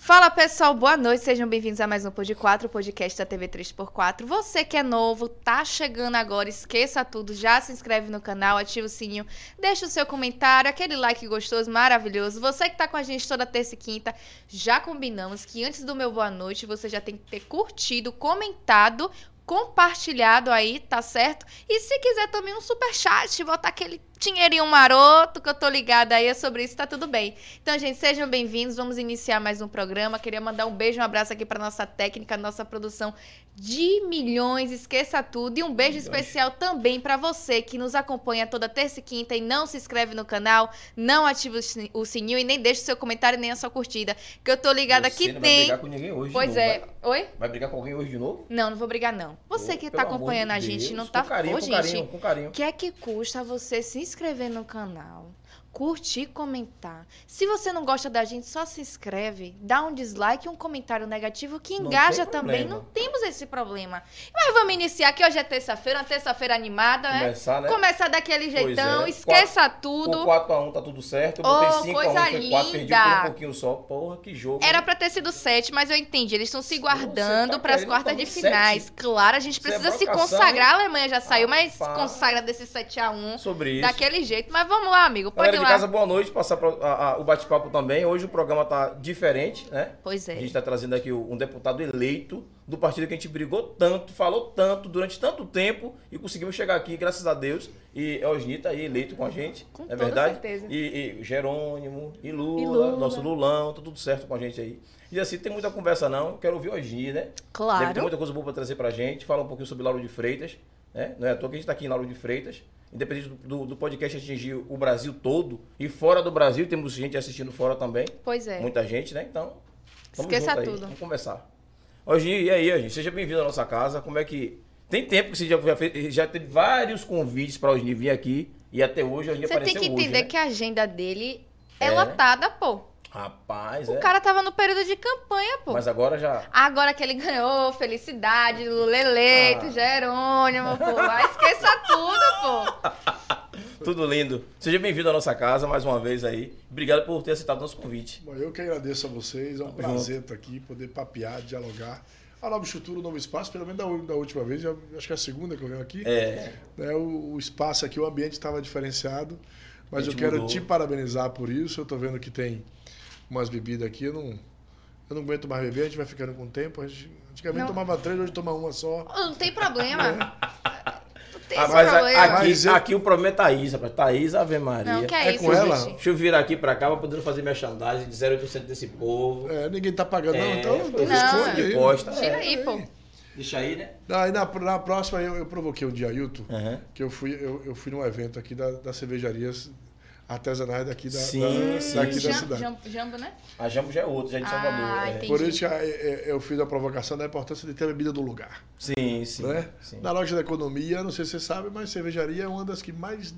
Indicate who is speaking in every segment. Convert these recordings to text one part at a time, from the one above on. Speaker 1: Fala pessoal, boa noite, sejam bem-vindos a mais um Pod 4, o podcast da TV 3x4. Você que é novo, tá chegando agora, esqueça tudo, já se inscreve no canal, ativa o sininho, deixa o seu comentário, aquele like gostoso, maravilhoso. Você que tá com a gente toda terça e quinta, já combinamos que antes do meu boa noite, você já tem que ter curtido, comentado, compartilhado aí, tá certo? E se quiser também um super chat, botar aquele dinheirinho maroto que eu tô ligada aí é sobre isso, tá tudo bem. Então, gente, sejam bem-vindos. Vamos iniciar mais um programa. Queria mandar um beijo, um abraço aqui para nossa técnica, nossa produção de milhões, esqueça tudo. E um beijo
Speaker 2: Milhões.
Speaker 1: especial também para você que nos acompanha toda terça e quinta e não se inscreve no canal, não ativa o sin- o sininho e nem deixa o seu comentário nem a sua curtida, que eu tô ligada
Speaker 2: Você
Speaker 1: que
Speaker 2: não vai
Speaker 1: tem.
Speaker 2: brigar com ninguém hoje. de
Speaker 1: Pois
Speaker 2: novo.
Speaker 1: é.
Speaker 2: Vai,
Speaker 1: Oi?
Speaker 2: vai brigar com alguém hoje de novo?
Speaker 1: Não, não vou brigar não. Você
Speaker 2: Pô,
Speaker 1: que tá
Speaker 2: pelo amor
Speaker 1: acompanhando
Speaker 2: de
Speaker 1: a gente,
Speaker 2: Deus,
Speaker 1: não tá
Speaker 2: Com carinho,
Speaker 1: Ô,
Speaker 2: com
Speaker 1: gente.
Speaker 2: carinho, com carinho.
Speaker 1: O que é que custa você se inscrever no canal, curtir e comentar? Se você não gosta da gente, só se inscreve, dá um dislike e um comentário negativo que
Speaker 2: Não
Speaker 1: engaja
Speaker 2: tem
Speaker 1: também.
Speaker 2: problema.
Speaker 1: Não temos esse problema. Mas vamos iniciar aqui, hoje é terça-feira, uma terça-feira animada, né?
Speaker 2: Começar, né?
Speaker 1: Começar daquele
Speaker 2: Pois
Speaker 1: jeitão,
Speaker 2: é.
Speaker 1: esqueça
Speaker 2: O
Speaker 1: tudo.
Speaker 2: 4x1 tá tudo certo. Eu
Speaker 1: Oh,
Speaker 2: botei 5
Speaker 1: coisa
Speaker 2: a 1 foi 4, perdi
Speaker 1: linda.
Speaker 2: por um pouquinho só. Porra, que jogo.
Speaker 1: Era
Speaker 2: hein?
Speaker 1: pra ter sido sete, mas eu entendi. Eles estão se
Speaker 2: Você
Speaker 1: guardando
Speaker 2: tá
Speaker 1: para as
Speaker 2: querendo
Speaker 1: quartas
Speaker 2: tomar
Speaker 1: de
Speaker 2: um
Speaker 1: finais. Claro, a gente
Speaker 2: Isso é
Speaker 1: precisa se
Speaker 2: brocação,
Speaker 1: consagrar. A Alemanha já saiu, mas se
Speaker 2: Rapaz.
Speaker 1: consagra desse 7 a 1
Speaker 2: sobre isso.
Speaker 1: daquele jeito. Mas vamos lá, amigo. Pode
Speaker 2: Galera
Speaker 1: ir
Speaker 2: de
Speaker 1: lá.
Speaker 2: casa, boa noite. Passar pra, a- a- o bate-papo também. Hoje o programa tá diferente, né?
Speaker 1: Pois é.
Speaker 2: A gente está trazendo aqui um deputado eleito do partido que a gente brigou tanto, falou tanto durante tanto tempo e conseguimos chegar aqui, graças a Deus. E Eugeni está aí eleito com a gente,
Speaker 1: Com
Speaker 2: é
Speaker 1: toda
Speaker 2: verdade?
Speaker 1: certeza.
Speaker 2: E, e Jerônimo, e Lula,
Speaker 1: E Lula.
Speaker 2: nosso Lulão, tá tudo certo com a gente aí. E assim, tem muita conversa não, quero ouvir Eugeni, né? Deve ter
Speaker 1: Claro.
Speaker 2: muita coisa boa para trazer para a gente, falar um pouquinho sobre Lauro de Freitas, né? Não é à toa que a gente está aqui em Lauro de Freitas. Independente do, do- do podcast atingir o Brasil todo e fora do Brasil, temos gente assistindo fora também.
Speaker 1: Pois é.
Speaker 2: Muita gente, né? Então, tamo
Speaker 1: Esqueça
Speaker 2: junto aí.
Speaker 1: tudo.
Speaker 2: Vamos começar. Hoje, e aí, Ogin? Seja bem-vindo à nossa casa. Como é que. Tem tempo que você já, já, fez- já teve vários convites pra Ogin vir aqui e até hoje Ogin
Speaker 1: Você tem
Speaker 2: apareceu
Speaker 1: que entender
Speaker 2: hoje, né?
Speaker 1: que a agenda dele é,
Speaker 2: É, né?
Speaker 1: lotada, pô.
Speaker 2: Rapaz,
Speaker 1: O
Speaker 2: é.
Speaker 1: cara tava no período de campanha, pô.
Speaker 2: Mas agora já.
Speaker 1: Agora que ele ganhou, felicidade, Lula eleito,
Speaker 2: Ah.
Speaker 1: Jerônimo, pô. Vai, esqueça tudo, pô.
Speaker 2: Tudo lindo. Seja bem-vindo à nossa casa mais uma vez aí. Obrigado por ter aceitado nosso convite.
Speaker 3: Bom, eu que agradeço a vocês, é um
Speaker 2: Tamo
Speaker 3: prazer estar aqui, poder papear, dialogar. A Nova Estrutura, o Novo Espaço, pelo menos da, u- da última vez, eu acho que é a segunda que eu venho aqui,
Speaker 2: É.
Speaker 3: né, o, o espaço aqui, o ambiente estava diferenciado, mas
Speaker 2: A
Speaker 3: eu
Speaker 2: gente
Speaker 3: quero
Speaker 2: mudou.
Speaker 3: te parabenizar por isso, eu estou vendo que tem umas bebidas aqui, eu não, eu não aguento mais beber, a gente vai ficando com o tempo, a gente, antigamente
Speaker 1: Não.
Speaker 3: tomava três, hoje toma uma só.
Speaker 1: Não tem problema. Não tem
Speaker 2: Ah,
Speaker 1: esse
Speaker 2: mas a-
Speaker 1: problema.
Speaker 2: aqui,
Speaker 3: Mas eu-
Speaker 2: aqui o problema é Thaís, rapaz. Thaís Ave Maria.
Speaker 1: Não, que é,
Speaker 3: É
Speaker 1: isso,
Speaker 3: com ela?
Speaker 1: gente.
Speaker 2: Deixa eu vir aqui pra cá pra poder fazer merchandising de 0,8% desse povo.
Speaker 3: É, ninguém tá pagando, não,
Speaker 2: É,
Speaker 3: então
Speaker 2: pois
Speaker 1: é,
Speaker 3: escolhe
Speaker 1: de
Speaker 3: aí.
Speaker 2: bosta.
Speaker 1: Tira aí, pô.
Speaker 2: Deixa aí, né?
Speaker 3: Aí na, na próxima eu, eu provoquei o Diailton,
Speaker 2: Aham.
Speaker 3: que eu fui, eu, eu fui num evento aqui da, das cervejarias artesanais daqui da,
Speaker 2: Sim,
Speaker 3: da-
Speaker 2: sim.
Speaker 3: daqui É. da
Speaker 1: Jam-
Speaker 3: cidade.
Speaker 1: jam- Jambo, né?
Speaker 2: A Jambo já é outro, já é de
Speaker 1: Ah,
Speaker 2: Salvador. é.
Speaker 1: entendi.
Speaker 3: Por isso que a- é- é- eu fiz a provocação da importância de ter a bebida do lugar.
Speaker 2: Sim, sim.
Speaker 3: né?
Speaker 2: sim.
Speaker 3: Na loja da economia, não sei se você sabe, mas cervejaria é uma das que mais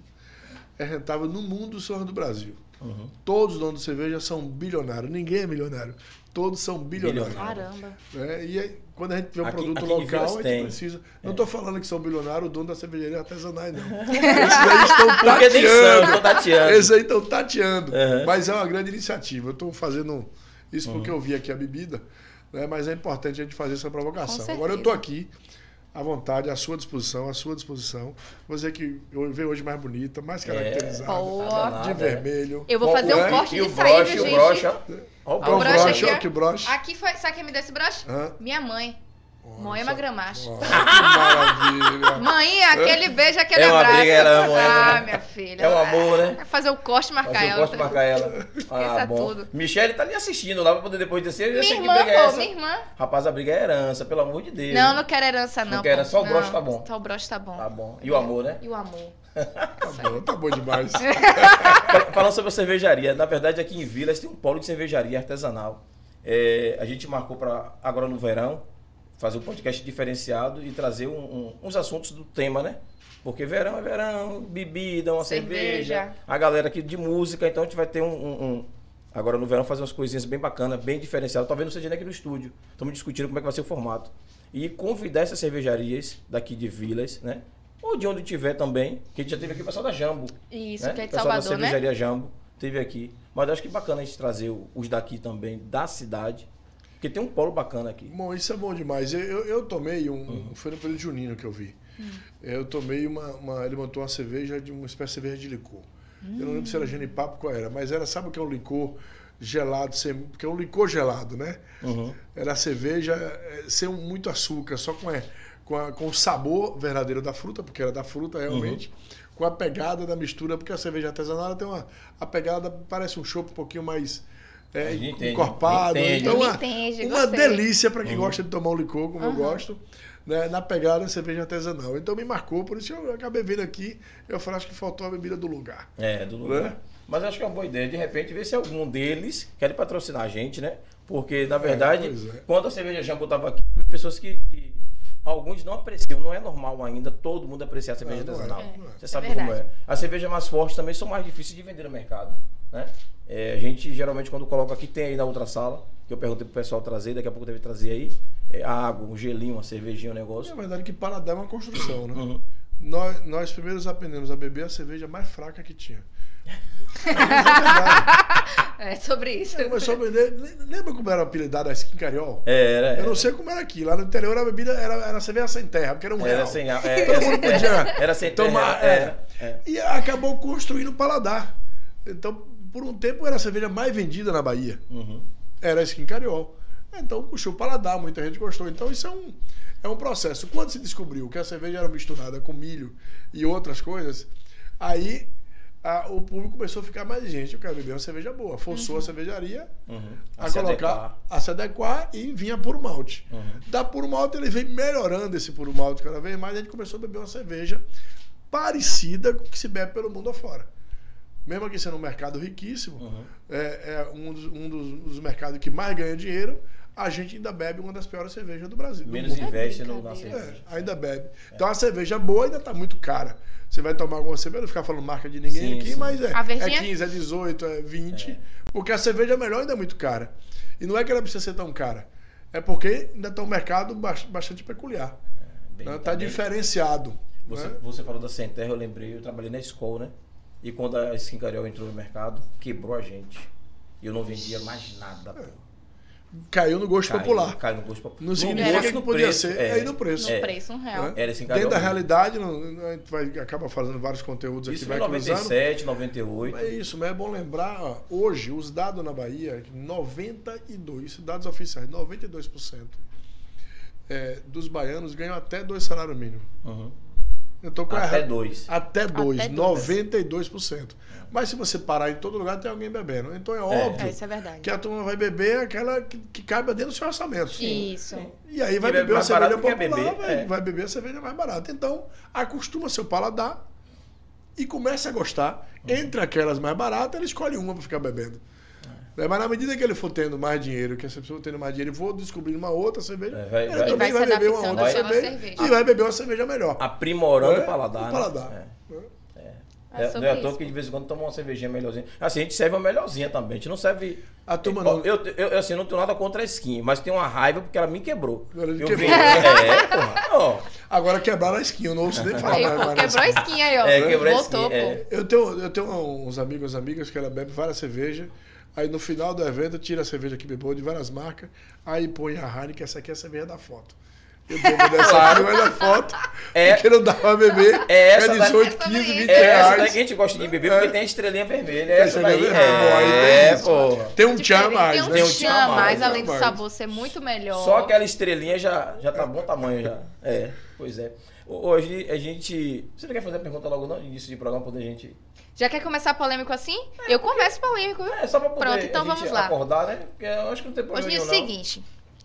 Speaker 3: é rentável no mundo, só no Brasil.
Speaker 2: Uhum.
Speaker 3: Todos os donos de cerveja são bilionários. Ninguém é milionário. Todos são bilionários.
Speaker 2: Bilionário.
Speaker 1: Caramba.
Speaker 3: né? E aí, quando a gente vê um
Speaker 2: Aqui-
Speaker 3: produto
Speaker 2: aqui É. em
Speaker 3: local, a
Speaker 2: Vilas
Speaker 3: gente
Speaker 2: tem.
Speaker 3: precisa. Não estou falando que são bilionários, o dono da cervejaria artesanais, não. Esses daí estão
Speaker 2: Porque nem santo,
Speaker 3: tateando.
Speaker 2: tô tateando.
Speaker 3: Eles aí estão tateando.
Speaker 2: Uhum.
Speaker 3: Mas é uma grande iniciativa. Eu estou fazendo isso porque eu vi aqui a bebida, né? mas é importante a gente fazer essa
Speaker 1: Com
Speaker 3: provocação.
Speaker 1: certeza.
Speaker 3: Agora eu estou aqui, à vontade, à sua disposição, à sua disposição. Vou dizer que eu veio hoje mais bonita,
Speaker 2: É.
Speaker 3: mais caracterizada,
Speaker 1: Pô.
Speaker 2: Nada,
Speaker 3: de
Speaker 2: nada, Tá é.
Speaker 3: vermelho.
Speaker 1: Eu vou
Speaker 2: Ó,
Speaker 1: fazer um
Speaker 2: o-
Speaker 1: corte
Speaker 2: e o
Speaker 1: disso aí,
Speaker 2: broche,
Speaker 1: viu,
Speaker 2: o
Speaker 1: gente?
Speaker 2: broche, ó. Ó,
Speaker 1: Ó, o
Speaker 3: Olha o
Speaker 1: broche é
Speaker 3: broche,
Speaker 1: aqui,
Speaker 3: olha
Speaker 1: ó.
Speaker 3: que broche.
Speaker 1: Aqui foi. Sabe quem me deu esse broche?
Speaker 3: Hã?
Speaker 1: Minha mãe. Moema
Speaker 3: Nossa.
Speaker 1: Gramacho.
Speaker 3: Ó, que maravilha.
Speaker 1: Mãe, aquele beijo, aquele
Speaker 2: É uma
Speaker 1: abraço.
Speaker 2: briga, ela é uma
Speaker 1: ah,
Speaker 2: moeda.
Speaker 1: minha filha.
Speaker 2: É um amor, né?
Speaker 1: Vai fazer o corte e marcar
Speaker 2: Mas eu
Speaker 1: ela.
Speaker 2: gosto de marcar ela. Ah,
Speaker 1: Esqueça
Speaker 2: bom.
Speaker 1: tudo.
Speaker 2: Michele tá ali assistindo lá pra poder depois dizer. Eu
Speaker 1: Minha
Speaker 2: sei que
Speaker 1: irmã,
Speaker 2: briga é
Speaker 1: pô,
Speaker 2: essa.
Speaker 1: minha irmã.
Speaker 2: Rapaz, a briga é herança, pelo amor de Deus.
Speaker 1: Não, não quero herança, não.
Speaker 2: Não quero,
Speaker 1: pô.
Speaker 2: só o broche
Speaker 1: Não,
Speaker 2: tá bom.
Speaker 1: Só o broche tá bom.
Speaker 2: Tá bom. E o amor, né?
Speaker 1: E o amor.
Speaker 3: Tá bom, tá bom demais.
Speaker 2: Fal- Falando sobre a cervejaria, na verdade aqui em Vilas tem um polo de cervejaria artesanal. É, a gente marcou para agora no verão fazer um podcast diferenciado e trazer um- um- uns assuntos do tema, né? Porque verão é verão, bebida, uma cerveja.
Speaker 1: Cerveja.
Speaker 2: a galera aqui de música, então a gente vai ter um, um- um- agora no verão fazer umas coisinhas bem bacanas, bem diferenciadas. Talvez não seja nem aqui no estúdio. Estamos discutindo como é que vai ser o formato e convidar essas cervejarias daqui de Vilas, né? Ou de onde tiver também, que a gente já teve aqui o pessoal da Jambo
Speaker 1: Isso,
Speaker 2: né?
Speaker 1: que é de
Speaker 2: O pessoal
Speaker 1: Salvador,
Speaker 2: da
Speaker 1: né?
Speaker 2: cervejaria Jambo teve aqui. Mas eu acho que é bacana a gente trazer o- os daqui também, da cidade, Porque tem um polo bacana aqui. Uhum.
Speaker 3: Bom, isso é bom demais. Eu, eu, eu tomei um. Foi no período junino que eu vi. Eu tomei uma, uma- Ele montou uma cerveja de uma espécie de cerveja de licor. Eu não lembro se era genipapo qual era, mas era, sabe o que é um licor gelado, sem, porque é um licor gelado, né?
Speaker 2: Uhum.
Speaker 3: Era a cerveja eh, sem muito açúcar, só com, a- com, a- com o sabor verdadeiro da fruta, porque era da fruta realmente,
Speaker 2: Uhum.
Speaker 3: com a pegada da mistura, porque a cerveja artesanal ela tem uma. A pegada parece um chopp um pouquinho mais eh,
Speaker 2: A gente entende,
Speaker 3: encorpado.
Speaker 2: entende. Uhum.
Speaker 3: Então, uma,
Speaker 1: Entende,
Speaker 3: uma
Speaker 1: gostei. Uhum.
Speaker 3: delícia para quem gosta de tomar um licor, como eu gosto. né, na pegada da cerveja artesanal. Então me marcou, por isso eu acabei vindo aqui. Eu falei, acho que faltou a bebida do lugar.
Speaker 2: É, do lugar.
Speaker 3: Né?
Speaker 2: Mas acho que é uma boa ideia, de repente, ver se algum deles quer patrocinar a gente, né? Porque, na verdade,
Speaker 3: pois é.
Speaker 2: quando a cerveja Jambo estava aqui, pessoas que, que Alguns não apreciam, não é normal ainda todo mundo apreciar a cerveja
Speaker 3: Não, não é,
Speaker 2: artesanal.
Speaker 3: não é.
Speaker 2: Você sabe
Speaker 1: É
Speaker 2: como é.
Speaker 1: verdade.
Speaker 2: As cervejas mais fortes também são mais difíceis de vender no mercado. Né? É, a gente geralmente quando coloca aqui, tem aí na outra sala, que eu perguntei pro pessoal trazer, daqui a pouco deve trazer aí, é, a água, um gelinho, uma cervejinha, um negócio.
Speaker 3: É verdade que Paradá é uma construção, né?
Speaker 2: Uhum.
Speaker 3: Nós, nós primeiros aprendemos a beber a cerveja mais fraca que tinha.
Speaker 1: É sobre isso.
Speaker 3: Começou a vender. le- Lembra como era o apelidado da Skin Cariol?
Speaker 2: É, era.
Speaker 3: Eu não sei como era aqui. Lá no interior a bebida era, era cerveja sem terra, porque era um
Speaker 2: Era
Speaker 3: real.
Speaker 2: sem água. é,
Speaker 3: Todo mundo
Speaker 2: é,
Speaker 3: podia
Speaker 2: Era sem terra,
Speaker 3: tomar.
Speaker 2: era,
Speaker 3: é.
Speaker 2: é.
Speaker 3: E acabou construindo o paladar. Então, por um tempo era a cerveja mais vendida na Bahia.
Speaker 2: Uhum.
Speaker 3: Era a Skin Cariol. Então, puxou o paladar, muita gente gostou. Então, isso é um, é um processo. Quando se descobriu que a cerveja era misturada com milho e outras coisas, aí a- o público começou a ficar mais gente. Eu quero beber uma cerveja boa. Forçou a cervejaria
Speaker 2: Uhum.
Speaker 3: a,
Speaker 2: se
Speaker 3: colocar,
Speaker 2: adequar. Uhum.
Speaker 3: a se adequar e vinha puro malte. Da puro malte ele vem melhorando esse puro malte cada vez mais. A gente começou a beber uma cerveja parecida com o que se bebe pelo mundo afora. Mesmo aqui sendo um mercado riquíssimo,
Speaker 2: Uhum.
Speaker 3: é, é um, dos, um dos- dos mercados que mais ganha dinheiro, a gente ainda bebe uma das piores cervejas do Brasil. do
Speaker 2: Menos
Speaker 1: Uhum.
Speaker 3: mundo.
Speaker 2: investe no, na
Speaker 1: brincadeira.
Speaker 2: cerveja.
Speaker 3: É, ainda bebe. Então a cerveja boa ainda tá muito cara. Você vai tomar alguma cerveja, não ficar falando marca de ninguém
Speaker 2: Sim,
Speaker 3: aqui,
Speaker 2: sim.
Speaker 3: mas é,
Speaker 1: A
Speaker 3: é
Speaker 1: verdinha?
Speaker 3: 15, é 18, é 20. Porque a cerveja melhor ainda é muito cara. E não é que ela precisa ser tão cara. É porque ainda tá um mercado bas- bastante peculiar.
Speaker 2: Bem,
Speaker 3: né? Tá
Speaker 2: tá bem.
Speaker 3: diferenciado.
Speaker 2: Você,
Speaker 3: né?
Speaker 2: você falou da Sem Terra, eu lembrei, eu trabalhei na escola, né? E quando a Skin Cariol entrou no mercado, quebrou a gente. E eu não vendia mais nada, pô.
Speaker 3: Caiu no gosto
Speaker 2: Caiu-
Speaker 3: É, popular.
Speaker 2: Caiu no gosto popular.
Speaker 3: Não significa
Speaker 2: gosto,
Speaker 3: que
Speaker 2: no
Speaker 3: podia
Speaker 2: preço,
Speaker 3: ser,
Speaker 2: é.
Speaker 3: aí no preço.
Speaker 1: No
Speaker 2: É.
Speaker 1: preço, um real.
Speaker 3: né?
Speaker 2: Era assim,
Speaker 3: Dentro da
Speaker 2: cada um.
Speaker 3: realidade, não- a gente vai, acaba fazendo vários conteúdos aqui,
Speaker 2: Isso é
Speaker 3: vai
Speaker 2: em
Speaker 3: cruzando.
Speaker 2: 97, 98.
Speaker 3: É isso, mas é bom lembrar, ó, hoje, os dados na Bahia, 92, dados oficiais, 92% é, dos baianos ganham até dois salários mínimos.
Speaker 2: Uhum.
Speaker 3: Então, qual é a
Speaker 2: Até
Speaker 3: re-
Speaker 2: dois.
Speaker 3: Até dois,
Speaker 1: Até dois.
Speaker 3: 92%. Mas se você parar em todo lugar, tem alguém bebendo. Então é
Speaker 1: É,
Speaker 3: óbvio
Speaker 1: isso é verdade.
Speaker 3: que a turma vai beber aquela que, que cabe dentro do seu orçamento.
Speaker 1: Isso.
Speaker 3: E aí vai
Speaker 2: E bebe
Speaker 3: beber a
Speaker 2: mais
Speaker 3: cerveja
Speaker 2: barato
Speaker 3: popular,
Speaker 2: porque é beber,
Speaker 3: vai,
Speaker 2: é.
Speaker 3: vai beber a cerveja mais barata. Então, acostuma seu paladar e começa a gostar.
Speaker 2: Uhum.
Speaker 3: Entre aquelas mais baratas, ele escolhe uma para ficar bebendo.
Speaker 2: É.
Speaker 3: Né? Mas na medida que ele for tendo mais dinheiro, que essa pessoa tendo mais dinheiro, e for descobrindo uma outra cerveja,
Speaker 2: É, vai-
Speaker 3: ele
Speaker 2: vai-
Speaker 3: também
Speaker 1: E vai
Speaker 3: vai,
Speaker 1: se
Speaker 3: beber uma
Speaker 1: adaptando
Speaker 3: outra
Speaker 2: à sua
Speaker 3: cerveja,
Speaker 1: cerveja.
Speaker 3: e vai beber uma cerveja melhor.
Speaker 2: Aprimorando
Speaker 3: Né?
Speaker 2: o paladar.
Speaker 3: O
Speaker 2: né?
Speaker 3: paladar.
Speaker 2: É.
Speaker 3: Né?
Speaker 2: É,
Speaker 1: sobre
Speaker 2: não é à toa
Speaker 1: isso.
Speaker 2: que de vez em quando toma uma cervejinha melhorzinha. Assim, a gente serve uma melhorzinha também. A gente não serve.
Speaker 3: A turma
Speaker 2: eu,
Speaker 3: não-
Speaker 2: Eu, eu, eu, assim, não tenho nada contra a skin, mas tenho uma raiva porque ela me quebrou.
Speaker 3: Ela me
Speaker 2: eu
Speaker 3: quebrou.
Speaker 2: vi- É, porra. Ó,
Speaker 3: Agora quebraram a skin, eu não ouço nem falar
Speaker 1: Aí,
Speaker 3: mais.
Speaker 1: pô,
Speaker 3: mais na
Speaker 1: quebrou a
Speaker 3: skin.
Speaker 1: skin aí, ó.
Speaker 2: É, quebrou a
Speaker 1: Voltou,
Speaker 2: skin,
Speaker 1: pô.
Speaker 2: é.
Speaker 3: Eu tenho, eu tenho uns amigos e amigas que ela bebe várias cervejas. Aí no final do evento tira a cerveja que bebeu de várias marcas, aí põe a Heineken, essa aqui é a cerveja da foto. Eu bebo dessa
Speaker 2: Claro.
Speaker 3: aqui, mas da foto,
Speaker 2: É.
Speaker 3: porque não dá pra beber,
Speaker 2: É essa
Speaker 3: é
Speaker 2: da-
Speaker 3: 18,
Speaker 1: É
Speaker 3: 15,
Speaker 1: sobre
Speaker 3: 20
Speaker 1: isso.
Speaker 2: é essa daí
Speaker 3: reais.
Speaker 2: que a gente gosta de beber
Speaker 3: É.
Speaker 2: porque tem a estrelinha vermelha. Essa
Speaker 3: Essa
Speaker 2: daí.
Speaker 3: daí é-
Speaker 2: É,
Speaker 3: Aí tem
Speaker 2: porra.
Speaker 3: Tem um tchan a
Speaker 1: Diferente,
Speaker 3: mais, né?
Speaker 1: Tem
Speaker 2: Tem
Speaker 1: um
Speaker 2: um
Speaker 1: tchan
Speaker 2: tchan
Speaker 1: a
Speaker 2: a
Speaker 1: mais,
Speaker 2: mais,
Speaker 1: além do
Speaker 3: mais.
Speaker 1: sabor ser muito melhor.
Speaker 2: Só aquela estrelinha já, já tá bom tamanho já. É, pois é. Ô, Hoje a gente. Você não quer fazer a pergunta logo no início de programa pra poder a gente.
Speaker 1: Já quer começar polêmico assim? eu começo polêmico, viu?
Speaker 2: É, só pra poder
Speaker 1: Pronto, então
Speaker 2: a gente
Speaker 1: vamos lá.
Speaker 2: acordar, né? Porque eu acho que não tem
Speaker 1: Hoje
Speaker 2: problema.
Speaker 1: é o
Speaker 2: nenhum, não.
Speaker 1: seguinte.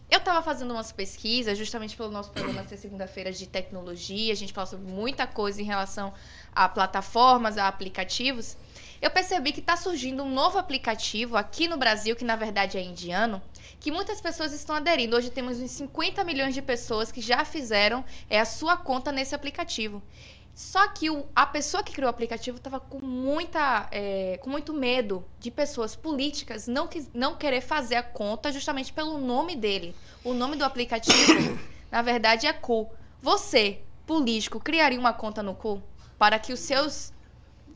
Speaker 1: Eu tava fazendo umas pesquisas, justamente pelo nosso programa ser segunda-feira de tecnologia, a gente fala sobre muita coisa em relação a plataformas, a aplicativos. Eu percebi que está surgindo um novo aplicativo aqui no Brasil, que na verdade é indiano, que muitas pessoas estão aderindo. Hoje temos uns 50 milhões de pessoas que já fizeram é, a sua conta nesse aplicativo. Só que o- a pessoa que criou o aplicativo estava com, muita, é, com muito medo de pessoas políticas não, quis- não querer fazer a conta justamente pelo nome dele. O nome do aplicativo, na verdade, é Cu. Você, político, criaria uma conta no Cu para que os seus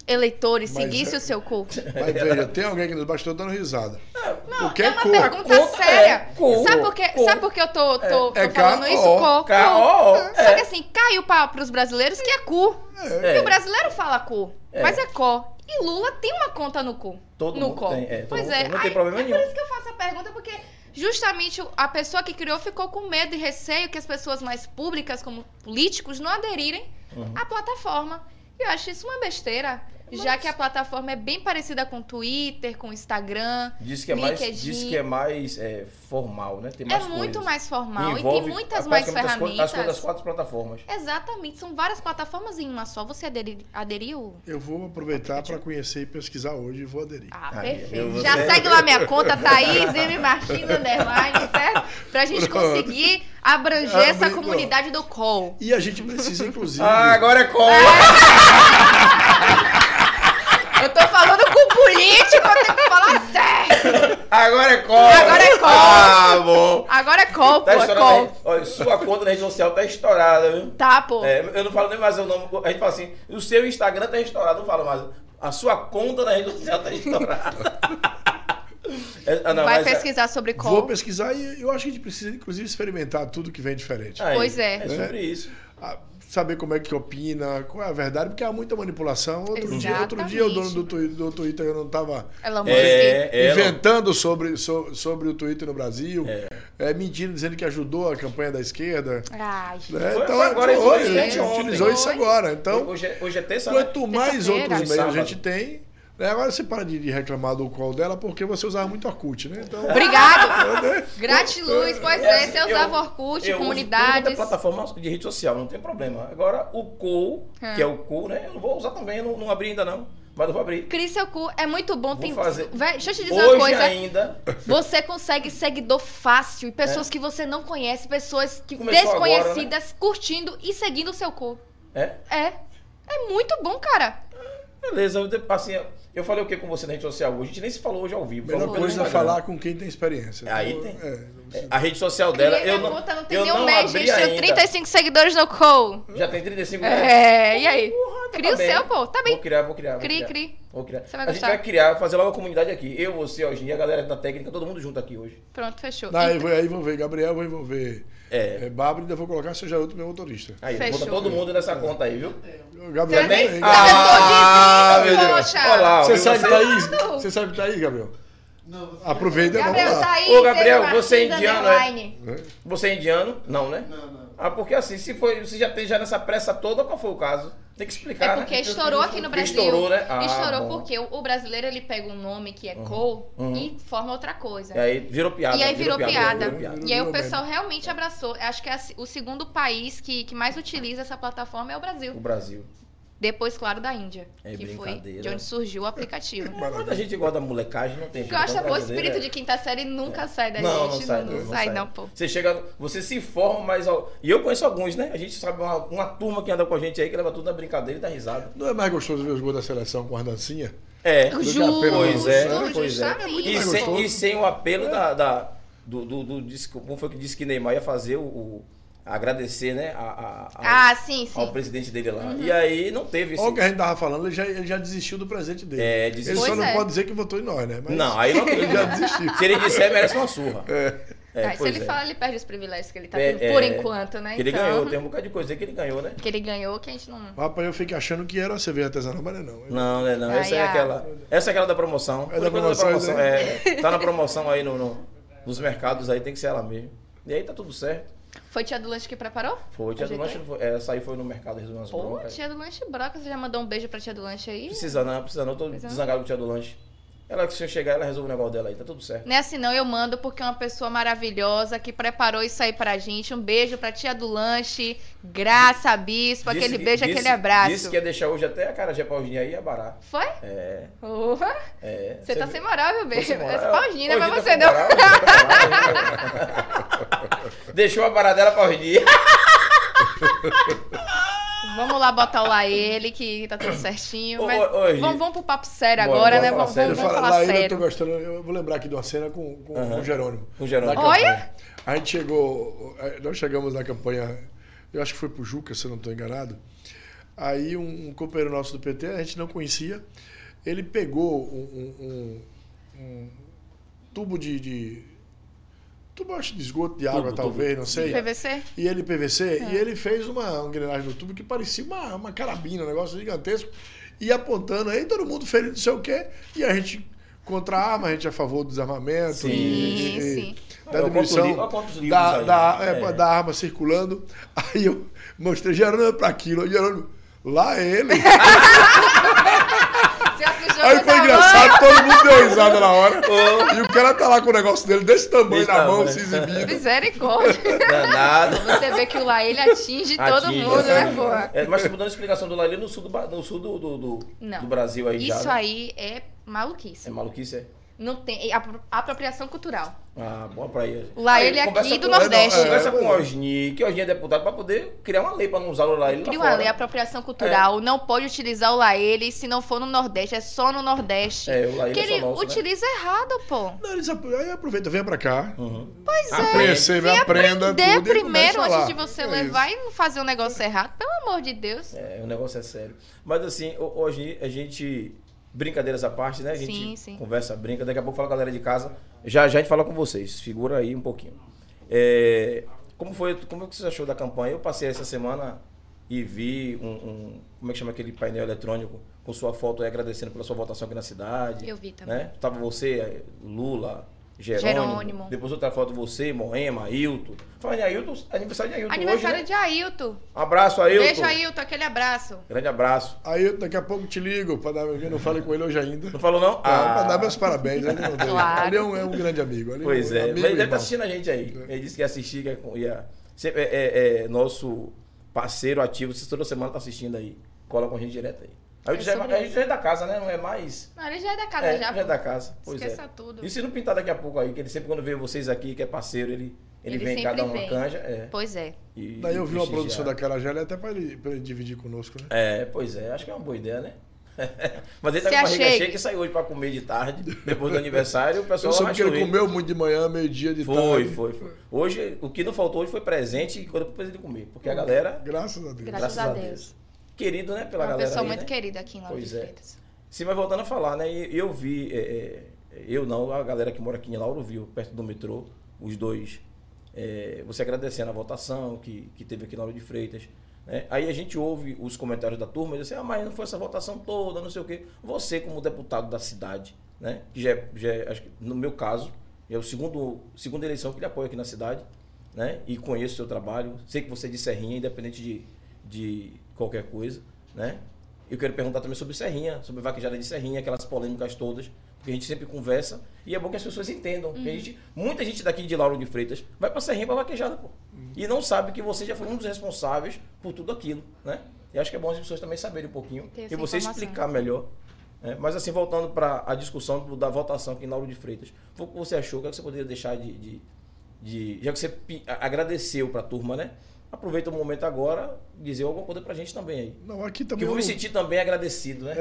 Speaker 1: eleitores
Speaker 3: Mas
Speaker 1: seguissem
Speaker 3: é-
Speaker 1: o seu Cu?
Speaker 3: Mas veja, tem alguém aqui nos bastidores dando risada.
Speaker 2: É,
Speaker 1: Não,
Speaker 3: o que
Speaker 1: é
Speaker 3: é
Speaker 1: uma
Speaker 3: cor?
Speaker 1: pergunta
Speaker 2: Cor,
Speaker 1: séria.
Speaker 2: é, cor,
Speaker 1: sabe, por que,
Speaker 2: cor.
Speaker 1: sabe por que eu tô, tô, tô
Speaker 3: É, é
Speaker 1: falando isso?
Speaker 3: K.O.,
Speaker 1: Cor,
Speaker 2: K.O.,
Speaker 1: cor. Só
Speaker 2: é.
Speaker 1: que assim, caiu pra, pros brasileiros que é cu.
Speaker 3: É,
Speaker 1: Porque
Speaker 2: É.
Speaker 1: o brasileiro fala cu,
Speaker 2: É.
Speaker 1: mas é cor. E Lula tem uma conta no cu.
Speaker 2: Todo
Speaker 1: no
Speaker 2: mundo
Speaker 1: cor.
Speaker 2: tem, é, todo
Speaker 1: pois
Speaker 2: mundo
Speaker 1: é.
Speaker 2: tem, não tem
Speaker 1: Aí,
Speaker 2: problema
Speaker 1: é
Speaker 2: nenhum.
Speaker 1: por isso que eu faço a pergunta, porque justamente a pessoa que criou ficou com medo e receio que as pessoas mais públicas, como políticos, não aderirem
Speaker 2: Uhum.
Speaker 1: à plataforma. E eu acho isso uma besteira, já que a plataforma é bem parecida com o Twitter, com o Instagram.
Speaker 2: Diz que é mais,
Speaker 1: LinkedIn.
Speaker 2: diz que é mais é, formal, né? Tem
Speaker 1: É
Speaker 2: mais
Speaker 1: muito
Speaker 2: coisas.
Speaker 1: mais formal e, tem
Speaker 2: Envolve
Speaker 1: muitas mais
Speaker 2: praticamente as co-
Speaker 1: ferramentas.
Speaker 2: As coisas das quatro plataformas.
Speaker 1: Exatamente, são várias plataformas em uma só. Você aderi- aderiu?
Speaker 3: eu vou aproveitar para conhecer e pesquisar hoje e vou aderir.
Speaker 1: Ah,
Speaker 2: Aí, eu
Speaker 1: perfeito.
Speaker 2: vou
Speaker 1: Já
Speaker 2: ser-
Speaker 1: segue lá minha conta, Thaís, M Martins, Underline, certo? Pra gente
Speaker 3: Pronto.
Speaker 1: conseguir abranger
Speaker 3: Ah,
Speaker 1: essa
Speaker 3: brincou.
Speaker 1: comunidade do call.
Speaker 3: E a gente precisa, inclusive.
Speaker 2: Ah, agora é qual?
Speaker 1: Eu tô falando com o político, eu tenho que falar sério.
Speaker 2: Agora é qual?
Speaker 1: Agora é qual?
Speaker 2: Ah, bom.
Speaker 1: Agora é call, pô,
Speaker 2: Tá
Speaker 1: é
Speaker 2: estourada.
Speaker 1: call.
Speaker 2: Olha, sua conta na rede social tá estourada, viu?
Speaker 1: Tá, pô.
Speaker 2: É, eu não falo nem mais o nome. A gente fala assim, o seu Instagram tá estourado, não falo mais. A sua conta na rede social tá estourada. É, ah, não,
Speaker 1: Vai
Speaker 2: mas é-
Speaker 1: pesquisar sobre
Speaker 3: Vou
Speaker 1: call.
Speaker 3: pesquisar e eu acho que a gente precisa, inclusive, experimentar tudo que vem diferente.
Speaker 2: Aí,
Speaker 1: Pois é.
Speaker 2: É sobre isso.
Speaker 3: Ah, Saber como é que opina, qual é a verdade, porque há muita manipulação. Outro dia, outro dia o dono do, Twi- do Twitter eu não estava
Speaker 1: Elon Musk.
Speaker 2: É, é,
Speaker 3: inventando sobre, so- sobre o Twitter no Brasil, é. mentindo, dizendo que ajudou a campanha da esquerda.
Speaker 1: Ai, gente.
Speaker 3: né?
Speaker 2: Foi- foi agora,
Speaker 3: hoje,
Speaker 2: foi
Speaker 3: a gente
Speaker 1: ontem.
Speaker 3: utilizou isso
Speaker 1: Foi.
Speaker 3: agora. Então,
Speaker 2: hoje, é, hoje é terça, né?
Speaker 3: quanto mais
Speaker 1: Terça-feira.
Speaker 3: outros meios a
Speaker 2: Sábado.
Speaker 3: gente tem, né? agora você para de de reclamar do qual dela, porque você usava muito Orkut, né? Então,
Speaker 2: É.
Speaker 1: Obrigado. Gratiluz, pois é,
Speaker 2: assim,
Speaker 1: você usava Orkut,
Speaker 2: eu uso toda
Speaker 1: comunidades.
Speaker 2: a plataforma de rede social, não tem problema. Agora, o Cou,
Speaker 1: Hum.
Speaker 2: que é o Cou, né? Eu não vou usar também, eu não, não abri ainda não. Mas eu vou abrir.
Speaker 1: Cris, seu cu é muito bom.
Speaker 2: Vou
Speaker 1: Tem...
Speaker 2: fazer.
Speaker 1: Vé, Deixa eu te dizer
Speaker 2: Hoje
Speaker 1: uma coisa.
Speaker 2: ainda.
Speaker 1: Você consegue seguidor fácil e pessoas que você não conhece, pessoas que
Speaker 2: É. Começou né?
Speaker 1: desconhecidas curtindo e seguindo o seu cu.
Speaker 2: É?
Speaker 1: É. É muito bom, cara.
Speaker 2: Beleza, eu, de- assim, eu falei o que com você na rede social hoje? A gente nem se falou hoje ao vivo.
Speaker 3: a melhor
Speaker 2: falou pelo
Speaker 3: coisa é
Speaker 2: Instagram.
Speaker 3: falar com quem tem experiência.
Speaker 2: Aí
Speaker 3: Então,
Speaker 2: tem.
Speaker 3: é, não precisa-
Speaker 2: É, A rede social dela,
Speaker 1: Criei
Speaker 2: eu
Speaker 1: minha
Speaker 2: não,
Speaker 1: conta, não tem
Speaker 2: eu
Speaker 1: nem um
Speaker 2: não
Speaker 1: mês,
Speaker 2: abri
Speaker 1: gente. Tenho
Speaker 2: ainda.
Speaker 1: 35 seguidores no call.
Speaker 2: Já tem 35
Speaker 1: É, e aí? Cria o
Speaker 2: tá bem.
Speaker 1: seu, pô. Tá bem.
Speaker 2: Vou criar, vou criar. vou
Speaker 1: Cri,
Speaker 2: criar.
Speaker 1: cri.
Speaker 2: Vou criar.
Speaker 1: Você vai
Speaker 2: a gente
Speaker 1: gostar.
Speaker 2: vai criar, fazer logo a comunidade aqui. Eu, você, hoje, a galera da técnica, todo mundo junto aqui hoje.
Speaker 1: Pronto, fechou.
Speaker 3: Não, aí,
Speaker 1: Então,
Speaker 3: vou, aí vou ver Gabriel, vou envolver
Speaker 2: É.
Speaker 3: é, Bárbara e ainda vou colocar seu Jaruto, meu motorista.
Speaker 2: Aí,
Speaker 1: Fechou.
Speaker 2: bota todo mundo nessa conta aí, viu?
Speaker 3: O Gabriel
Speaker 1: Você
Speaker 3: também.
Speaker 1: tem- Ah, meu Deus. Poxa.
Speaker 2: Olha lá,
Speaker 3: Você
Speaker 2: viu?
Speaker 3: sabe
Speaker 2: Ah, Você- é
Speaker 3: Thaís?
Speaker 1: Claro.
Speaker 3: Você sabe Thaís, Gabriel? Não. Aproveita e vamos
Speaker 1: Gabriel
Speaker 3: lá.
Speaker 1: tá aí.
Speaker 2: Ô, Gabriel,
Speaker 1: Sérgio
Speaker 2: você é
Speaker 1: Martins,
Speaker 2: indiano, é?
Speaker 1: underline.
Speaker 2: Você é indiano? Não, né? Não, não. Ah, porque assim, se foi, você já tem já nessa pressa toda, qual foi o caso? Tem que
Speaker 1: É
Speaker 2: explicar,
Speaker 1: porque
Speaker 2: né?
Speaker 1: estourou aqui no Brasil.
Speaker 2: Estourou, né? Ah,
Speaker 1: estourou
Speaker 2: bom.
Speaker 1: porque o o brasileiro ele pega um nome que é call
Speaker 2: Uhum.
Speaker 1: e forma outra coisa.
Speaker 2: E aí virou piada.
Speaker 1: E aí virou piada.
Speaker 2: virou piada.
Speaker 1: E aí o
Speaker 3: Virou
Speaker 1: pessoal realmente abraçou. Acho que é a se- o segundo país que, que mais utiliza essa plataforma é o
Speaker 2: O
Speaker 1: Brasil.
Speaker 2: Brasil.
Speaker 1: Depois, claro, da Índia.
Speaker 2: É
Speaker 1: que foi
Speaker 2: brincadeira.
Speaker 1: de onde surgiu o aplicativo.
Speaker 2: Quando a gente gosta da molecagem, não tem jeito.
Speaker 1: Gosta,
Speaker 2: não,
Speaker 1: pô, o
Speaker 2: brasileiro
Speaker 1: espírito
Speaker 2: é-
Speaker 1: de quinta série nunca sai da
Speaker 2: não,
Speaker 1: gente.
Speaker 2: Não sai, não, não sai.
Speaker 1: não, pô.
Speaker 2: Você chega, você se forma, mas. ao- E eu conheço alguns, né? A gente sabe uma, uma turma que anda com a gente aí que leva tudo na brincadeira e dá risada.
Speaker 3: Não é mais gostoso ver os gols da seleção com a dancinha?
Speaker 2: É.
Speaker 3: que
Speaker 1: Justo,
Speaker 3: apenas-
Speaker 2: Pois é,
Speaker 1: justo,
Speaker 2: pois é.
Speaker 1: justamente.
Speaker 2: E
Speaker 3: mais
Speaker 2: sem,
Speaker 3: gostoso.
Speaker 2: e sem o apelo da. da- do, do, do- disse- como foi que disse que Neymar ia fazer o. o- agradecer, né? A, a- a-
Speaker 1: Ah, sim, sim. Uhum.
Speaker 2: ao presidente dele lá. E aí não teve esse.
Speaker 3: Olha o que a gente tava falando, ele já, ele já desistiu do presente dele.
Speaker 2: É, desistiu.
Speaker 3: Ele só
Speaker 1: Pois
Speaker 3: não
Speaker 1: é.
Speaker 3: pode dizer que votou em nós, né? Mas
Speaker 2: Não, aí não
Speaker 3: ele já desistiu.
Speaker 2: Se ele disser, merece uma surra.
Speaker 3: É.
Speaker 2: É,
Speaker 1: Ah, se
Speaker 2: pois
Speaker 1: ele
Speaker 2: é.
Speaker 1: fala, ele perde os privilégios que ele tá
Speaker 2: É,
Speaker 1: tendo por
Speaker 2: é,
Speaker 1: enquanto, né?
Speaker 2: Que ele
Speaker 1: Então,
Speaker 2: ganhou, tem um bocado de coisa aí que ele ganhou, né?
Speaker 1: que ele ganhou, que a gente não.
Speaker 3: Rapaz, eu fiquei achando que era cerveja artesanal, mas não é não.
Speaker 2: Não, não é não.
Speaker 1: Ai,
Speaker 2: Essa é
Speaker 1: ai.
Speaker 2: aquela. Essa é aquela da promoção.
Speaker 3: É
Speaker 2: Por
Speaker 3: da
Speaker 2: enquanto
Speaker 3: promoção, né?
Speaker 2: é. tá na promoção aí no, no- nos mercados aí, tem que ser ela mesmo. E aí tá tudo certo.
Speaker 1: Foi tia do lanche que preparou?
Speaker 2: Foi, tia do
Speaker 1: Ajeitou?
Speaker 2: lanche, foi- é, essa aí foi no mercado resolveu umas
Speaker 1: Pô,
Speaker 2: broncas.
Speaker 1: tia do lanche broca. Você já mandou um beijo pra tia do lanche aí?
Speaker 2: é. Precisa não, precisa não, eu tô
Speaker 1: Precisa não?
Speaker 2: desangado com o tia do lanche. Ela que se eu chegar, ela resolve o negócio dela aí, tá tudo certo.
Speaker 1: Não é assim não, eu mando porque é uma pessoa maravilhosa que preparou isso aí pra gente. Um beijo pra tia do lanche, Graça Bispo, Tipo aquele
Speaker 2: que-
Speaker 1: beijo,
Speaker 2: disse-
Speaker 1: aquele abraço.
Speaker 2: Disse que ia deixar hoje até a cara de Paulinha aí e a Bará.
Speaker 1: Foi?
Speaker 2: É.
Speaker 1: Porra,
Speaker 2: é
Speaker 1: você tá
Speaker 2: vê-
Speaker 1: sem moral, meu beijo.
Speaker 2: Sem moral.
Speaker 1: Essa Paulinha, não é pra
Speaker 2: Hoje
Speaker 1: você não.
Speaker 2: tá com moral. Deixou a barra dela pra Paulinha.
Speaker 1: Vamos lá botar o lá ele, que tá tudo certinho.
Speaker 2: Ô,
Speaker 1: Mas
Speaker 2: ô, ô, Gi.
Speaker 1: vamos, vamos pro papo sério
Speaker 2: Bora,
Speaker 1: agora,
Speaker 2: bora
Speaker 1: né? Vamos,
Speaker 2: falar sério.
Speaker 1: vamos,
Speaker 3: Eu
Speaker 1: vamos
Speaker 3: falo,
Speaker 1: falar
Speaker 3: lá ele eu tô
Speaker 1: sério.
Speaker 3: gostando. Eu vou lembrar aqui de uma cena com, com, com
Speaker 2: Aham.
Speaker 3: o Jerônimo.
Speaker 2: Com o Jerônimo.
Speaker 3: Da
Speaker 1: Olha!
Speaker 3: campanha. A gente chegou. eh, Nós chegamos na campanha, eu acho que foi pro Juca, se eu não estou enganado. Aí um, um companheiro nosso do PT, a gente não conhecia, ele pegou um, um- um- um- tubo de. de- tubo acho de esgoto de água,
Speaker 4: Tubo,
Speaker 3: talvez,
Speaker 4: tubo.
Speaker 3: não sei.
Speaker 1: PVC?
Speaker 3: E ele PVC,
Speaker 1: É.
Speaker 3: e ele fez uma engrenagem no tubo que parecia uma, uma carabina, um negócio gigantesco. E apontando aí, todo mundo feliz, não sei o quê. E a gente contra a arma, a gente é a favor do desarmamento.
Speaker 2: Sim,
Speaker 3: e- e-
Speaker 1: sim.
Speaker 3: Da
Speaker 2: Olha quantos
Speaker 3: diminuição
Speaker 2: livros- olha quantos livros
Speaker 3: da,
Speaker 2: aí.
Speaker 3: da, é,
Speaker 2: É.
Speaker 3: pô, da arma circulando. Aí eu mostrei, Gerônimo é pra aquilo. Aí Gerônimo, lá é ele.
Speaker 1: Se afijou
Speaker 3: Aí
Speaker 1: na
Speaker 3: foi
Speaker 1: mão.
Speaker 3: engraçado, todo mundo deu risada na hora. E o cara tá lá com o negócio dele desse tamanho
Speaker 2: Desse
Speaker 3: na mão,
Speaker 2: tamanho.
Speaker 3: se exibindo.
Speaker 1: Misericórdia.
Speaker 2: Danado.
Speaker 1: Você vê que o lá ele atinge todo
Speaker 2: Atinge,
Speaker 1: mundo, né,
Speaker 2: atinge.
Speaker 1: porra?
Speaker 2: É, mas você dando explicação do Lailê no sul do, Ba- no sul do, do, do-
Speaker 1: Não.
Speaker 2: do Brasil aí já.
Speaker 1: Isso
Speaker 2: né?
Speaker 1: aí é
Speaker 2: É
Speaker 1: maluquice.
Speaker 2: maluquice, é?
Speaker 1: Não tem. é apro- apropriação cultural.
Speaker 2: Ah, boa pra ele.
Speaker 1: O Lailê
Speaker 2: Aí,
Speaker 1: aqui
Speaker 2: conversa
Speaker 1: do
Speaker 2: com-
Speaker 1: Nordeste.
Speaker 2: Conversa
Speaker 3: É,
Speaker 2: com o
Speaker 3: mas-
Speaker 2: Osni, que o Osni é deputado, pra poder criar uma lei pra não usar o Lailê lá
Speaker 1: Cria uma
Speaker 2: Tá fora. É.
Speaker 1: lei, apropriação cultural, não pode utilizar o Laele se não for no Nordeste, é só no Nordeste.
Speaker 2: É, o Lailê
Speaker 1: que
Speaker 2: é só
Speaker 1: ele
Speaker 2: nosso, né?
Speaker 1: utiliza errado, pô.
Speaker 3: Não, eles apro- aí aproveita, vem pra cá.
Speaker 2: Uhum.
Speaker 1: Pois é.
Speaker 3: Conhecer, vem, aprenda
Speaker 1: Dê
Speaker 3: tudo e
Speaker 1: primeiro
Speaker 3: começa
Speaker 1: antes
Speaker 3: lá.
Speaker 1: de você
Speaker 3: É
Speaker 1: levar
Speaker 3: isso.
Speaker 1: e não fazer um negócio errado, pelo amor de Deus.
Speaker 2: É, o negócio é sério. Mas assim, o- hoje a gente. Brincadeiras à parte, né? A gente
Speaker 1: Sim, sim.
Speaker 2: conversa, brinca. Daqui a pouco fala com a galera de casa. Já, já a gente fala com vocês. Figura aí um pouquinho. É, como foi? Como é que você achou da campanha? Eu passei essa semana e vi um, um- Como é que chama aquele painel eletrônico? Com sua foto aí agradecendo pela sua votação aqui na cidade.
Speaker 1: Eu vi também.
Speaker 2: Né? Tava você, Lula, Jerônimo.
Speaker 1: Jerônimo.
Speaker 2: Depois outra foto você, Moema, Ailton. Falando em Ailton, aniversário de Ailton
Speaker 1: Aniversário
Speaker 2: hoje, né?
Speaker 1: de Ailton.
Speaker 2: Abraço, Ailton.
Speaker 1: Beijo, Ailton, aquele abraço.
Speaker 2: Grande abraço.
Speaker 3: Aí eu daqui a pouco te ligo pra dar. Eu não falei com ele hoje ainda.
Speaker 2: Não falou não?
Speaker 3: Ah, pra dar meus parabéns. Ele, não deu.
Speaker 1: Claro.
Speaker 3: Ele é, um, é um grande amigo. Ele
Speaker 2: Pois
Speaker 3: um
Speaker 2: é,
Speaker 3: amigo
Speaker 2: mas ele
Speaker 3: e
Speaker 2: deve
Speaker 3: irmão. É.
Speaker 2: estar assistindo a gente aí. Ele disse que ia assistir, que ia- ia. Sempre, é, é- é nosso parceiro ativo, se toda semana tá assistindo aí. Cola com a gente direto aí. Aí
Speaker 1: É
Speaker 2: já é,
Speaker 1: sobre
Speaker 2: ma- a gente já é da casa, né? Não é mais.
Speaker 1: Não, ele já é da casa,
Speaker 2: É,
Speaker 1: já.
Speaker 2: já,
Speaker 1: pô.
Speaker 2: é da casa. Pois
Speaker 1: Esqueça
Speaker 2: é.
Speaker 1: tudo.
Speaker 2: E se não pintar daqui a pouco aí, que ele sempre quando vê vocês aqui, que é parceiro, ele, ele,
Speaker 1: Ele
Speaker 2: vem cá
Speaker 1: sempre
Speaker 2: dar uma
Speaker 1: vem.
Speaker 2: canja. É,
Speaker 1: Pois é.
Speaker 2: e,
Speaker 3: Daí eu vi uma
Speaker 2: prestigiar.
Speaker 3: produção da Carajela até pra ele, pra ele dividir conosco, né?
Speaker 2: É, pois é, acho que é uma boa ideia, né? Mas ele tá
Speaker 1: Se
Speaker 2: com a barriga
Speaker 1: achegue.
Speaker 2: cheia que saiu hoje pra comer de tarde, depois do aniversário, o pessoal
Speaker 3: Eu soube que ele
Speaker 2: rachou
Speaker 3: comeu muito de manhã, meio-dia
Speaker 1: tá
Speaker 3: de
Speaker 2: Foi,
Speaker 3: tarde.
Speaker 2: foi, foi. Hoje, o que não faltou hoje foi presente e quando depois ele comer. Porque a galera,
Speaker 3: Graças a Deus.
Speaker 1: Hum. Graças
Speaker 2: graças
Speaker 1: a
Speaker 2: a
Speaker 1: Deus.
Speaker 2: Deus. Querido, né,
Speaker 1: É
Speaker 2: pela
Speaker 1: uma
Speaker 2: galera.
Speaker 1: pessoa
Speaker 2: aí,
Speaker 1: muito
Speaker 2: né?
Speaker 1: querida aqui em Lauro
Speaker 2: Pois
Speaker 1: de
Speaker 2: é.
Speaker 1: Freitas.
Speaker 2: Sim, mas voltando a falar, né? e Eu vi, é, é, eu não, a galera que mora aqui em Lauro viu, perto do metrô, os dois. é, você agradecendo a votação que, que teve aqui na Lauro de Freitas. né? Aí a gente ouve os comentários da turma e diz assim, ah, mas não foi essa votação toda, não sei o quê. Você, como deputado da cidade, né? Que já, é- já é, acho que no meu caso, é o segundo, segunda eleição que ele apoia aqui na cidade, né? E conheço o seu trabalho. Sei que você é de Serrinha, independente de, de qualquer coisa, né? Eu quero perguntar também sobre Serrinha, sobre vaquejada de Serrinha, aquelas polêmicas todas, porque a gente sempre conversa e é bom que as pessoas entendam. porque a
Speaker 1: Uhum.
Speaker 2: gente, muita gente daqui de Lauro de Freitas vai pra Serrinha pra vaquejada, pô. E não sabe que você já foi um dos responsáveis por tudo aquilo, né? E acho que é bom as pessoas também saberem um pouquinho
Speaker 1: Ter essa
Speaker 2: e você
Speaker 1: informação.
Speaker 2: explicar melhor. né? Mas assim, voltando para a discussão do- da votação aqui em Lauro de Freitas, foi o que você achou, o que é que você poderia deixar de. de- de- já que você pi- a- agradeceu pra turma, né? Aproveita o momento agora, dizer alguma coisa pra gente também aí.
Speaker 3: Não, aqui
Speaker 2: Que
Speaker 3: também,
Speaker 2: eu
Speaker 3: é um,
Speaker 2: me senti também agradecido, né?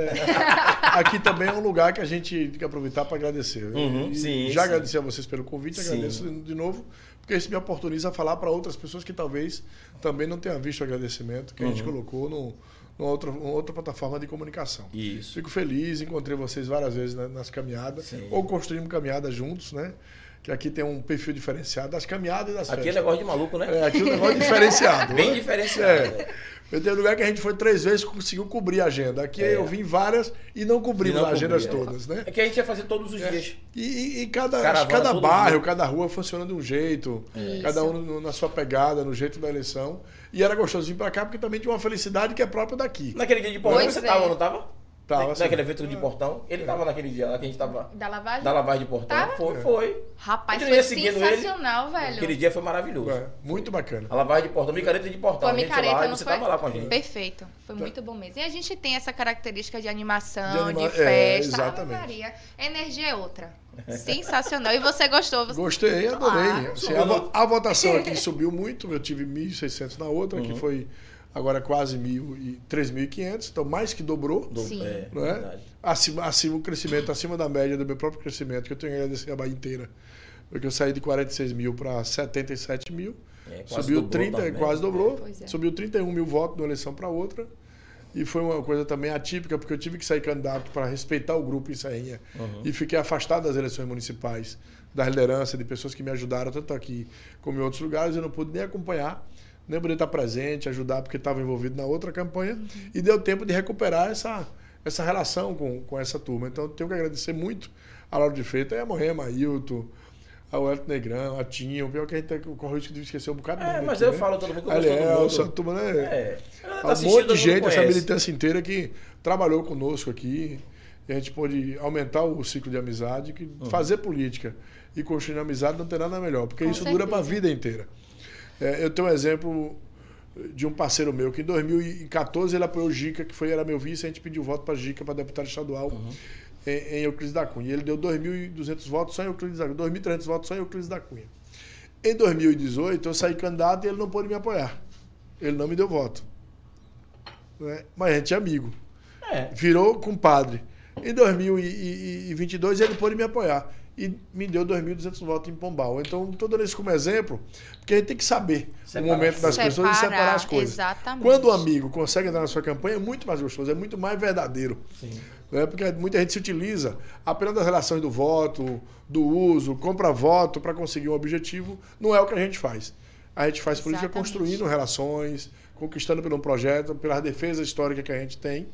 Speaker 3: aqui também é um lugar que a gente tem que aproveitar para agradecer.
Speaker 2: Uhum,
Speaker 3: E
Speaker 2: sim,
Speaker 3: já
Speaker 2: sim.
Speaker 3: agradeci a vocês pelo convite,
Speaker 2: Sim.
Speaker 3: agradeço de novo, porque isso me oportuniza a falar para outras pessoas que talvez também não tenham visto o agradecimento que a
Speaker 2: Uhum.
Speaker 3: gente colocou no, numa outra, numa outra plataforma de comunicação.
Speaker 2: Isso.
Speaker 3: Fico feliz, encontrei vocês várias vezes na- nas caminhadas,
Speaker 2: Sim.
Speaker 3: ou construímos caminhadas juntos, né? Que aqui tem um perfil diferenciado das caminhadas e das
Speaker 2: Aqui é
Speaker 3: festas.
Speaker 2: negócio de maluco, né?
Speaker 3: É, aqui é um negócio diferenciado.
Speaker 2: Bem
Speaker 3: né?
Speaker 2: diferenciado. né?
Speaker 3: Eu tenho um lugar que a gente foi três vezes e conseguiu cobrir a agenda. Aqui
Speaker 2: É.
Speaker 3: eu vim várias e não
Speaker 2: E
Speaker 3: cobrimos
Speaker 2: não
Speaker 3: as agendas
Speaker 2: cobria.
Speaker 3: todas, né?
Speaker 2: É que a gente ia fazer todos os dias.
Speaker 3: E, e- e cada,
Speaker 2: Caravana
Speaker 3: acho que cada
Speaker 2: todo
Speaker 3: bairro,
Speaker 2: dia.
Speaker 3: cada rua funciona de um jeito,
Speaker 1: Isso.
Speaker 3: cada um no- na sua pegada, no jeito da eleição. E era gostoso vir pra cá porque também tinha uma felicidade que é própria daqui.
Speaker 2: Naquele dia de portão
Speaker 1: Pois
Speaker 2: você
Speaker 1: é.
Speaker 2: tava, não tava?
Speaker 3: Tava, É.
Speaker 2: Na-
Speaker 3: assim.
Speaker 2: Naquele evento de portão. Ele tava naquele dia lá que a gente tava.
Speaker 1: Da lavagem?
Speaker 2: Da lavagem de portão.
Speaker 1: Tava?
Speaker 3: É.
Speaker 2: Foi, foi.
Speaker 1: Rapaz,
Speaker 2: Eu ia
Speaker 1: foi
Speaker 2: seguindo ele.
Speaker 1: sensacional, velho.
Speaker 2: Aquele dia foi maravilhoso.
Speaker 3: É, muito bacana.
Speaker 2: A lavagem de portão, micareta de portão.
Speaker 1: Foi
Speaker 2: a gente
Speaker 1: micareta,
Speaker 2: lá, e
Speaker 1: não
Speaker 2: você
Speaker 1: foi?
Speaker 2: tava lá com a gente. Tá.
Speaker 1: Perfeito. Foi muito bom mesmo. E a gente tem essa característica de
Speaker 3: De
Speaker 1: animação, de,
Speaker 3: anima- é,
Speaker 1: festa. Ave
Speaker 3: exatamente.
Speaker 1: Maria. A energia é outra. Sensacional. E você gostou? Você...
Speaker 3: Gostei, adorei.
Speaker 1: Ah,
Speaker 3: Assim, a, vo- a votação aqui subiu muito, eu tive 1.600 na outra, que foi agora quase 1.000 e 3.500, então mais que dobrou.
Speaker 2: Do-
Speaker 1: Sim.
Speaker 2: É,
Speaker 3: não é?
Speaker 2: verdade.
Speaker 3: acima, acima o crescimento, acima da média do meu próprio crescimento, que eu tenho que agradecer a Bahia inteira. Porque eu saí de 46 mil para 77 mil,
Speaker 2: É, quase
Speaker 3: subiu
Speaker 2: dobrou
Speaker 3: 30,
Speaker 2: também.
Speaker 3: quase dobrou,
Speaker 1: Pois é.
Speaker 3: um subiu 31 mil votos de uma eleição para outra. E foi uma coisa também atípica, porque eu tive que sair candidato para respeitar o grupo em Serrinha. E fiquei afastado das eleições municipais, da liderança, de pessoas que me ajudaram, tanto aqui como em outros lugares. Eu não pude nem acompanhar, nem poder estar presente, ajudar, porque estava envolvido na outra campanha.
Speaker 2: Uhum.
Speaker 3: E deu tempo de recuperar essa, essa relação com, com essa turma. Então, eu tenho que agradecer muito a Lauro de Freitas, a Morrema, a Hilton, ao Elton Negrão, a Tinha. O pior que a gente corre o risco de esquecer um bocado. de
Speaker 2: É,
Speaker 3: nome
Speaker 2: mas
Speaker 3: aqui,
Speaker 2: eu
Speaker 3: né?
Speaker 2: falo todo mundo que eu gosto de
Speaker 3: Aliel, essa
Speaker 2: todo mundo.
Speaker 3: turma, né?
Speaker 2: É. Ela tá
Speaker 3: Há um
Speaker 2: assistindo,
Speaker 3: monte
Speaker 2: todo
Speaker 3: de
Speaker 2: mundo
Speaker 3: gente, essa
Speaker 2: conhece.
Speaker 3: militância inteira que trabalhou conosco aqui. E a gente pôde aumentar o ciclo de amizade, que
Speaker 2: Uhum.
Speaker 3: fazer política e construir amizade não tem nada melhor, porque
Speaker 1: Com
Speaker 3: isso dura
Speaker 1: certeza.
Speaker 3: para a vida inteira. É, eu tenho um exemplo de um parceiro meu que em 2014 ele apoiou Gica, que foi, era meu vice, a gente pediu voto para Gica, para deputado estadual
Speaker 2: Uhum.
Speaker 3: em, em Euclides da Cunha. E ele deu 2.200 votos só em Euclides da Cunha, 2.300 votos só em Euclides da Cunha. Em 2018, eu saí candidato e ele não pôde me apoiar. Ele não me deu voto. Né? Mas a gente é amigo.
Speaker 2: É.
Speaker 3: Virou compadre. Em 2022, ele pôde me apoiar. E me deu 2.200 votos em Pombal. Então, estou dando isso como exemplo, porque a gente tem que saber
Speaker 2: Separar
Speaker 3: o momento das pessoas e separar as coisas.
Speaker 1: Exatamente.
Speaker 3: Quando o amigo consegue entrar na sua campanha, é muito mais gostoso, é muito mais verdadeiro.
Speaker 2: Sim.
Speaker 3: Né? Porque muita gente se utiliza apenas das relações do voto, do uso, compra voto para conseguir um objetivo. Não é o que a gente faz. A gente faz política
Speaker 1: Exatamente.
Speaker 3: construindo relações, conquistando pelo um projeto, pela defesa histórica que a gente tem.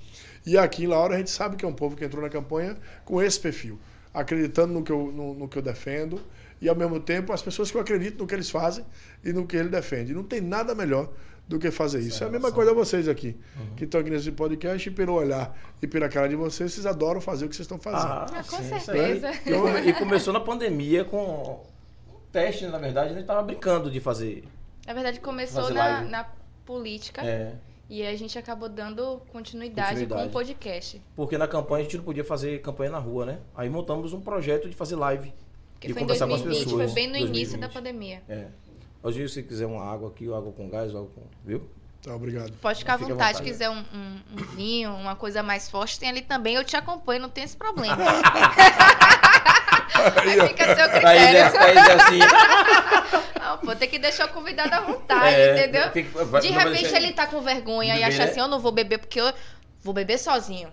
Speaker 3: E aqui em Laura a gente sabe que é um povo que entrou na campanha com esse perfil, acreditando no que eu, no, no que eu defendo e ao mesmo tempo as pessoas que eu acredito no que eles fazem e no que ele defende. Não tem nada melhor do que fazer isso. é a
Speaker 2: relação.
Speaker 3: mesma
Speaker 2: Uhum.
Speaker 3: coisa a vocês aqui, que estão aqui nesse podcast, e pelo olhar e pela cara de vocês, vocês adoram fazer o que vocês estão fazendo.
Speaker 2: Ah,
Speaker 1: Ah, com
Speaker 2: sim, isso
Speaker 1: certeza.
Speaker 2: aí. E come- E começou na pandemia com um teste, na verdade, a gente tava brincando de fazer.
Speaker 1: Na verdade, começou
Speaker 2: Fazer
Speaker 1: na,
Speaker 2: live.
Speaker 1: na política
Speaker 2: É,
Speaker 1: e a gente acabou dando continuidade, com
Speaker 2: Continuidade.
Speaker 1: o podcast.
Speaker 2: porque na campanha a gente não podia fazer campanha na rua, né? Aí montamos um projeto de fazer live.
Speaker 1: Que
Speaker 2: e
Speaker 1: foi em
Speaker 2: conversar com as
Speaker 1: 2020,
Speaker 2: pessoas.
Speaker 1: foi bem no início
Speaker 2: 2020.
Speaker 1: da pandemia.
Speaker 2: É. Hoje, se quiser uma água aqui, ou água com gás, ou água com. Viu?
Speaker 3: Tá, obrigado.
Speaker 1: Pode ficar à
Speaker 2: É, Fica à
Speaker 1: vontade,
Speaker 2: vontade.
Speaker 1: quiser um, um- um vinho, uma coisa mais forte, tem ali também. Eu te acompanho, não tem esse problema. Aí fica a seu
Speaker 2: Thaís é,
Speaker 1: critério.
Speaker 2: Thaís é assim.
Speaker 1: Não, pô, tem que deixar o convidado à vontade,
Speaker 2: é,
Speaker 1: entendeu?
Speaker 2: fica- vai-
Speaker 1: De
Speaker 2: não vai
Speaker 1: repente
Speaker 2: deixar-
Speaker 1: ele tá com vergonha
Speaker 2: De
Speaker 1: e
Speaker 2: beber,
Speaker 1: acha
Speaker 2: né?
Speaker 1: assim, eu não vou beber porque eu vou beber sozinho.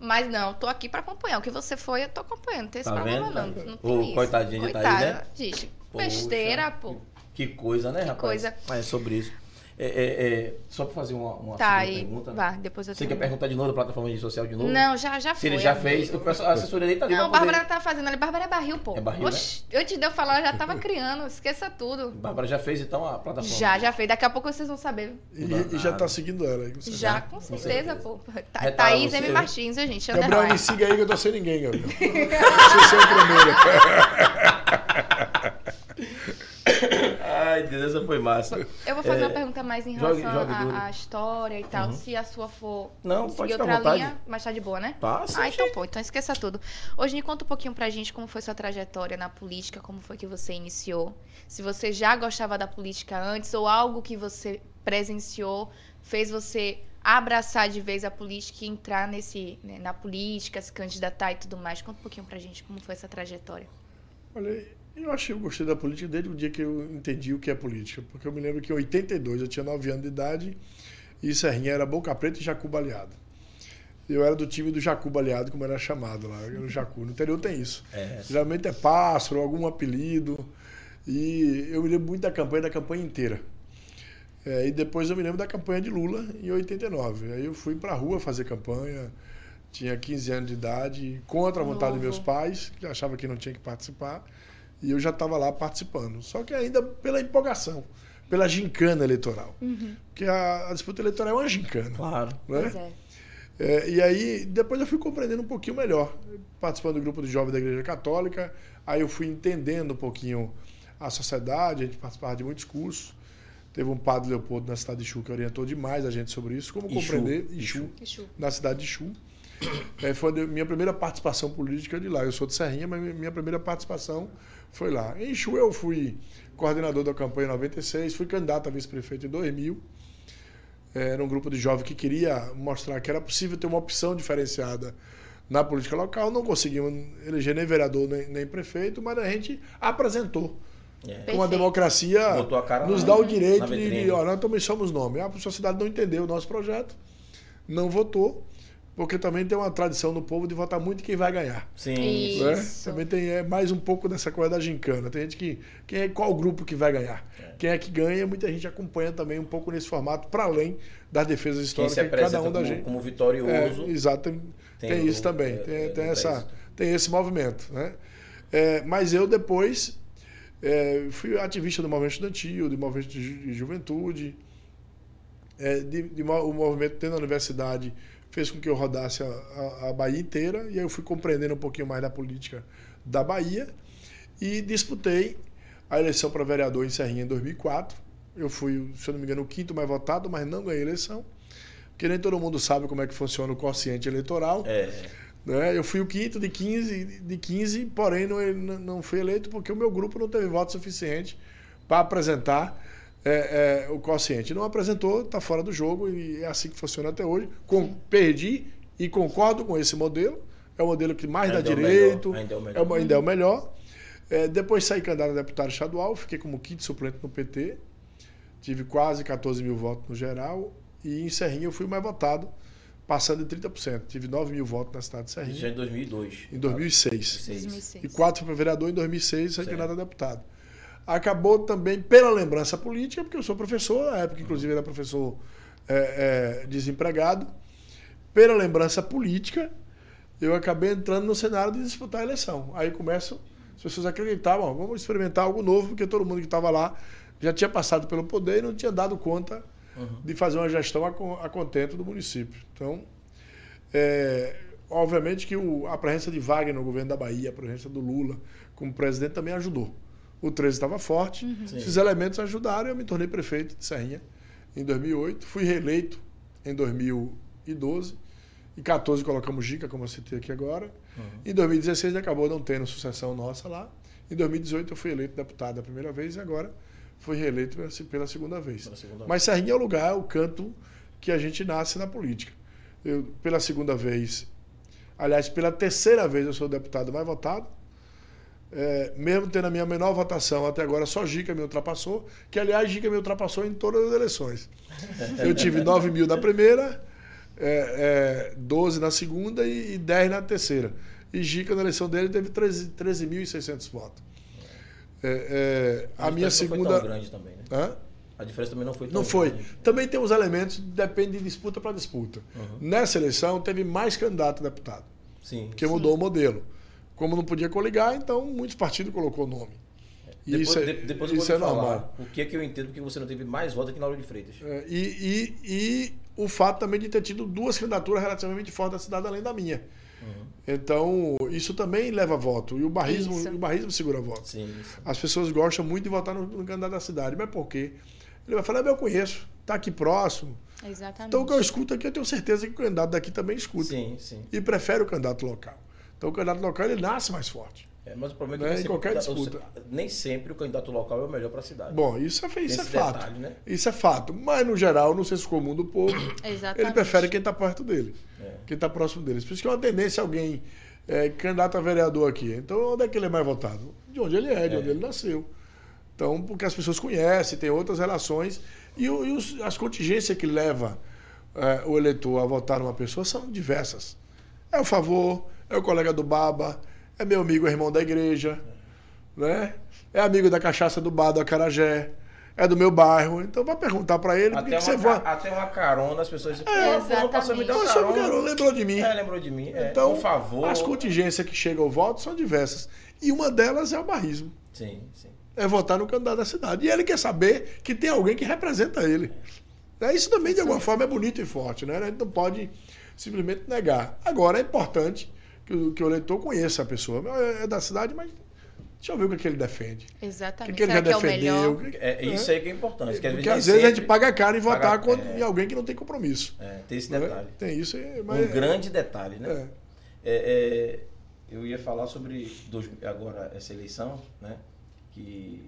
Speaker 1: Mas não, tô aqui pra acompanhar. O que você foi, eu tô acompanhando. Não tem esse
Speaker 2: Tá
Speaker 1: problema,
Speaker 2: vendo?
Speaker 1: não. Não tem
Speaker 2: Ô,
Speaker 1: isso.
Speaker 2: coitadinha de Thaís,
Speaker 1: Coitada,
Speaker 2: né?
Speaker 1: Gente,
Speaker 2: Poxa.
Speaker 1: besteira, pô.
Speaker 2: Que coisa, né,
Speaker 1: Que
Speaker 2: rapaz?
Speaker 1: coisa.
Speaker 2: É sobre isso. É, é, é, só pra fazer uma, uma
Speaker 1: Tá,
Speaker 2: segunda
Speaker 1: e
Speaker 2: pergunta. né?
Speaker 1: vá, depois eu
Speaker 2: Você quer
Speaker 1: termino.
Speaker 2: perguntar de novo da plataforma de social de novo?
Speaker 1: Não, já, já
Speaker 2: Se
Speaker 1: foi.
Speaker 2: ele já
Speaker 1: amigo.
Speaker 2: fez, o pessoal- a assessoria dele tá ali
Speaker 1: Não,
Speaker 2: pra poder-
Speaker 1: Bárbara tá fazendo ali. Bárbara é barril, pô.
Speaker 2: É barril, né?
Speaker 1: Oxi, antes de eu falar, eu já tava criando. Esqueça tudo.
Speaker 2: Bárbara já fez, então, a plataforma.
Speaker 1: Já, já fez. Daqui a pouco vocês vão saber.
Speaker 3: E,
Speaker 2: Não dá
Speaker 3: e já
Speaker 2: nada.
Speaker 3: tá seguindo ela. você
Speaker 1: Já,
Speaker 3: sabe.
Speaker 1: com
Speaker 2: com
Speaker 1: certeza,
Speaker 2: certeza.
Speaker 1: pô. Tá,
Speaker 2: Retala
Speaker 1: Thaís
Speaker 2: você.
Speaker 1: M. Martins, viu, gente?
Speaker 3: Gabriel,
Speaker 1: Underline.
Speaker 3: me siga aí que eu tô sem ninguém, Gabriel. Você é o primeiro.
Speaker 2: Ai, Deus, essa foi massa.
Speaker 1: Eu vou fazer
Speaker 2: É,
Speaker 1: uma pergunta mais em
Speaker 2: jogue-
Speaker 1: relação
Speaker 2: jogue
Speaker 1: à-
Speaker 2: duro. Uhum.
Speaker 1: à, história e tal. Se a sua for
Speaker 2: Não,
Speaker 1: seguir
Speaker 2: pode ficar à
Speaker 1: outra
Speaker 2: vontade.
Speaker 1: linha, mas tá de boa, né?
Speaker 2: Tá, sim,
Speaker 1: ah, então
Speaker 2: gente.
Speaker 1: pô, então esqueça tudo. Hoje me conta um pouquinho pra gente como foi sua trajetória na política, como foi que você iniciou. Se você já gostava da política antes ou algo que você presenciou fez você abraçar de vez a política e entrar nesse, né, na política, se candidatar e tudo mais. Conta um pouquinho pra gente como foi essa trajetória.
Speaker 3: Olha, eu achei eu gostei da política desde o dia que eu entendi o que é política. Porque eu me lembro que em 82, eu tinha 9 anos de idade, e Serrinha era Boca Preta e Jacu Baleado. Eu era do time do Jacu Baleado, como era chamado lá. Era o Jacu. No interior tem isso.
Speaker 2: É.
Speaker 3: Geralmente é pássaro, algum apelido. E eu me lembro muito da campanha, da campanha inteira. É, e depois eu me lembro da campanha de Lula em 89. Aí eu fui pra rua fazer campanha, tinha 15 anos de idade, contra a vontade
Speaker 1: Novo.
Speaker 3: de meus pais, que achava que não tinha que participar, e eu já estava lá participando. Só que ainda pela empolgação, pela gincana eleitoral. Porque a, a disputa eleitoral é uma gincana.
Speaker 2: Claro.
Speaker 3: né?
Speaker 1: Pois é.
Speaker 3: É, e aí, depois eu fui compreendendo um pouquinho melhor, participando do grupo de jovens da Igreja Católica, aí eu fui entendendo um pouquinho a sociedade, a gente participava de muitos cursos. Teve um padre Leopoldo na cidade de Chu que orientou demais a gente sobre isso, como
Speaker 2: Ichu.
Speaker 3: compreender Ichu,
Speaker 1: Que show.
Speaker 3: na cidade de Chu. É, foi a minha primeira participação política é de lá. Eu sou de Serrinha, mas minha primeira participação foi lá. Em Chu eu fui coordenador da campanha em 96, fui candidato a vice-prefeito em 2000. Era um grupo de jovens que queria mostrar que era possível ter uma opção diferenciada na política local. Não conseguimos eleger nem vereador nem, nem prefeito, mas a gente apresentou.
Speaker 2: É.
Speaker 3: Uma
Speaker 1: Perfeito.
Speaker 3: democracia
Speaker 2: Botou a cara
Speaker 3: Ah, nos
Speaker 2: na-
Speaker 3: dá o
Speaker 2: na
Speaker 3: direito de,
Speaker 2: vitrine.
Speaker 3: Ah, de ó, nós também somos nome. A sociedade não entendeu o nosso projeto, não votou, porque também tem uma tradição no povo de votar muito quem vai ganhar.
Speaker 2: Sim.
Speaker 1: E-
Speaker 3: né?
Speaker 1: Isso.
Speaker 3: Também tem é, mais um pouco dessa coisa da gincana. Tem gente que. Quem é, qual o grupo que vai ganhar? Quem é que ganha? Muita gente acompanha também um pouco nesse formato, para além das defesas
Speaker 2: Quem
Speaker 3: históricas
Speaker 2: se
Speaker 3: de cada
Speaker 2: apresenta
Speaker 3: um da
Speaker 2: como,
Speaker 3: gente.
Speaker 2: como
Speaker 3: É,
Speaker 2: vitorioso.
Speaker 3: exato, tem,
Speaker 2: Tem
Speaker 3: tem
Speaker 2: o-
Speaker 3: isso também,
Speaker 2: é,
Speaker 3: tem,
Speaker 2: é,
Speaker 3: tem
Speaker 2: do
Speaker 3: essa,
Speaker 2: êxito.
Speaker 3: tem esse movimento. Né? É, mas eu depois é, fui ativista do movimento estudantil, do movimento de, ju- de juventude, é, de, de mo- o movimento dentro da universidade fez com que eu rodasse a, a- a Bahia inteira, e aí eu fui compreendendo um pouquinho mais da política da Bahia, e disputei a eleição para vereador em Serrinha em 2004. Eu fui, se eu não me engano, o quinto mais votado, mas não ganhei a eleição porque nem todo mundo sabe como é que funciona o quociente eleitoral.
Speaker 2: É.
Speaker 3: Né? Eu fui o quinto de 15, de 15 porém não, não- não fui eleito porque o meu grupo não teve voto suficiente para apresentar é, é, o quociente. Não apresentou, está fora do jogo e é assim que funciona até hoje. Com- perdi e concordo com esse modelo. É o modelo que mais
Speaker 2: Ainda
Speaker 3: dá
Speaker 2: é o
Speaker 3: direito,
Speaker 2: melhor, ainda é o melhor.
Speaker 3: é o- ainda é o melhor. É, depois saí candidato a deputado estadual, fiquei como quinto suplente no PT. Tive quase 14 mil votos no geral. E em Serrinha eu fui mais votado, passando de 30%. Tive 9 mil votos na cidade de
Speaker 2: Isso é
Speaker 3: Serrinha
Speaker 2: em 2002.
Speaker 3: em 2006.
Speaker 2: 2006.
Speaker 1: 2006.
Speaker 3: E 4 para vereador em 2006, foi
Speaker 2: Certo.
Speaker 3: é candidato a deputado. Acabou também pela lembrança política, porque eu sou professor, na época, inclusive, era professor é, é, desempregado. Pela lembrança política, eu acabei entrando no cenário de disputar a eleição. Aí começam as pessoas a acreditar, "Bom, vamos experimentar algo novo, porque todo mundo que estava lá já tinha passado pelo poder e não tinha dado conta de fazer uma gestão a, con- a contento do município. Então, é, obviamente que o- a presença de Wagner no governo da Bahia, a presença do Lula como presidente também ajudou. O 13 estava forte, esses
Speaker 2: Sim.
Speaker 3: elementos ajudaram e eu me tornei prefeito de Serrinha em 2008. Fui reeleito em 2012. Em 14 colocamos Gica, como eu citei aqui agora.
Speaker 2: Uhum.
Speaker 3: Em 2016 acabou não tendo sucessão nossa lá. Em 2018 eu fui eleito deputado a primeira vez e agora fui reeleito pela se- pela segunda vez.
Speaker 2: Pela segunda
Speaker 3: Mas Serrinha é o lugar, é o canto que a gente nasce na política. Eu, pela segunda vez, aliás, pela terceira vez eu sou o deputado mais votado. É, mesmo tendo a minha menor votação até agora, só Gica me ultrapassou, que aliás Gica me ultrapassou em todas as eleições. Eu tive 9 mil na primeira, é, é, 12 na segunda e, e 10 na terceira. E Gica, na eleição dele, teve 13 13.600 votos. É, é, a
Speaker 2: diferença Não então foi
Speaker 3: minha
Speaker 2: tão
Speaker 3: segunda.
Speaker 2: grande também, né?
Speaker 3: Hã?
Speaker 2: A diferença também não foi tão
Speaker 3: Não foi.
Speaker 2: grande.
Speaker 3: Também tem uns elementos, depende de disputa para disputa. Nessa eleição, teve mais candidato a deputado,
Speaker 2: Sim.
Speaker 3: porque mudou o modelo. Como não podia coligar, então muitos partidos colocou o nome. E
Speaker 2: Depois,
Speaker 3: isso é,
Speaker 2: de- depois
Speaker 3: isso
Speaker 2: eu
Speaker 3: é
Speaker 2: vou te falar
Speaker 3: normal.
Speaker 2: o que é que eu entendo que você não teve mais voto que na hora de Freitas.
Speaker 3: É, E, e- e o fato também de ter tido duas candidaturas relativamente fortes da cidade, além da minha.
Speaker 2: Uhum.
Speaker 3: Então, isso também leva voto. E o barrismo,
Speaker 1: Isso.
Speaker 3: e o barrismo segura voto.
Speaker 2: Sim, isso.
Speaker 3: As pessoas gostam muito de votar no, no candidato da cidade. Mas por quê? Ele vai falar, "Ah, mas eu conheço, está aqui próximo.
Speaker 1: Exatamente.
Speaker 3: Então, o que eu escuto aqui, eu tenho certeza que o candidato daqui também escuta.
Speaker 2: Sim, sim.
Speaker 3: E prefere o candidato local. Então, o candidato local, ele nasce mais forte.
Speaker 2: É, mas o problema
Speaker 3: Né,
Speaker 2: é
Speaker 3: em
Speaker 2: que nem
Speaker 3: qualquer
Speaker 2: sempre-
Speaker 3: disputa.
Speaker 2: nem sempre o candidato local é o melhor para a cidade.
Speaker 3: Bom, isso é, isso é
Speaker 2: esse
Speaker 3: fato.
Speaker 2: detalhe, né?
Speaker 3: Isso é fato. Mas, no geral, no senso comum do povo,
Speaker 1: Exatamente.
Speaker 3: ele prefere quem está perto dele.
Speaker 2: É.
Speaker 3: Quem está próximo dele. Por isso que é uma tendência alguém é, candidato a vereador aqui. Então, onde é que ele é mais votado? De onde ele é, de
Speaker 2: É.
Speaker 3: onde ele nasceu. Então, porque as pessoas conhecem, tem outras relações. E, o- e os- as contingências que leva é, o eleitor a votar numa pessoa são diversas. É o favor, é o colega do baba, é meu amigo, é irmão da igreja, né? É amigo da cachaça do bar, do acarajé, é do meu bairro. Então, vai perguntar para ele por que
Speaker 2: Até,
Speaker 3: que você
Speaker 2: uma,
Speaker 3: vai...
Speaker 2: ca- até uma carona, as pessoas dizem,
Speaker 1: É,
Speaker 2: "Pô, fulano passou a me dar uma
Speaker 3: Mas só
Speaker 2: carona.
Speaker 3: o garoto lembrou de mim.
Speaker 2: Então É, lembrou de mim. É,
Speaker 3: um Então,
Speaker 2: por favor.
Speaker 3: as contingências que chegam ao voto são diversas. E uma delas é o barrismo.
Speaker 2: Sim, sim.
Speaker 3: É votar no candidato da cidade. E ele quer saber que tem alguém que representa ele. Né? Isso também, de alguma forma, é bonito e forte. Né? A gente não pode simplesmente negar. Agora, é importante que o, que o eleitor conheça a pessoa. É é da cidade, mas deixa eu ver o que, é que ele defende. O que, é
Speaker 1: Exatamente.
Speaker 3: que ele
Speaker 1: Será
Speaker 3: já
Speaker 1: que é o
Speaker 3: defendeu.
Speaker 1: melhor?
Speaker 3: o que-
Speaker 2: É, isso aí que é importante. que
Speaker 3: Porque
Speaker 2: nem
Speaker 3: às vezes a gente
Speaker 2: sempre-
Speaker 3: paga caro em votar
Speaker 2: paga-
Speaker 3: contra-
Speaker 2: é.
Speaker 3: em alguém que não tem compromisso.
Speaker 2: É, tem esse
Speaker 3: Né?
Speaker 2: detalhe.
Speaker 3: Tem isso, é-
Speaker 2: Um
Speaker 3: mas.
Speaker 2: grande detalhe, né?
Speaker 3: é.
Speaker 2: É, é, eu ia falar sobre dois- agora essa eleição, né? Que,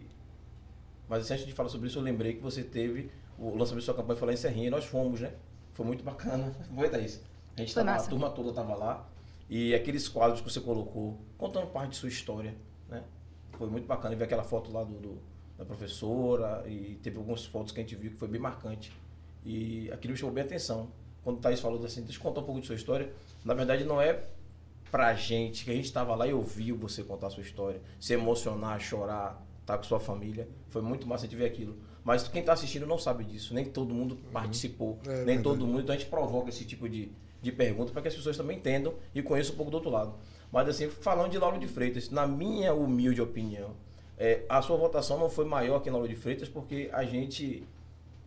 Speaker 2: mas assim, antes de falar sobre isso, eu lembrei que você teve o lançamento da sua campanha foi lá em Serrinha e nós fomos, né? Foi muito bacana. Foi, Thaís? A gente
Speaker 1: Foi
Speaker 2: tava lá, a
Speaker 1: massa.
Speaker 2: turma toda estava lá. E aqueles quadros que você colocou, contando parte de sua história, né? Foi muito bacana ver aquela foto lá do, do- da professora e teve algumas fotos que a gente viu que foi bem marcante. E aquilo me chamou bem a atenção. quando o Thaís falou assim, deixa eu contar um pouco de sua história. Na verdade, não é pra gente, que a gente estava lá e ouviu você contar a sua história, se emocionar, chorar, estar tá com sua família. Foi muito massa a gente ver aquilo. Mas quem está assistindo não sabe disso, nem todo mundo participou,
Speaker 3: É
Speaker 2: nem
Speaker 3: verdade.
Speaker 2: todo mundo. Então a gente provoca esse tipo de, de pergunta para que as pessoas também entendam e conheçam um pouco do outro lado. Mas assim, falando de Lauro de Freitas, na minha humilde opinião, é, a sua votação não foi maior que em Lauro de Freitas porque a gente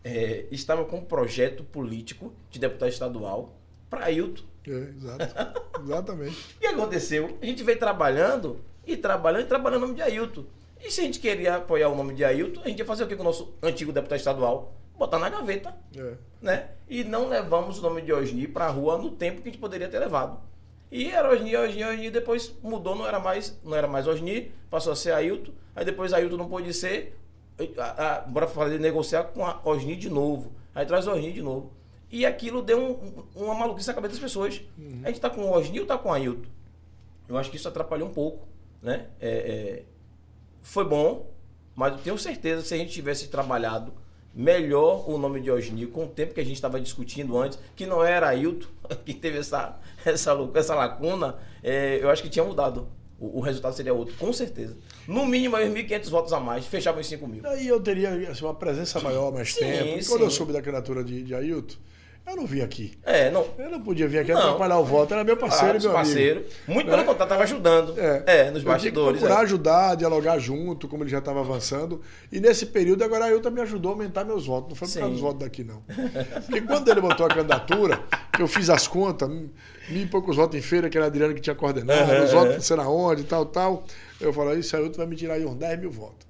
Speaker 2: é, estava com um projeto político de deputado estadual para Ailton.
Speaker 3: É, exato. Exatamente.
Speaker 2: O que aconteceu? A gente veio trabalhando e trabalhando e trabalhando o nome de Ailton. E se a gente queria apoiar o nome de Ailton, a gente ia fazer o que com o nosso antigo deputado estadual? Botar na gaveta,
Speaker 3: É.
Speaker 2: né? E não levamos o nome de Osni pra rua no tempo que a gente poderia ter levado. E era Osni, Osni, Osni, depois mudou, não era mais, não era mais Osni, passou a ser Ailton, aí depois Ailton não pôde ser, a- a- bora fazer negociar com a Osni de novo. Aí traz Osni de novo. E aquilo deu um- um- uma maluquice na cabeça das pessoas. A gente tá com o Osni ou tá com o Ailton? Eu acho que isso atrapalhou um pouco, né? É, é, foi bom, mas eu tenho certeza que se a gente tivesse trabalhado melhor o nome de Osni com o tempo que a gente estava discutindo antes, que não era Ailton, que teve essa, essa, lu- essa lacuna, é, eu acho que tinha mudado. O, o resultado seria outro, com certeza. No mínimo, aí, 1.500 votos a mais, fechava em 5 mil.
Speaker 3: Aí eu teria assim, uma presença maior, mais
Speaker 2: Sim,
Speaker 3: tempo. E
Speaker 2: sim.
Speaker 3: quando eu soube da candidatura de, de Ailton, eu não vim aqui.
Speaker 2: É, não.
Speaker 3: Eu não podia vir aqui
Speaker 2: Não.
Speaker 3: atrapalhar o voto, era meu parceiro
Speaker 2: Claro,
Speaker 3: e meu
Speaker 2: parceiro.
Speaker 3: amigo.
Speaker 2: Muito
Speaker 3: Né?
Speaker 2: pelo contrário, estava ajudando. É, nos
Speaker 3: eu tinha que
Speaker 2: bastidores.
Speaker 3: procurar
Speaker 2: é.
Speaker 3: ajudar, dialogar junto, como ele já estava avançando. E nesse período, agora a Ailton me ajudou a aumentar meus votos. Não foi por
Speaker 2: Sim.
Speaker 3: causa dos votos daqui, não. Porque quando ele botou a candidatura, que eu fiz as contas, mil e poucos votos em feira, que era a Adriana que tinha coordenado,
Speaker 2: É,
Speaker 3: os votos não sei na onde, tal, tal. Eu falei, isso Ailton vai me tirar aí uns 10 mil votos.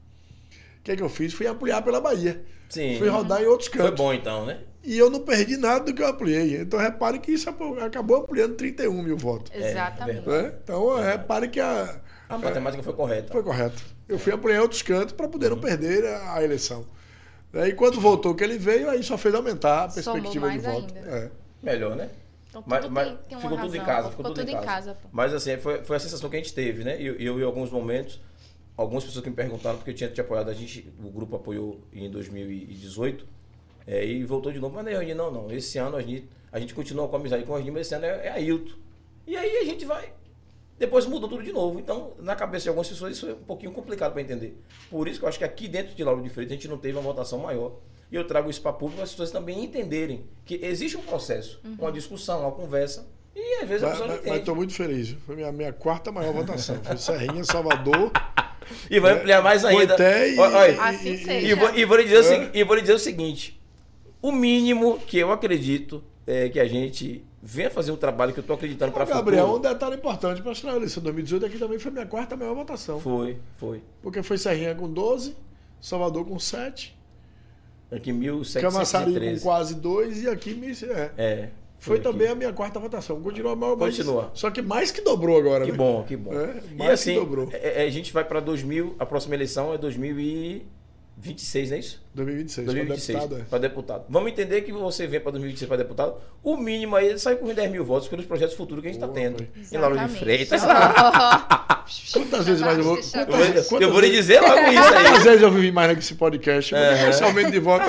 Speaker 3: O que, é que eu fiz? Fui apoiar pela Bahia.
Speaker 2: Sim.
Speaker 3: Fui rodar em outros
Speaker 2: Foi
Speaker 3: cantos.
Speaker 2: bom então, né?
Speaker 3: E eu não perdi nada do que eu ampliei. Então repare que isso apo- acabou ampliando 31 mil votos.
Speaker 1: Exatamente.
Speaker 2: verdade.
Speaker 3: né? Então
Speaker 2: É.
Speaker 3: repare que a.
Speaker 2: A matemática foi correta.
Speaker 3: Tá. Foi correto. Eu fui ampliar outros cantos para
Speaker 2: Uhum.
Speaker 3: poder não perder a, a eleição. Né? E quando voltou que ele veio, aí só fez aumentar a
Speaker 1: Somou
Speaker 3: perspectiva de
Speaker 1: mais
Speaker 3: voto.
Speaker 1: ainda.
Speaker 3: É.
Speaker 2: Melhor, né?
Speaker 1: Então, tudo
Speaker 2: mas
Speaker 1: tem-
Speaker 2: mas
Speaker 1: tem uma
Speaker 2: ficou tudo em
Speaker 1: razão,
Speaker 2: casa.
Speaker 1: pô.
Speaker 2: Ficou, tudo, em casa.
Speaker 1: pô.
Speaker 2: Mas assim, foi, foi a sensação que a gente teve, né? E eu, eu em alguns momentos, algumas pessoas que me perguntaram, porque eu tinha te apoiado, a gente, o grupo apoiou em 2018, é, e voltou de novo. Mas não é Osni, não, não. Esse ano a gente, a gente continua com a amizade com o Osni, mas esse ano é, é Ailton. E aí a gente vai. Depois mudou tudo de novo. Então, na cabeça de algumas pessoas, isso é um pouquinho complicado para entender. Por isso que eu acho que aqui dentro de Lauro de Freitas a gente não teve uma votação maior. E eu trago isso para público para as pessoas também entenderem que existe um processo, uma discussão, uma conversa. E às vezes a
Speaker 3: Mas-
Speaker 2: pessoa não
Speaker 3: Mas
Speaker 2: entende.
Speaker 3: estou muito feliz. viu? Foi minha, minha quarta maior votação. Foi Serrinha, Salvador,
Speaker 2: E vai ampliar mais ainda.
Speaker 3: Coité e,
Speaker 2: Olha, olha,
Speaker 1: Assim
Speaker 3: e- e-
Speaker 1: seja.
Speaker 2: E vou, e vou lhe dizer o
Speaker 3: É.
Speaker 2: segui- e vou lhe dizer o seguinte: o mínimo que eu acredito é que a gente venha fazer um trabalho que eu estou acreditando para
Speaker 3: Ô, Gabriel, um
Speaker 2: futuro.
Speaker 3: detalhe importante para a eleição de 2018 aqui é também foi minha quarta maior votação.
Speaker 2: Foi, foi.
Speaker 3: Porque foi Serrinha com 12, Salvador com 7,
Speaker 2: Aqui
Speaker 3: Camaçari com
Speaker 2: 1713.
Speaker 3: quase 2 e aqui me- é.
Speaker 2: É.
Speaker 3: Foi
Speaker 2: aqui.
Speaker 3: também a minha quarta votação. Continua maior, mas-
Speaker 2: Continua.
Speaker 3: Só que mais que dobrou agora.
Speaker 2: Que
Speaker 3: né?
Speaker 2: bom, que bom.
Speaker 3: É,
Speaker 2: e
Speaker 3: mais que
Speaker 2: assim,
Speaker 3: dobrou.
Speaker 2: é- é, a gente vai para 2000, a próxima eleição é 2026, não é isso?
Speaker 3: 2026, pra
Speaker 2: 2026,
Speaker 3: deputado. é.
Speaker 2: para deputado. Vamos entender que você vem para 2026 para deputado, o mínimo aí sai com uns 10 mil votos pelos projetos futuros que a gente está
Speaker 3: Boa,
Speaker 2: tendo.
Speaker 3: foi.
Speaker 2: Em Lauro de Freitas.
Speaker 3: Quantas vezes mais eu vou-
Speaker 1: Deixa eu-
Speaker 2: Eu vou-
Speaker 3: Quantas-
Speaker 2: eu vou lhe dizer logo isso aí.
Speaker 3: Às vezes eu vivi mais nesse podcast, mas esse aumento de voto.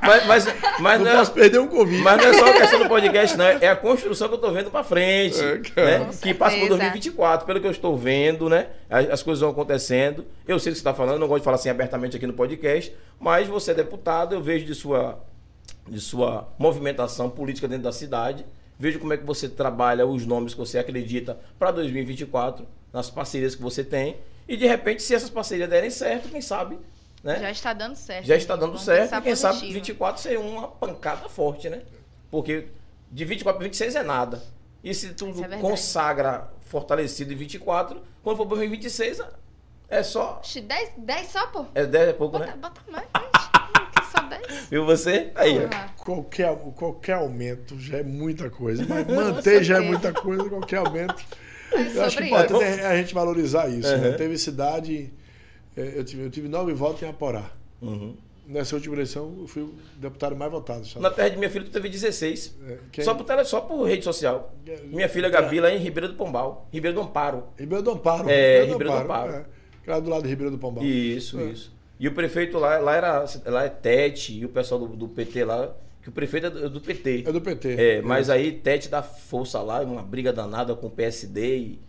Speaker 2: Mas, mas, mas,
Speaker 3: Não
Speaker 2: não, é,
Speaker 3: posso perder um convite.
Speaker 2: mas não é só a questão do podcast, não. É a construção que eu tô vendo pra frente.
Speaker 3: É, cara.
Speaker 2: né?
Speaker 1: Com
Speaker 2: Que passa por
Speaker 1: certeza.
Speaker 2: 2024. Pelo que eu estou vendo, né? As, as coisas vão acontecendo. Eu sei o que você tá falando, não gosto de falar assim abertamente aqui no podcast, mas você é deputado, eu vejo de sua, de sua movimentação política dentro da cidade. Vejo como é que você trabalha os nomes que você acredita para 2024, nas parcerias que você tem. E de repente, se essas parcerias derem certo, quem sabe, né?
Speaker 1: Já está dando certo.
Speaker 2: Já está dando
Speaker 1: Vamos
Speaker 2: certo.
Speaker 1: pensar
Speaker 2: E quem sabe
Speaker 1: positivo.
Speaker 2: 24 seria uma pancada forte, né? Porque de 24 para 26 é nada. E se tudo
Speaker 1: Isso é verdade.
Speaker 2: consagra fortalecido em 24, quando for para 26, é só.
Speaker 1: Oxi, 10, 10 só, pô.
Speaker 2: É 10 é pouco,
Speaker 1: Bota,
Speaker 2: né?
Speaker 1: bota mais, gente. Que Só 10.
Speaker 2: Viu você? Aí, ó.
Speaker 1: Porra.
Speaker 3: Qualquer, qualquer aumento já é muita coisa. Mas manter já é muita coisa, qualquer aumento.
Speaker 1: É
Speaker 3: Eu acho
Speaker 1: sobre
Speaker 3: que
Speaker 2: pode-
Speaker 1: isso.
Speaker 3: importante é a gente valorizar isso. né?
Speaker 2: Uhum.
Speaker 3: Teve cidade. eh, Eu tive, eu tive nove votos em Aporá.
Speaker 2: Uhum.
Speaker 3: Nessa última eleição, eu fui o deputado mais votado. sabe?
Speaker 2: Na terra de minha filha, tu teve 16.
Speaker 3: É, quem-
Speaker 2: Só, por tele, só por rede social.
Speaker 3: É,
Speaker 2: Minha filha Gabi lá em Ribeira do Pombal. Ribeira do Amparo.
Speaker 3: Ribeiro do Amparo.
Speaker 2: É, Ribeiro do
Speaker 3: É, que era do lado de Ribeiro do Pombal.
Speaker 2: Isso,
Speaker 3: É.
Speaker 2: isso. E o prefeito lá, lá era lá é Tete, e o pessoal do, do PT lá Que o prefeito é do, do PT.
Speaker 3: É do PT.
Speaker 2: É, mas aí Tete dá força lá, uma briga danada com o PSD. E,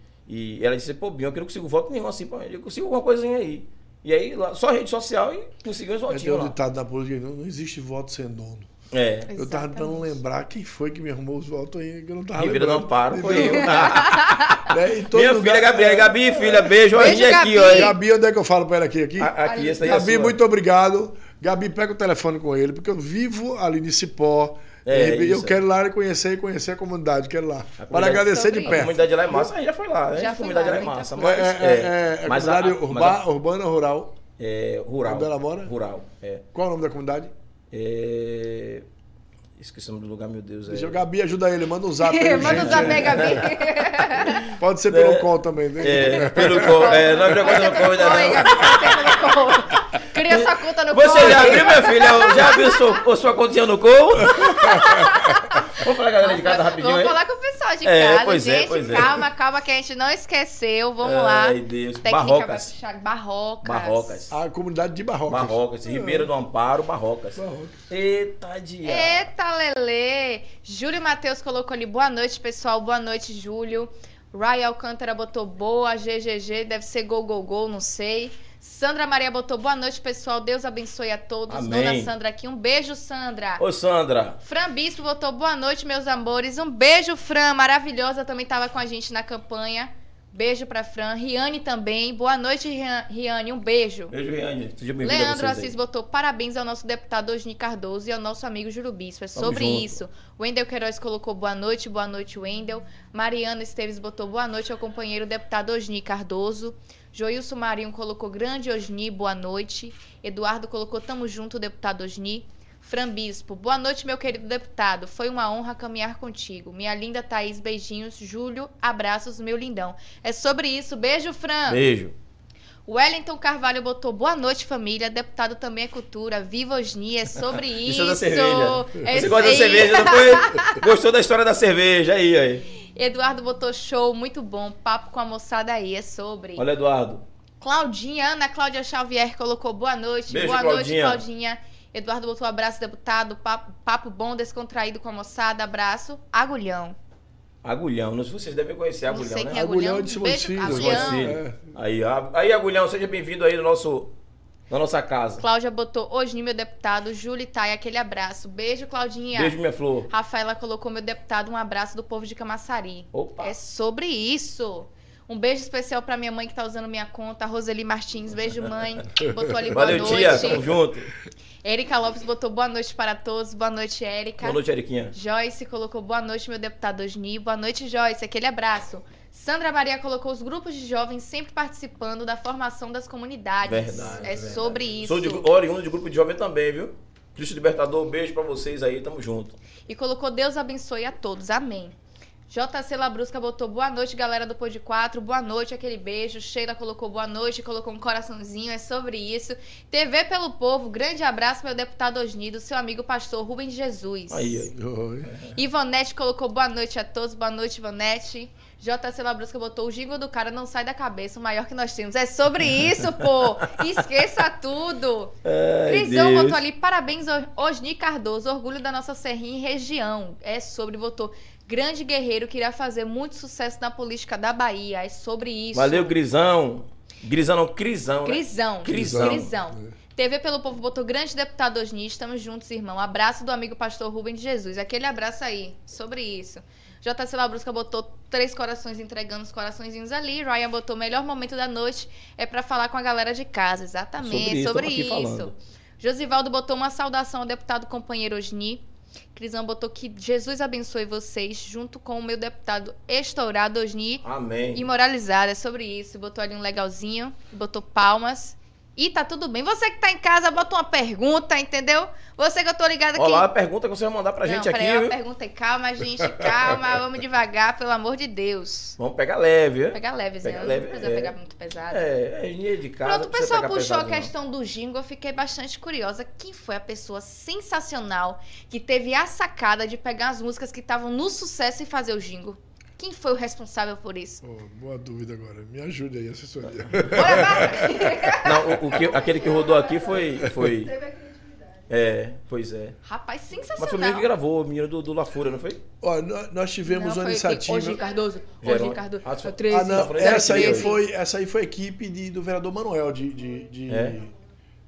Speaker 2: e ela disse, pô, Bianca, eu não consigo voto nenhum assim, pô, eu consigo alguma coisinha aí. E aí, lá, só rede social e conseguiu os
Speaker 3: É, tem
Speaker 2: votinhos
Speaker 3: um
Speaker 2: lá.
Speaker 3: ditado da política, não, não existe voto sem dono.
Speaker 2: É.
Speaker 3: Eu tava tentando
Speaker 1: Exatamente.
Speaker 3: lembrar quem foi que me arrumou os votos aí, que eu não tava
Speaker 2: Rivera do
Speaker 3: Ah, lembrando.
Speaker 2: Amparo foi eu. Ah,
Speaker 3: Rivera do Amparo, né? Em todo
Speaker 2: Minha
Speaker 3: lugar-
Speaker 2: filha Gabi, é Gabi, filha,
Speaker 1: Beijo,
Speaker 2: beijo, hoje aqui,
Speaker 1: Gabi.
Speaker 2: olha.
Speaker 3: Gabi, onde é que eu falo pra ela aqui? aqui?
Speaker 2: A- Aqui, essa aí é
Speaker 3: Gabi,
Speaker 2: sua.
Speaker 3: muito obrigado. Gabi, pega o telefone com ele, porque eu vivo ali em Cipó.
Speaker 2: É,
Speaker 3: Em Ribe- eu
Speaker 2: isso.
Speaker 3: quero lá e conhecer, conhecer a comunidade, quero lá.
Speaker 2: A
Speaker 3: Para
Speaker 2: comunidade-
Speaker 3: agradecer de
Speaker 1: Sobre
Speaker 2: A
Speaker 3: perto.
Speaker 2: comunidade lá é massa, aí já foi lá, né?
Speaker 1: Já
Speaker 2: a
Speaker 1: fui
Speaker 2: comunidade
Speaker 1: lá,
Speaker 2: lá é
Speaker 1: muita
Speaker 2: massa,
Speaker 1: coisa.
Speaker 3: É,
Speaker 2: mas...
Speaker 3: é, é, é
Speaker 2: mas a- mas
Speaker 3: comunidade
Speaker 2: a-
Speaker 3: urba- urbana, rural.
Speaker 2: É, rural.
Speaker 3: Onde ela mora?
Speaker 2: Rural, é.
Speaker 3: Qual é o nome da comunidade?
Speaker 2: É, Esqueci o nome do lugar, meu Deus. É...
Speaker 3: Deixa o Gabi ajuda ele, manda um zap. pra ele,
Speaker 1: Manda
Speaker 3: gente.
Speaker 1: o zap aí, Gabi.
Speaker 3: Pode ser pelo
Speaker 2: É.
Speaker 3: call também, né?
Speaker 2: É, pelo co... é, não abriu a conta no
Speaker 1: Oi,
Speaker 2: Covid, não.
Speaker 1: Gabi, você colocou. Cria sua conta no
Speaker 2: Você
Speaker 1: Cove.
Speaker 2: já abriu, minha filha? Já abriu sua, sua continha no colo? Vamos falar com a galera de casa rapidinho
Speaker 1: Vamos
Speaker 2: aí?
Speaker 1: falar com o pessoal de
Speaker 2: É,
Speaker 1: casa,
Speaker 2: pois é,
Speaker 1: gente.
Speaker 2: pois é.
Speaker 1: calma, calma, que a gente não esqueceu. Vamos lá.
Speaker 2: Ai, Deus.
Speaker 1: Técnica
Speaker 2: Barrocas.
Speaker 1: vai puxar. Barrocas.
Speaker 2: Barrocas.
Speaker 3: A comunidade de Barrocas.
Speaker 2: Barrocas. Ribeira do Amparo, Barrocas.
Speaker 3: Barrocas.
Speaker 2: Eita, dia.
Speaker 1: Eita, Lelê! Júlio Matheus colocou ali boa noite, pessoal. Boa noite, Júlio. Ray Alcântara botou boa, GGG, deve ser gol, gol, gol, não sei. Sandra Maria botou boa noite, pessoal. Deus abençoe a todos.
Speaker 2: Amém.
Speaker 1: Dona Sandra aqui, um beijo, Sandra.
Speaker 2: Ô, Sandra.
Speaker 1: Fran Bispo botou boa noite, meus amores. Um beijo, Fran, maravilhosa, também estava com a gente na campanha. Beijo pra Fran. Riane também. Boa noite, Rian- Riane. Um beijo.
Speaker 2: Beijo, Riane. Seja bem-vindo a
Speaker 1: Leandro
Speaker 2: vocês aí.
Speaker 1: Assis botou parabéns ao nosso deputado Osni Cardoso e ao nosso amigo Jurubispo. É
Speaker 2: Tamo
Speaker 1: sobre
Speaker 2: junto.
Speaker 1: isso. Wendel Queiroz colocou boa noite, boa noite, Wendel. Mariana Esteves botou boa noite ao companheiro deputado Osni Cardoso. Joilson Marinho colocou grande Osni, boa noite. Eduardo colocou tamo junto, deputado Osni. Fran Bispo, boa noite, meu querido deputado. Foi uma honra caminhar contigo. Minha linda Thaís, beijinhos. Júlio, abraços, meu lindão. É sobre isso. Beijo, Fran.
Speaker 2: Beijo.
Speaker 1: Wellington Carvalho botou boa noite, família. Deputado também é cultura. Viva Osni, é sobre isso.
Speaker 2: Isso é da cerveja.
Speaker 1: É
Speaker 2: Você gosta da
Speaker 1: isso aí.
Speaker 2: cerveja, né? não foi? Gostou da história da cerveja? Aí, aí.
Speaker 1: Eduardo botou show, muito bom. Papo com a moçada aí, é sobre.
Speaker 2: Olha, Eduardo.
Speaker 1: Claudinha, Ana Cláudia Xavier colocou boa noite.
Speaker 2: Beijo,
Speaker 1: boa
Speaker 2: Claudinha.
Speaker 1: noite, Claudinha. Eduardo botou abraço, deputado. Papo, papo bom, descontraído com a moçada. Abraço. Agulhão.
Speaker 2: Agulhão. Não sei se vocês devem conhecer
Speaker 1: Não
Speaker 2: Agulhão,
Speaker 1: sei
Speaker 2: né?
Speaker 1: quem é
Speaker 3: Agulhão de
Speaker 1: Beijo,
Speaker 3: Simões Filho.
Speaker 1: Agulhão.
Speaker 2: Simões Filho.
Speaker 3: É.
Speaker 2: Aí, a- aí, Agulhão, seja bem-vindo aí no nosso, na nossa casa.
Speaker 1: Cláudia botou Osni, meu deputado. Júlio e Thay, aquele abraço. Beijo, Claudinha.
Speaker 2: Beijo, minha flor.
Speaker 1: Rafaela colocou meu deputado, um abraço do povo de Camaçari.
Speaker 2: Opa.
Speaker 1: É sobre isso. Um beijo especial pra minha mãe que tá usando minha conta, Roseli Martins. Beijo, mãe. Botou ali boa
Speaker 2: Valeu,
Speaker 1: noite.
Speaker 2: tia. Tamo junto.
Speaker 1: Erika Lopes botou boa noite para todos. Boa noite, Erika.
Speaker 2: Boa noite, Eriquinha.
Speaker 1: Joyce colocou boa noite, meu deputado Osni. Boa noite, Joyce. Aquele abraço. Sandra Maria colocou os grupos de jovens sempre participando da formação das comunidades.
Speaker 2: Verdade,
Speaker 1: É
Speaker 2: verdade.
Speaker 1: sobre isso.
Speaker 2: Sou de, oriundo de grupo de jovem também, viu? Cristo Libertador, beijo pra vocês aí. Tamo junto.
Speaker 1: E colocou Deus abençoe a todos. Amém. JC Labrusca botou boa noite, galera do Pod 4. Boa noite, aquele beijo. Sheila colocou boa noite, colocou um coraçãozinho. É sobre isso. TV pelo povo, grande abraço, meu deputado Osnido, seu amigo pastor Rubens Jesus.
Speaker 2: Aí, aí.
Speaker 3: Oi.
Speaker 1: Ivonete colocou boa noite a todos. Boa noite, Ivonete. JC Labrusca botou o jingle do cara não sai da cabeça, o maior que nós temos. É sobre isso, pô! Esqueça tudo!
Speaker 2: Ai,
Speaker 1: Crisão
Speaker 2: Deus.
Speaker 1: botou ali, parabéns O- Osni Cardoso, orgulho da nossa serrinha e região. É sobre, botou, grande guerreiro que irá fazer muito sucesso na política da Bahia. É sobre isso.
Speaker 2: Valeu, Grisão. Grisão não, Crisão, né?
Speaker 1: Crisão.
Speaker 2: Crisão.
Speaker 1: Crisão. TV pelo Povo botou grande deputado Osni, estamos juntos, irmão. Abraço do amigo pastor Rubem de Jesus. Aquele abraço aí, sobre isso. JC Labrusca botou três corações entregando os coraçõezinhos ali. Ryan botou melhor momento da noite é pra falar com a galera de casa. Exatamente, é sobre
Speaker 2: tamo aqui
Speaker 1: isso.
Speaker 2: falando.
Speaker 1: Josivaldo botou uma saudação ao deputado companheiro Osni. Crisão botou que Jesus abençoe vocês, junto com o meu deputado estourado Osni
Speaker 2: Amém.
Speaker 1: e moralizado. É sobre isso. Botou ali um legalzinho, botou palmas. E tá tudo bem. Você que tá em casa, bota uma pergunta, entendeu? Você que eu tô ligada aqui.
Speaker 2: Olá, a pergunta que você vai mandar pra
Speaker 1: Não, é-
Speaker 2: gente
Speaker 1: peraí,
Speaker 2: aqui,
Speaker 1: uma
Speaker 2: viu?
Speaker 1: pergunta aí. Calma, gente, calma. Vamos devagar, pelo amor de Deus.
Speaker 2: Vamos pegar leve, viu?
Speaker 1: Pegar levezinho.
Speaker 2: Pega
Speaker 1: não
Speaker 2: leve,
Speaker 1: precisa
Speaker 2: é.
Speaker 1: pegar muito pesado.
Speaker 2: É, é linha de casa.
Speaker 1: Pronto, o
Speaker 2: não precisa
Speaker 1: pessoal
Speaker 2: pegar
Speaker 1: puxou
Speaker 2: pesado,
Speaker 1: a
Speaker 2: não.
Speaker 1: questão do jingle, eu fiquei bastante curiosa. Quem foi a pessoa sensacional que teve a sacada de pegar as músicas que estavam no sucesso e fazer o jingle? Quem foi o responsável por isso?
Speaker 3: Pô, boa dúvida agora. Me ajude aí, assessoria.
Speaker 1: Bora, Bárbara!
Speaker 2: Não, o, o que, aquele que rodou aqui foi, foi É, pois é.
Speaker 1: Rapaz,
Speaker 2: Mas foi o menino
Speaker 1: sensacional.
Speaker 2: que gravou, o menino do, do La Fúria, não foi?
Speaker 3: Ó, nó- nós tivemos
Speaker 1: Não,
Speaker 3: uma
Speaker 1: foi
Speaker 3: iniciativa.
Speaker 1: Hoje em Cardoso. Hoje
Speaker 2: Verônica.
Speaker 1: em Cardoso.
Speaker 2: Ah,
Speaker 1: Foi
Speaker 2: só-
Speaker 1: 13.
Speaker 3: Ah, não,
Speaker 1: foi
Speaker 3: essa aí
Speaker 1: 13.
Speaker 3: foi, essa aí foi a equipe de- do vereador Manuel de, de, de,
Speaker 2: É.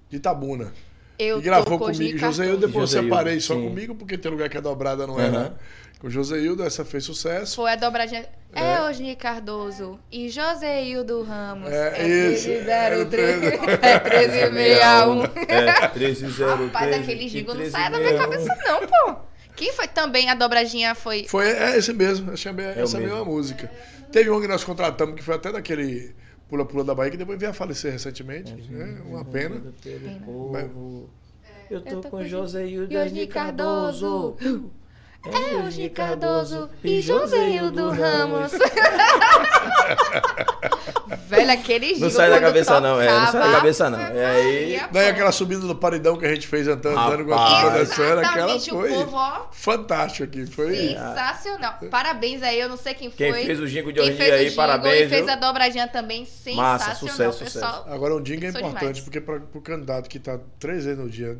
Speaker 3: de Tabuna.
Speaker 1: Eu
Speaker 3: E gravou
Speaker 1: tô com Osni
Speaker 3: comigo, José Hildo,
Speaker 1: Cardoso.
Speaker 3: depois
Speaker 2: José
Speaker 3: eu separei
Speaker 2: Hildo,
Speaker 3: só
Speaker 2: sim.
Speaker 3: comigo, porque tem lugar que é dobrada, não é,
Speaker 2: Aham.
Speaker 3: né? Com José Hildo, essa fez sucesso.
Speaker 1: Foi a dobradinha. É,
Speaker 3: É.
Speaker 1: Osni Cardoso e Joseildo Ramos.
Speaker 3: É, isso.
Speaker 1: 13
Speaker 3: É, um.
Speaker 1: 03. É 1361.
Speaker 2: É, 1303.
Speaker 1: Rapaz, aquele jingle não saia da minha cabeça, não, pô. Quem foi também a dobradinha foi.
Speaker 3: Foi é, esse mesmo, essa, me- essa é
Speaker 2: mesmo.
Speaker 3: mesma música. Teve um que nós contratamos, que foi até daquele Pula Pula da Bahia, que depois veio a falecer
Speaker 2: É.
Speaker 3: recentemente. né? Uma pena.
Speaker 2: Eu
Speaker 1: Eu
Speaker 2: tô com José e
Speaker 1: E Osni Cardoso. É Osni Cardoso e Joseildo Ramos. Velho, aquele jingle.
Speaker 2: Não sai da
Speaker 1: quando
Speaker 2: cabeça, não, é. Não sai da
Speaker 1: tocava,
Speaker 2: cabeça, não. É aí.
Speaker 1: saía,
Speaker 3: Daí
Speaker 1: pô.
Speaker 3: aquela subida do paredão que a gente fez andando, andando com
Speaker 2: Rapaz.
Speaker 3: a turma dançando, aquela
Speaker 1: Exatamente,
Speaker 3: foi É.
Speaker 1: o povo, ó.
Speaker 3: fantástico aqui. Foi
Speaker 1: Sensacional. Parabéns aí, eu não sei quem foi.
Speaker 2: Quem fez o jingle de
Speaker 1: Quem
Speaker 2: hoje
Speaker 1: fez o
Speaker 2: aí,
Speaker 1: jingle
Speaker 2: parabéns.
Speaker 1: E fez
Speaker 2: viu?
Speaker 1: a dobradinha também. Sensacional,
Speaker 2: Massa, sucesso,
Speaker 1: pessoal.
Speaker 3: Agora, um jingle é
Speaker 1: Sou demais.
Speaker 3: importante, porque para o candidato que está três vezes no dia,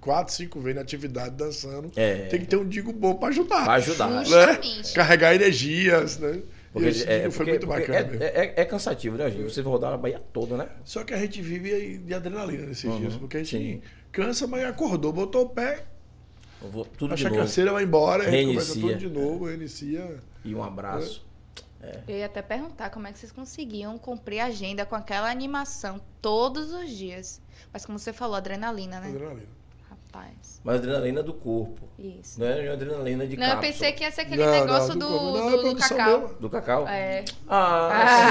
Speaker 3: quatro, cinco vezes na atividade, dançando,
Speaker 2: É.
Speaker 3: tem que ter um jingle bom para ajudar.
Speaker 2: Pra ajudar. né?
Speaker 1: Justamente.
Speaker 3: Carregar energias, né?
Speaker 2: Porque,
Speaker 3: E esse
Speaker 2: é,
Speaker 3: jingle foi
Speaker 2: porque-
Speaker 3: muito
Speaker 2: porque
Speaker 3: bacana
Speaker 2: é-
Speaker 3: mesmo.
Speaker 2: é, é, é cansativo, né, gente? Você rodar a Bahia toda, né?
Speaker 3: Só que a gente vive de adrenalina nesses
Speaker 2: Uhum,
Speaker 3: dias, porque a gente
Speaker 2: sim.
Speaker 3: cansa, mas acordou, botou o pé,
Speaker 2: Eu vou tudo
Speaker 3: a
Speaker 2: de novo.
Speaker 3: chacaceira vai embora, a gente começa
Speaker 2: Reinicia.
Speaker 3: tudo de novo, reinicia.
Speaker 2: E um abraço.
Speaker 3: É.
Speaker 1: Eu ia até perguntar como é que vocês conseguiam cumprir a agenda com aquela animação todos os dias. Mas como você falou, adrenalina, né?
Speaker 3: Adrenalina.
Speaker 1: Rapaz,
Speaker 2: Mas adrenalina do corpo.
Speaker 1: isso.
Speaker 2: Não é uma adrenalina de
Speaker 1: Não, eu
Speaker 2: cápsula.
Speaker 1: pensei que ia ser É. aquele
Speaker 3: Não, não,
Speaker 1: negócio
Speaker 3: do
Speaker 1: do,
Speaker 3: corpo. Não, é
Speaker 1: do- do
Speaker 3: produção
Speaker 1: cacau.
Speaker 3: mesmo.
Speaker 2: Do cacau?
Speaker 1: É. É.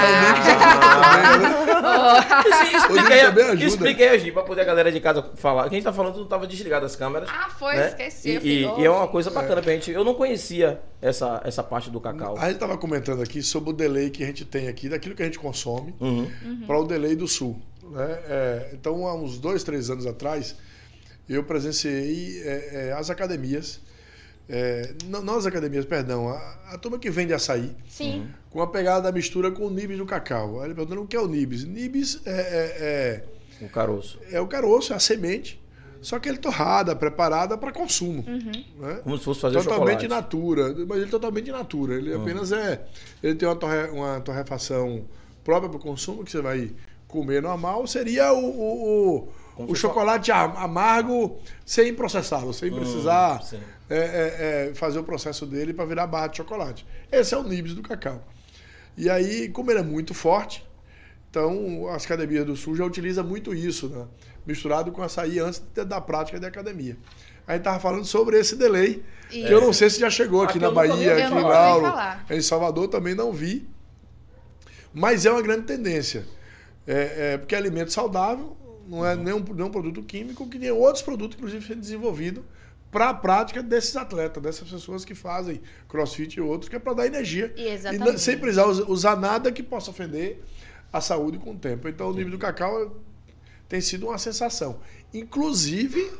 Speaker 2: Ah, sim. explica,
Speaker 3: Rodrigo também
Speaker 2: aí,
Speaker 3: ajuda.
Speaker 2: explica aí, Angie, pra poder a galera de casa falar. Quem tá falando não tava desligado as câmeras.
Speaker 1: Ah, foi,
Speaker 2: né?
Speaker 1: esqueci.
Speaker 2: E,
Speaker 1: eu fiquei,
Speaker 2: e-
Speaker 1: oh,
Speaker 2: e é uma coisa bacana pra gente. Eu não conhecia essa, essa parte do cacau.
Speaker 3: A gente estava comentando aqui sobre o delay que a gente tem aqui, daquilo que a gente consome,
Speaker 2: Uhum.
Speaker 3: para o delay do sul. Né? É, então, há uns dois, três anos atrás, eu presenciei é, é, as academias, é, não, não as academias, perdão, a, a turma que vende açaí,
Speaker 1: Sim.
Speaker 3: com a pegada da mistura com o nibs do cacau. Aí ele perguntou, o que é o nibs? Nibs é, é-
Speaker 2: O caroço.
Speaker 3: é- é o caroço, é a semente, só que ele torrada, preparada para consumo.
Speaker 1: uhum.
Speaker 3: Né?
Speaker 2: Como se fosse fazer
Speaker 3: Totalmente
Speaker 2: chocolate. Ah.
Speaker 3: natura, mas ele é totalmente natura. Ele apenas é. Ele tem uma, torre- uma torrefação própria para o consumo, que você vai comer normal. Seria o, o, o-
Speaker 2: Como
Speaker 3: o
Speaker 2: se fala?
Speaker 3: chocolate am- amargo sem processá-lo,
Speaker 2: Ah.
Speaker 3: sem precisar
Speaker 2: Hum, sim.
Speaker 3: é, é, é, fazer o processo dele para virar barra de chocolate. Esse é o nibs do cacau. E aí, como ele é muito forte, então as academias do Sul já utilizam muito isso, né? misturado com açaí antes de- da prática da academia. A gente estava falando sobre esse delay,
Speaker 1: Isso.
Speaker 3: que eu não sei se já chegou aqui,
Speaker 2: Aqui eu
Speaker 3: na
Speaker 2: nunca
Speaker 3: Bahia,
Speaker 2: ouvi
Speaker 3: aqui
Speaker 1: falar.
Speaker 3: em
Speaker 1: Eu nunca ouvi
Speaker 3: Lauro,
Speaker 1: falar.
Speaker 3: em Salvador também não vi, mas é uma grande tendência, É, é, porque é alimento saudável, não é nenhum, nenhum produto químico, que tem outros produtos, inclusive, sendo desenvolvidos para a prática desses atletas, dessas pessoas que fazem crossfit e outros, que é para dar energia.
Speaker 1: E
Speaker 3: E
Speaker 1: exatamente.
Speaker 3: não- sem precisar us- usar nada que possa ofender a saúde com o tempo. Então, o nível do cacau tem sido uma sensação. Inclusive,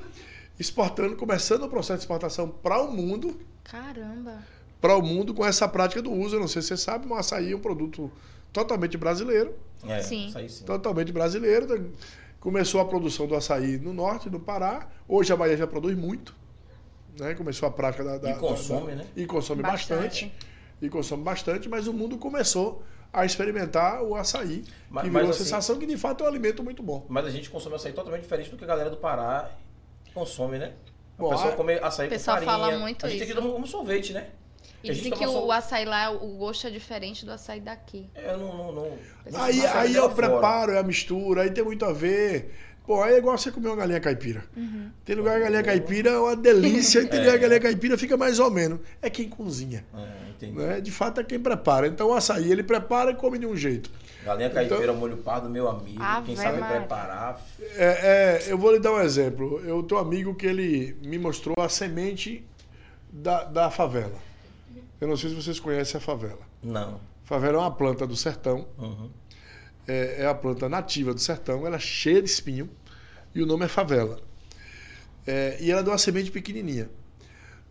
Speaker 3: exportando, começando o processo de exportação para o mundo,
Speaker 1: Caramba.
Speaker 3: para o mundo com essa prática do uso. Eu não sei se você sabe, mas açaí é um produto totalmente brasileiro,
Speaker 2: É,
Speaker 1: Sim.
Speaker 2: isso aí sim.
Speaker 3: totalmente brasileiro. Então, Começou a produção do açaí no norte, no Pará. Hoje a Bahia já produz muito. Né? Começou a prática da... da-
Speaker 2: E consome,
Speaker 3: da-
Speaker 2: né?
Speaker 3: E consome bastante e consome bastante, mas o mundo começou a experimentar o açaí,
Speaker 2: Ma-
Speaker 3: que
Speaker 2: mas
Speaker 3: virou uma
Speaker 2: assim-
Speaker 3: sensação que de fato é um alimento muito bom.
Speaker 2: Mas a gente consome açaí totalmente diferente do que a galera do Pará consome, né? A
Speaker 3: Bom,
Speaker 2: pessoa
Speaker 3: a-
Speaker 2: come açaí com
Speaker 1: pessoal
Speaker 2: farinha.
Speaker 1: fala muito
Speaker 2: a gente
Speaker 1: isso.
Speaker 2: aqui toma como sorvete, né?
Speaker 1: E
Speaker 2: A gente
Speaker 1: dizem
Speaker 2: toma
Speaker 1: que
Speaker 2: só-
Speaker 3: um.
Speaker 1: o açaí lá, o gosto é diferente do açaí daqui.
Speaker 2: Eu não... não, não-
Speaker 1: Pessoal
Speaker 3: Aí,
Speaker 1: fala-
Speaker 3: aí é o
Speaker 2: fora.
Speaker 3: preparo, é a mistura, aí tem muito a ver. Pô, aí é igual você comer uma galinha caipira. Tem lugar que a galinha caipira é uma delícia, e tem lugar que a galinha caipira fica mais ou menos. É quem cozinha,
Speaker 2: É, entendi.
Speaker 3: né? De fato é quem prepara. Então o açaí ele prepara e come de um jeito.
Speaker 2: Galinha
Speaker 3: Então-
Speaker 2: caipira, molho pardo, meu amigo.
Speaker 1: Ave
Speaker 2: quem sabe
Speaker 1: Maria.
Speaker 2: preparar.
Speaker 3: É, é, eu vou lhe dar um exemplo. Eu tenho um amigo que ele me mostrou a semente da, da favela. Eu não sei se vocês conhecem a favela.
Speaker 2: Não.
Speaker 3: Favela é uma planta do sertão,
Speaker 2: Uhum.
Speaker 3: é, é a planta nativa do sertão, ela é cheia de espinho e o nome é favela. É, e ela dá uma semente pequenininha.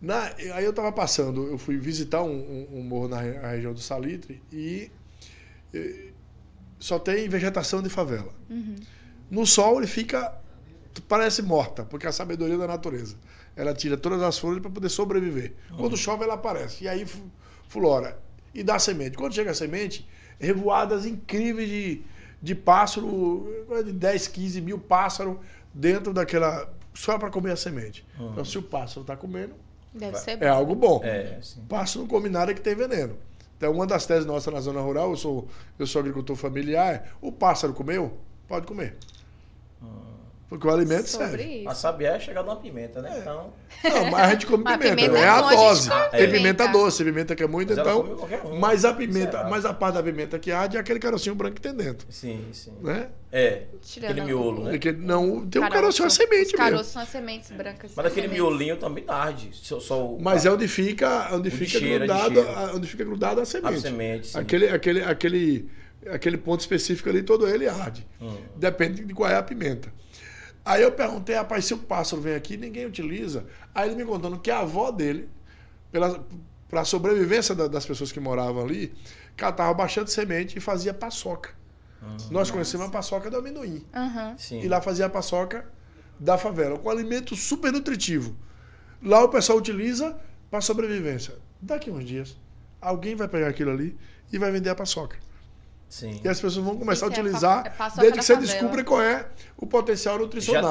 Speaker 3: Na- aí eu estava passando, eu fui visitar um, um- um morro na, re- na região do Salitre e, eh, só tem vegetação de favela. No sol ele fica parece morta, porque é a sabedoria da natureza. Ela tira todas as folhas para poder sobreviver. Quando chove, ela aparece. E aí fu- flora. E dá semente. Quando chega a semente, revoadas incríveis de, de pássaro, coisa de 10, 15 mil pássaros dentro daquela. só para comer a semente. Então, se o pássaro está comendo,
Speaker 1: Deve
Speaker 2: Vai.
Speaker 1: ser bom.
Speaker 3: é algo bom.
Speaker 2: É, sim.
Speaker 3: Pássaro não come nada que tem veneno. Então, uma das teses nossas na zona rural, eu sou, eu sou agricultor familiar, é, o pássaro comeu? Pode comer. Porque o alimento
Speaker 1: sobre
Speaker 3: serve.
Speaker 2: A
Speaker 1: isso.
Speaker 2: sabiá é chegar numa pimenta,
Speaker 3: É.
Speaker 2: né? Então,
Speaker 3: Não, mas a gente come
Speaker 1: Mas
Speaker 3: pimenta.
Speaker 1: pimenta
Speaker 3: né?
Speaker 1: é
Speaker 3: é a
Speaker 1: bom, a gente
Speaker 3: dose.
Speaker 1: come
Speaker 3: Tem
Speaker 1: pimenta.
Speaker 3: pimenta doce, pimenta que é muito,
Speaker 2: mas ela
Speaker 3: então.
Speaker 2: come qualquer um.
Speaker 3: Mas a pimenta,
Speaker 2: Será?
Speaker 3: mas a parte da pimenta que arde é aquele carocinho branco que tem dentro.
Speaker 2: Sim, sim.
Speaker 3: Né?
Speaker 2: É,
Speaker 1: Tirando
Speaker 2: aquele miolo, né?
Speaker 3: É que não, tem um
Speaker 1: Caroço.
Speaker 3: carocinho, é semente
Speaker 1: Os
Speaker 3: mesmo.
Speaker 1: caroços são as sementes brancas.
Speaker 2: Mas aquele
Speaker 1: miolo.
Speaker 2: miolinho também tarde. Só, só o-
Speaker 3: Mas
Speaker 2: a,
Speaker 3: é onde fica, onde
Speaker 2: de
Speaker 3: fica
Speaker 2: cheiro, é de
Speaker 3: grudado,
Speaker 2: cheiro.
Speaker 3: a- onde fica grudado a
Speaker 2: a
Speaker 3: semente.
Speaker 2: semente. sim.
Speaker 3: Aquele, aquele, aquele, aquele ponto específico ali, todo ele arde.
Speaker 2: Hum.
Speaker 3: Depende de qual é a pimenta. Aí eu perguntei, rapaz, se o pássaro vem aqui, ninguém utiliza. Aí ele me contando que a avó dele, para a sobrevivência da- das pessoas que moravam ali, catava bastante semente e fazia paçoca. Nós conhecemos a paçoca do amendoim.
Speaker 1: Aham.
Speaker 2: Sim.
Speaker 3: E lá fazia a paçoca da favela, com alimento super nutritivo. Lá o pessoal utiliza para sobrevivência. Daqui uns dias, alguém vai pegar aquilo ali e vai vender a paçoca.
Speaker 2: sim.
Speaker 3: E as pessoas vão começar a
Speaker 1: Isso é
Speaker 3: utilizar
Speaker 1: pa- é paçoca
Speaker 3: desde
Speaker 1: da
Speaker 3: que você
Speaker 1: favela.
Speaker 3: descubra qual é o potencial nutricional.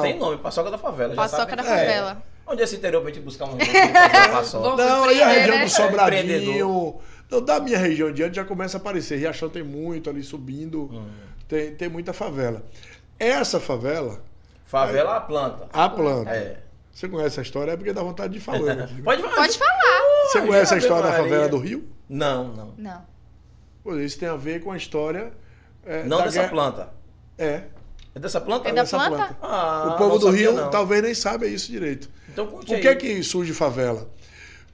Speaker 2: Já tem nome, paçoca da favela. já
Speaker 1: Paçoca
Speaker 2: sabe.
Speaker 1: da
Speaker 2: É.
Speaker 1: favela.
Speaker 2: Onde é esse interior pra gente buscar um negócio pra fazer paçoca?
Speaker 1: Vamos
Speaker 3: Não, aí a
Speaker 1: empreender,
Speaker 3: região
Speaker 1: né?
Speaker 3: do Sobradinho.
Speaker 2: Empreendedor.
Speaker 3: Não, da minha região em diante já começa a aparecer. Riachão tem muito ali subindo.
Speaker 2: Hum.
Speaker 3: Tem, tem muita favela. Essa favela,
Speaker 2: Favela a planta.
Speaker 3: a planta.
Speaker 2: É.
Speaker 3: Você conhece a história? É porque dá vontade de ir falando. aqui.
Speaker 2: Pode,
Speaker 1: Pode falar.
Speaker 3: né? Você conhece a
Speaker 2: Ave
Speaker 3: história da
Speaker 2: Maria.
Speaker 3: favela do Rio?
Speaker 2: Não, não.
Speaker 1: Não.
Speaker 3: Pois é, isso tem a ver com a história. é,
Speaker 2: Não
Speaker 3: da
Speaker 2: dessa
Speaker 3: guerra-
Speaker 2: planta.
Speaker 3: É.
Speaker 2: É dessa planta?
Speaker 1: É da
Speaker 3: Essa
Speaker 1: planta?
Speaker 3: planta.
Speaker 2: Ah,
Speaker 3: o povo
Speaker 2: não
Speaker 3: do
Speaker 2: sabia,
Speaker 3: Rio
Speaker 2: não.
Speaker 3: talvez nem saiba isso direito.
Speaker 2: Então conte
Speaker 3: Por
Speaker 2: aí.
Speaker 3: que, é que surge favela?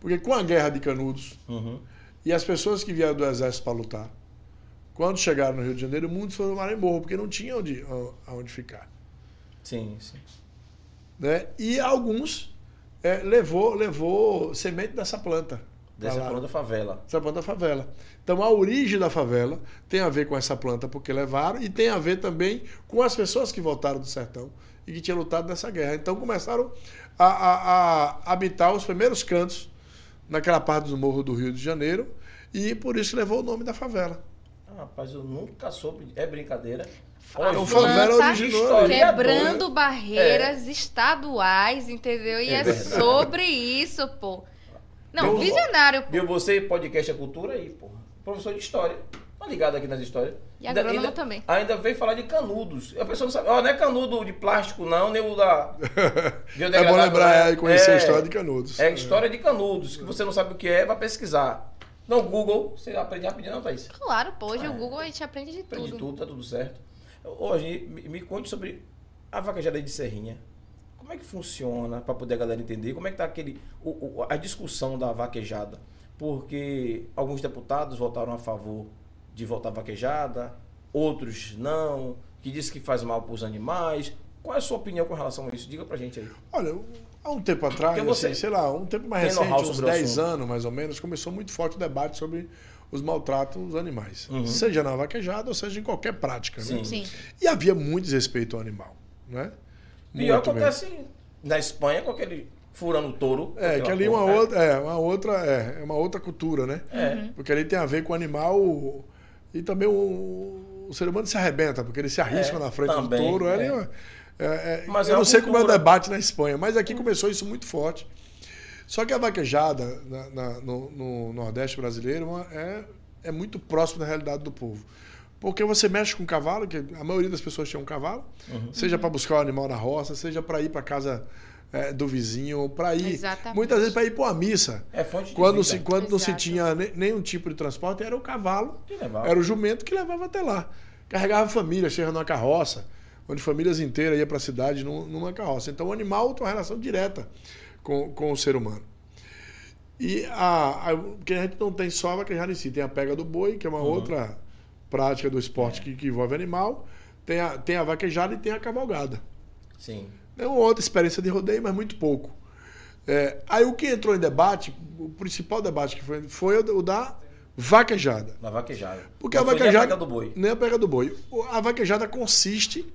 Speaker 3: Porque com a guerra de Canudos
Speaker 2: Uhum.
Speaker 3: e as pessoas que vieram do exército para lutar, quando chegaram no Rio de Janeiro, muitos foram morar em morro, porque não tinham onde, aonde ficar.
Speaker 2: Sim, sim.
Speaker 3: Né? E alguns é, levou, levou semente dessa planta. pra
Speaker 2: Dessa
Speaker 3: lá,
Speaker 2: planta favela.
Speaker 3: Essa planta é favela. Então a origem da favela tem a ver com essa planta porque levaram e tem a ver também com as pessoas que voltaram do sertão e que tinham lutado nessa guerra. Então começaram a, a- a habitar os primeiros cantos naquela parte do morro do Rio de Janeiro e por isso levou o nome da favela.
Speaker 2: Ah, Rapaz, eu nunca soube. É brincadeira.
Speaker 1: A
Speaker 2: Olha,
Speaker 3: É favela
Speaker 1: planta
Speaker 3: originou
Speaker 2: ali.
Speaker 1: Quebrando barreiras estaduais, entendeu? E
Speaker 2: É
Speaker 1: é,
Speaker 2: verdade.
Speaker 1: sobre isso, pô. Não,
Speaker 2: Eu-
Speaker 1: visionário, pô.
Speaker 2: Viu você, podcast é cultura aí, porra. Professor de história. Tá ligado aqui nas histórias.
Speaker 1: E agrônomo também.
Speaker 2: Ainda veio falar de canudos. A pessoa não sabe. Ó, não é canudo de plástico, não, nem o da.
Speaker 3: É bom lembrar e conhecer a história de
Speaker 2: canudos.
Speaker 3: Canudos.
Speaker 2: É história de canudos. Que você não sabe o que é, vai pesquisar. No Google, você aprende rapidinho, não, Thaís?
Speaker 1: Claro, pô. Hoje o Google a gente aprende de
Speaker 2: Aprende
Speaker 1: tudo.
Speaker 2: tudo, tá tudo certo. Hoje, me me conte sobre a vaquejada de Serrinha. Como é que funciona, para poder a galera entender? Como é que tá aquele, o- o- a discussão da vaquejada? Porque alguns deputados votaram a favor de voltar a vaquejada, outros não, que diz que faz mal para os animais. Qual é a sua opinião com relação a isso? Diga pra gente aí.
Speaker 3: Olha, um- há um tempo atrás,
Speaker 2: Porque você
Speaker 3: assim, sei lá, um tempo mais
Speaker 2: tem
Speaker 3: recente,
Speaker 2: know-how
Speaker 3: uns
Speaker 2: sobre o
Speaker 3: 10
Speaker 2: assunto.
Speaker 3: anos mais ou menos, começou muito forte o debate sobre os maltratos aos animais.
Speaker 2: Uhum.
Speaker 3: Seja na vaquejada ou seja em qualquer prática. né?
Speaker 2: Sim.
Speaker 1: Sim.
Speaker 3: E havia muito desrespeito ao animal, né?
Speaker 2: Pior
Speaker 3: Muito mesmo.
Speaker 2: é acontece na Espanha com aquele furando o touro.
Speaker 3: É, que
Speaker 2: aquela
Speaker 3: ali uma
Speaker 2: porra.
Speaker 3: outra, é, uma outra, é, é uma outra cultura, né?
Speaker 2: É.
Speaker 3: Porque ali tem a ver com o animal e também o, o ser humano se arrebenta, porque ele se arrisca
Speaker 2: É,
Speaker 3: na frente
Speaker 2: também,
Speaker 3: do touro. ali
Speaker 2: é.
Speaker 3: é uma- é- é-
Speaker 2: Mas é
Speaker 3: eu
Speaker 2: uma
Speaker 3: não sei como é o
Speaker 2: cultura.
Speaker 3: debate na Espanha, mas aqui começou isso muito forte. Só que a vaquejada na- na- no, no Nordeste brasileiro uma- é, é muito próximo da realidade do povo. Porque você mexe com um cavalo, que a maioria das pessoas tinha um cavalo, seja para buscar o animal na roça, seja para ir para casa eh, do vizinho, para ir.
Speaker 1: Exatamente.
Speaker 3: Muitas vezes para ir para uma missa.
Speaker 2: É fonte de
Speaker 3: Quando,
Speaker 2: vida.
Speaker 3: se, quando não se
Speaker 1: Exato.
Speaker 3: tinha ne- nenhum tipo de transporte, era o cavalo,
Speaker 2: Que legal.
Speaker 3: era o jumento que levava até lá. Carregava família, chegava numa carroça, onde famílias inteiras iam para a cidade num- numa carroça. Então o animal tem uma relação direta com, com o ser humano. E a, a, que a gente não tem só a vaquejada em si, tem a pega do boi, que é uma outra prática do esporte que, que envolve animal, tem a, tem a vaquejada e tem a cavalgada.
Speaker 2: Sim.
Speaker 3: É uma outra experiência de rodeio, mas muito pouco. É, aí o que entrou em debate, o principal debate que foi, foi o da vaquejada.
Speaker 2: Na vaquejada.
Speaker 3: Porque
Speaker 2: Não
Speaker 3: a
Speaker 2: foi nem
Speaker 3: vaquejada.
Speaker 2: pegada do boi.
Speaker 3: Nem a pega do boi. O- A vaquejada consiste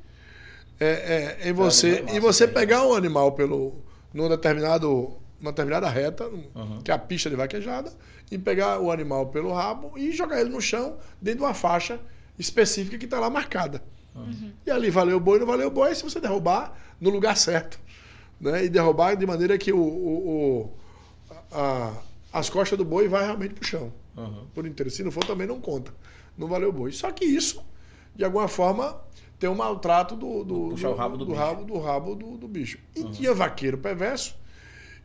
Speaker 3: É, é, em você,
Speaker 2: animal é
Speaker 3: e
Speaker 2: massa,
Speaker 3: você
Speaker 2: né?
Speaker 3: pegar um animal pelo, num determinado, numa determinada reta, num-
Speaker 2: Uhum.
Speaker 3: que é a pista de vaquejada, e pegar o animal pelo rabo e jogar ele no chão dentro de uma faixa específica que está lá marcada.
Speaker 2: Uhum.
Speaker 3: E ali valeu o boi, não valeu o boi, se você derrubar no lugar certo. Né? E derrubar de maneira que o, o- o- a- as costas do boi vai realmente para o chão
Speaker 2: Uhum.
Speaker 3: por inteiro. Se não for, também não conta. Não valeu o boi. Só que isso, de alguma forma, tem um maltrato do, do,
Speaker 2: Puxar o rabo do bicho. Uhum.
Speaker 3: rabo do rabo do, do bicho. E tinha vaqueiro perverso,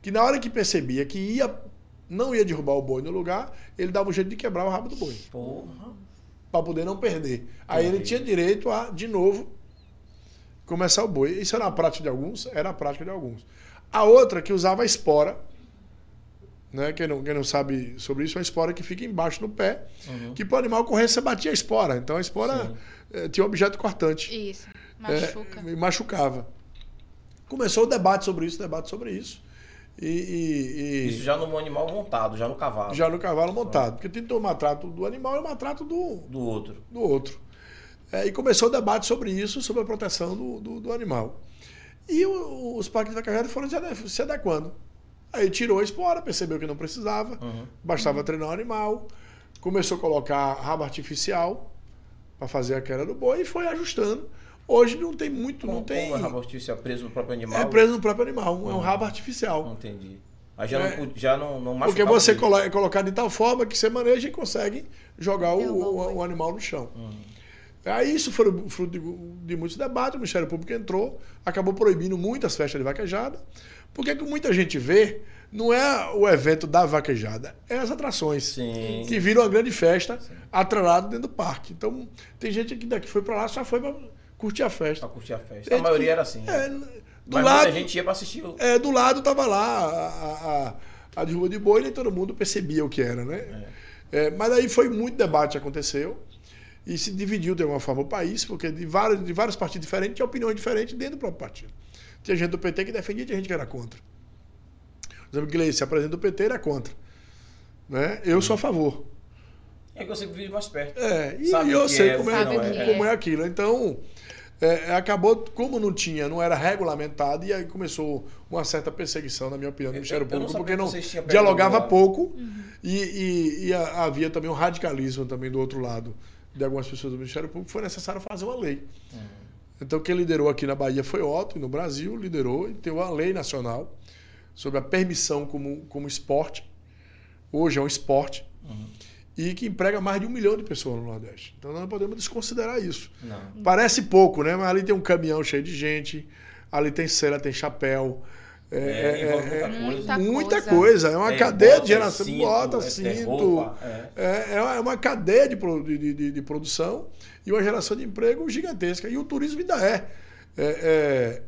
Speaker 3: que na hora que percebia que ia não ia derrubar o boi no lugar, ele dava um jeito de quebrar o rabo do boi,
Speaker 2: Porra.
Speaker 3: para poder não perder. Aí ele
Speaker 2: Entendi.
Speaker 3: tinha direito a, de novo, começar o boi. Isso era a prática de alguns? Era a prática de alguns. A outra que usava a espora, né? quem, não, quem não sabe sobre isso, é uma espora que fica embaixo no pé,
Speaker 2: Uhum.
Speaker 3: que para o animal correr, você batia a espora. Então a espora
Speaker 2: Sim.
Speaker 3: eh, tinha um objeto cortante.
Speaker 2: É.
Speaker 1: Isso.
Speaker 3: eh,
Speaker 1: Machuca.
Speaker 3: e machucava. Começou o debate sobre isso, debate sobre isso. E, e- e-
Speaker 2: Isso já no animal montado, já no cavalo.
Speaker 3: já no cavalo montado. Porque tem que ter o maltrato do animal e o maltrato do,
Speaker 2: Do outro.
Speaker 3: do outro. É, e começou o debate sobre isso, sobre a proteção do, do, do animal. E o- os parques da carreira foram se ade- se adequando. Aí tirou a espora, percebeu que não precisava,
Speaker 2: Uhum.
Speaker 3: bastava treinar o animal, começou a colocar rabo artificial para fazer a queda do boi e foi ajustando. Hoje não tem muito, não
Speaker 2: Como-
Speaker 3: tem.
Speaker 2: Como é rabo artificial preso no próprio animal?
Speaker 3: É preso no próprio animal, é um
Speaker 2: Uhum.
Speaker 3: rabo artificial.
Speaker 2: Entendi. Aí já,
Speaker 3: É.
Speaker 2: não, pu- já não, não
Speaker 3: Porque
Speaker 2: machucava
Speaker 3: você
Speaker 2: ele.
Speaker 3: colo- é colocado de tal forma que você maneja e consegue jogar o,
Speaker 1: Derrubar o
Speaker 3: o-
Speaker 1: boi.
Speaker 3: o animal no chão.
Speaker 2: Uhum.
Speaker 3: Aí isso foi o fruto de, de muitos debates, o Ministério Público entrou, acabou proibindo muitas festas de vaquejada, porque o que muita gente vê não é o evento da vaquejada, é as atrações
Speaker 2: Sim.
Speaker 3: que viram uma grande festa atrelado dentro do parque. Então tem gente que daqui foi pra lá só foi pra curtir a festa.
Speaker 2: Pra curtir a festa.
Speaker 3: Tem
Speaker 2: A maioria
Speaker 3: que-
Speaker 2: era assim.
Speaker 3: É,
Speaker 2: né?
Speaker 3: do
Speaker 2: Mas
Speaker 3: lado,
Speaker 2: muita gente ia pra assistir. o-
Speaker 3: é, do lado tava lá a, a, a, a derruba de boi, nem todo mundo percebia o que era, né? É, mas aí foi muito debate aconteceu e se dividiu de alguma forma o país, porque de vários, de vários partidos diferentes tinha opiniões diferentes dentro do próprio partido. Tinha gente do PT que defendia, tinha gente que era contra. Por exemplo, Gleice, a presidente do PT era contra. Né? Eu sou a favor.
Speaker 2: É que eu sempre vivo mais perto.
Speaker 3: É, e
Speaker 2: Sabe o
Speaker 3: eu
Speaker 2: que
Speaker 3: sei
Speaker 2: é,
Speaker 3: como, é,
Speaker 1: sabe o que
Speaker 3: como
Speaker 1: é.
Speaker 3: é aquilo. Então, é, é, acabou, como não tinha, não era regulamentado, e aí começou uma certa perseguição, na minha opinião, do
Speaker 2: Eu-
Speaker 3: Ministério
Speaker 2: eu não
Speaker 3: Público,
Speaker 2: sabia
Speaker 3: porque
Speaker 2: que
Speaker 3: não
Speaker 2: vocês tinham né? pegado
Speaker 3: dialogava
Speaker 2: do lado.
Speaker 3: pouco e, e- e a- havia também um radicalismo também do outro lado de algumas pessoas do Ministério Público, foi necessário fazer uma lei.
Speaker 2: Hum.
Speaker 3: Então, quem liderou aqui na Bahia foi Otto, e no Brasil liderou e tem uma lei nacional sobre a permissão como, como esporte. Hoje é um esporte
Speaker 2: Uhum.
Speaker 3: e que emprega mais de um milhão de pessoas no Nordeste. Então, nós não podemos desconsiderar isso.
Speaker 2: Não.
Speaker 3: Parece pouco, né? Mas ali tem um caminhão cheio de gente, ali tem cera, tem chapéu. É,
Speaker 2: É,
Speaker 3: é,
Speaker 2: envolve muita
Speaker 3: é,
Speaker 2: coisa.
Speaker 1: Muita
Speaker 3: muita
Speaker 1: coisa.
Speaker 3: coisa. É uma
Speaker 2: É,
Speaker 3: cadeia
Speaker 2: bota,
Speaker 3: de geração.
Speaker 2: é cinto,
Speaker 3: bota,
Speaker 2: é- é
Speaker 3: cinto.
Speaker 2: roupa, é.
Speaker 3: É, é uma- é uma cadeia de, pro- de- de- de produção e uma geração de emprego gigantesca. E o turismo ainda é. é- é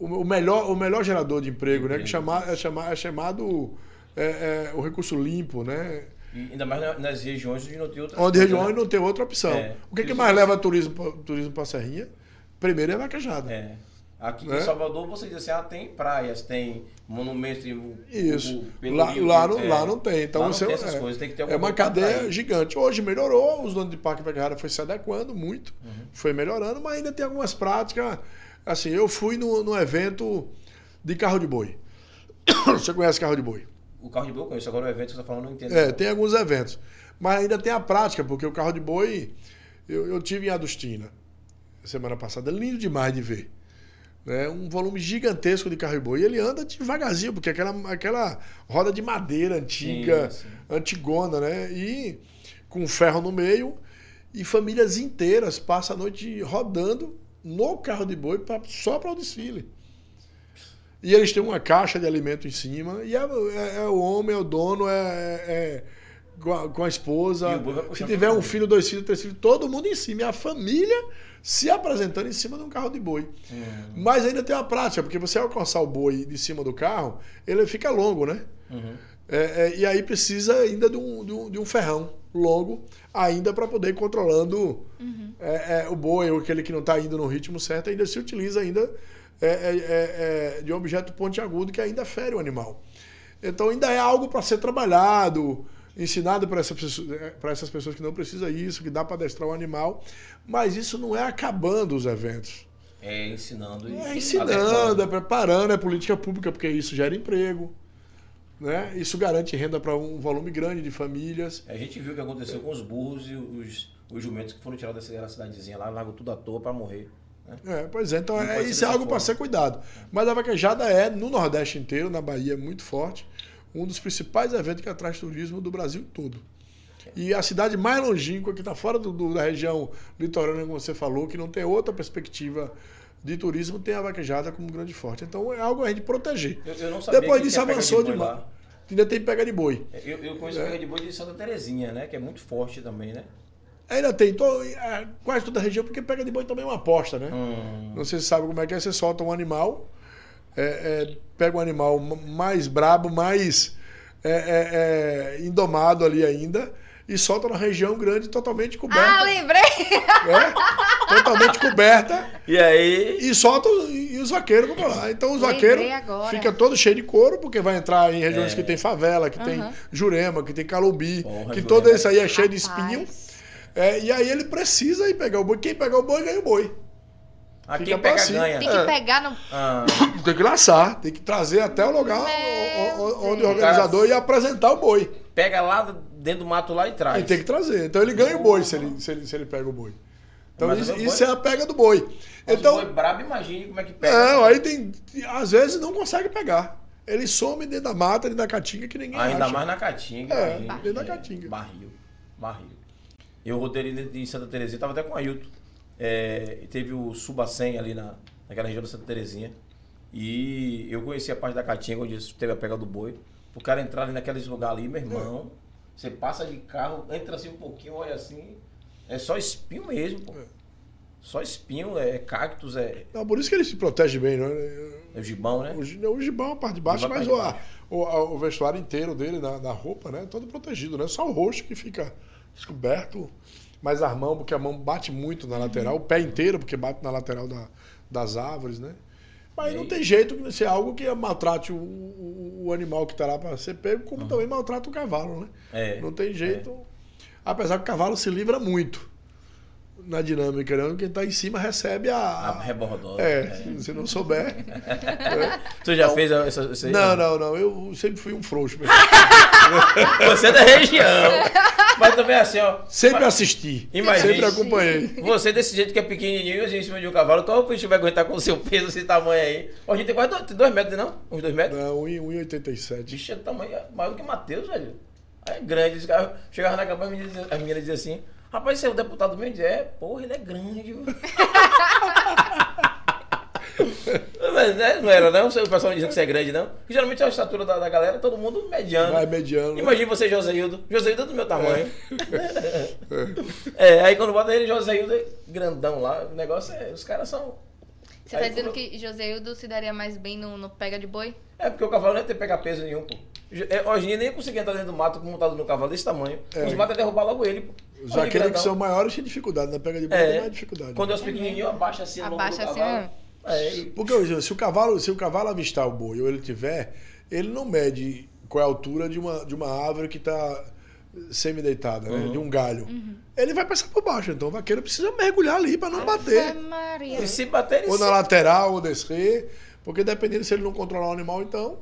Speaker 3: o, o melhor, o melhor gerador de emprego, né? Que
Speaker 2: Emprego.
Speaker 3: chama- é, chama- é chamado é, é, o recurso limpo, né?
Speaker 2: E ainda mais na- nas regiões onde não tem outra né?
Speaker 3: Onde regiões não tem outra opção.
Speaker 2: É.
Speaker 3: O que, que
Speaker 2: Isso
Speaker 3: mais
Speaker 2: você-
Speaker 3: leva turismo, pra- turismo para a Serrinha? Primeiro é a vaquejada.
Speaker 2: É. Aqui
Speaker 3: Né?
Speaker 2: em Salvador, você diz assim, ah, tem praias, tem monumentos. tem o-
Speaker 3: Isso.
Speaker 2: o- pelo
Speaker 3: lá,
Speaker 2: rio,
Speaker 3: lá, não,
Speaker 2: é.
Speaker 3: lá não tem. Então
Speaker 2: Lá não
Speaker 3: você-
Speaker 2: tem essas
Speaker 3: é,
Speaker 2: coisas, tem que ter
Speaker 3: é
Speaker 2: alguma
Speaker 3: uma
Speaker 2: coisa pra
Speaker 3: cadeia
Speaker 2: atrair.
Speaker 3: gigante. Hoje melhorou, os donos de parque vaquejada foi se adequando muito,
Speaker 2: Uhum.
Speaker 3: foi melhorando, mas ainda tem algumas práticas. Assim, eu fui no, no evento de carro de boi. Você conhece carro de boi?
Speaker 2: O carro de boi eu conheço, agora o evento que você tá falando eu não entendo.
Speaker 3: É, tem alguns eventos. Mas ainda tem a prática, porque o carro de boi, eu, eu tive em Adustina semana passada, É lindo demais de ver. Né? Um volume gigantesco de carro de boi. E ele anda devagarzinho, porque é aquela, aquela roda de madeira antiga,
Speaker 2: Sim, sim.
Speaker 3: antigona, né? E com ferro no meio, e famílias inteiras passam a noite rodando no carro de boi pra, só para o desfile. E eles têm uma caixa de alimento em cima, e é, é- é o homem, é o dono, é, é- é com, a, com a
Speaker 2: E
Speaker 3: esposa.
Speaker 2: o boi vai puxando
Speaker 3: Se
Speaker 2: todo
Speaker 3: tiver um
Speaker 2: mundo.
Speaker 3: filho, dois filhos, três filhos, todo mundo em cima. E a família se apresentando em cima de um carro de boi.
Speaker 2: Hum,
Speaker 3: É. Mas ainda tem uma prática, porque você ao alcançar o boi de cima do carro, ele fica longo, né?
Speaker 2: uhum.
Speaker 3: É, é, e aí precisa ainda de um, de um, de um ferrão longo, ainda para poder ir controlando é, é, o boi, ou aquele que não está indo no ritmo certo, ainda se utiliza ainda é, é, é, é, de um objeto pontiagudo que ainda fere o animal. Então ainda é algo para ser trabalhado, ensinado para essa pessoa- eh, pra essas pessoas que não precisa isso, que dá para adestrar o animal, mas isso não é acabando é os eventos.
Speaker 2: É ensinando e
Speaker 3: É ensinando, é preparando, é política pública, porque isso gera emprego. Né? Isso garante renda para um volume grande de famílias.
Speaker 2: A gente viu o que aconteceu com os burros e os, os jumentos que foram tirados daquela cidadezinha lá, largou tudo à toa pra morrer. né?
Speaker 3: É, pois é, então
Speaker 2: Não
Speaker 3: é-
Speaker 2: pode ser
Speaker 3: isso
Speaker 2: dessa
Speaker 3: é algo para
Speaker 2: forma.
Speaker 3: ser cuidado. Mas a vaquejada é, no Nordeste inteiro, na Bahia, muito forte, um dos principais eventos que atrai turismo do Brasil todo. E a cidade mais longínqua, que está fora do- do- da região litorânea, como você falou, que não tem outra perspectiva de turismo, tem a vaquejada como grande forte. Então é algo a gente proteger.
Speaker 2: Eu, eu não sabia
Speaker 3: Depois
Speaker 2: que
Speaker 3: disso
Speaker 2: tinha pega
Speaker 3: avançou
Speaker 2: de boi lá. É,
Speaker 3: demais. É. Ainda tem pega de boi.
Speaker 2: Eu, eu conheço pega de boi de Santa Terezinha, né? Que é muito forte também, né?
Speaker 3: Ainda tem to- é, quase toda a região, porque pega de boi também é uma aposta, né?
Speaker 2: Hum,
Speaker 3: Não sei se sabe como é que é, você solta um animal, é, é, pega um animal ma- mais brabo, mais é, é, é, indomado ali ainda, e solta na região grande totalmente
Speaker 1: Ah,
Speaker 3: coberta.
Speaker 1: lembrei!
Speaker 3: né? Totalmente coberta,
Speaker 2: E aí.
Speaker 3: e solta os- e os vaqueiros vão pra lá. Então os
Speaker 1: Lembrei
Speaker 3: vaqueiros
Speaker 1: agora.
Speaker 3: fica todo cheio de couro, porque vai entrar em regiões
Speaker 2: É.
Speaker 3: que tem favela, que tem
Speaker 1: Aham.
Speaker 3: jurema, que tem calumbi,
Speaker 2: Porra,
Speaker 3: que
Speaker 2: Jurema.
Speaker 3: todo isso aí é cheio de espinho.
Speaker 1: Rapaz,
Speaker 3: É, e aí ele precisa ir pegar o boi. Quem pegar o boi ganha o boi.
Speaker 2: A Ah,
Speaker 3: Fica
Speaker 2: quem pega
Speaker 3: pra cima.
Speaker 2: ganha.
Speaker 1: Tem
Speaker 3: É.
Speaker 1: que pegar no.
Speaker 2: Ah,
Speaker 3: Tem que laçar, tem que trazer até o lugar
Speaker 1: Meu
Speaker 3: o- o- onde o
Speaker 1: Deus.
Speaker 3: organizador ia apresentar o boi.
Speaker 2: pega lá dentro do mato lá e traz.
Speaker 3: Ele tem que trazer. Então ele ganha o boi se ele, se ele, se ele pega o boi. Então
Speaker 2: Mas
Speaker 3: isso,
Speaker 2: o boi-
Speaker 3: isso é a pega do boi.
Speaker 2: Mas
Speaker 3: Então,
Speaker 2: o boi brabo, imagine como é que pega.
Speaker 3: não, aí tem. Às vezes não consegue pegar. Ele some dentro da mata, dentro da caatinga que ninguém
Speaker 2: Ainda
Speaker 3: acha.
Speaker 2: mais na Caatinga.
Speaker 3: É,
Speaker 2: imagine.
Speaker 3: dentro da Caatinga.
Speaker 2: Barril. Barril. Eu roteirei de Santa Terezinha, tava até com o Ailton. É, e teve o Subacém ali na, naquela região da Santa Terezinha. E eu conheci a parte da Caatinga, onde teve a pega do boi. O cara entrar ali naqueles lugares ali, meu irmão.
Speaker 3: É.
Speaker 2: Você passa de carro, entra assim um pouquinho, olha assim. É só espinho mesmo, pô.
Speaker 3: É.
Speaker 2: Só espinho, é cactus, é,
Speaker 3: Não, Então, por isso que ele se protege bem. Né?
Speaker 2: é o gibão, né?
Speaker 3: O, gi- o gibão é a parte de baixo,
Speaker 2: Gibão é a
Speaker 3: mas o,
Speaker 2: parte de
Speaker 3: o- a- o vestuário inteiro dele, na, na roupa, né? Todo protegido, né? Só o rosto que fica descoberto. Mas a mão, porque a mão bate muito na lateral, o pé inteiro, porque bate na lateral da- das árvores, né? Mas
Speaker 2: E
Speaker 3: não
Speaker 2: aí?
Speaker 3: tem jeito que ser algo que maltrate o, o- o animal que está lá para ser pego, como também maltrata o cavalo, né?
Speaker 2: É.
Speaker 3: Não tem jeito. Apesar que o cavalo se livra muito na dinâmica, né? Quem está em cima recebe a.
Speaker 2: A rebordosa.
Speaker 3: É, se- se não souber.
Speaker 2: Tu já fez essa, essa aí?
Speaker 3: Não, não, não. Eu sempre fui um frouxo. Mas
Speaker 2: Você é da região. Mas também assim, ó.
Speaker 3: sempre assim. assisti.
Speaker 2: Imagina.
Speaker 3: Sempre acompanhei.
Speaker 2: Você desse jeito que é pequenininho, a gente em cima de um cavalo, qual o bicho vai aguentar com o seu peso, esse tamanho aí? Ó, A gente tem quase dois, tem dois metros, não? Uns dois metros?
Speaker 3: Não, 1,87.
Speaker 2: Bicho é tamanho é maior do que Matheus, velho. Aí é grande. Esse cara chegava na cabana, as meninas diziam- as meninas diziam assim, rapaz, você é o deputado mesmo? Eu dizia, é, porra, ele é grande. viu?" Mas né, não era não? O pessoal não dizia que você é grande, não? Porque geralmente a estatura da, da galera, todo mundo mediano.
Speaker 3: Vai mediano. né?
Speaker 2: Imagina você, Joseildo. Joseildo é do meu tamanho. É, aí quando bota ele, Joseildo é grandão lá. O negócio é. Os caras são.
Speaker 1: Você tá
Speaker 2: Aí
Speaker 1: dizendo
Speaker 2: falou-
Speaker 1: que Joseildo se daria mais bem no, no pega de boi?
Speaker 2: É porque o cavalo não ia ter pegar peso nenhum, pô. Jo- é, Hoje nem conseguia entrar dentro do mato um montado no cavalo desse tamanho.
Speaker 3: É.
Speaker 2: Os matos iam derrubar logo ele, pô. Olha que
Speaker 3: Os vaqueiros que
Speaker 2: grandão.
Speaker 3: são maiores têm dificuldade. Na pega de boi tem
Speaker 2: É.
Speaker 3: mais dificuldade. né?
Speaker 2: Quando é os pequenininhos, abaixa assim,
Speaker 1: Abaixa
Speaker 2: abaixa
Speaker 1: assim,
Speaker 2: assim. É, ele-
Speaker 3: Porque eu digo, se o cavalo, se o cavalo avistar o boi ou ele tiver, ele não mede qual é a altura de uma, de uma árvore que está semideitada,
Speaker 2: Uhum.
Speaker 3: né? De um galho. Ele vai passar por baixo. Então o vaqueiro precisa mergulhar ali para não
Speaker 1: Ave
Speaker 3: bater.
Speaker 1: Maria.
Speaker 2: e se bater, ele
Speaker 3: ou na
Speaker 2: se...
Speaker 3: lateral, ou descer, porque dependendo se ele não controlar o animal, então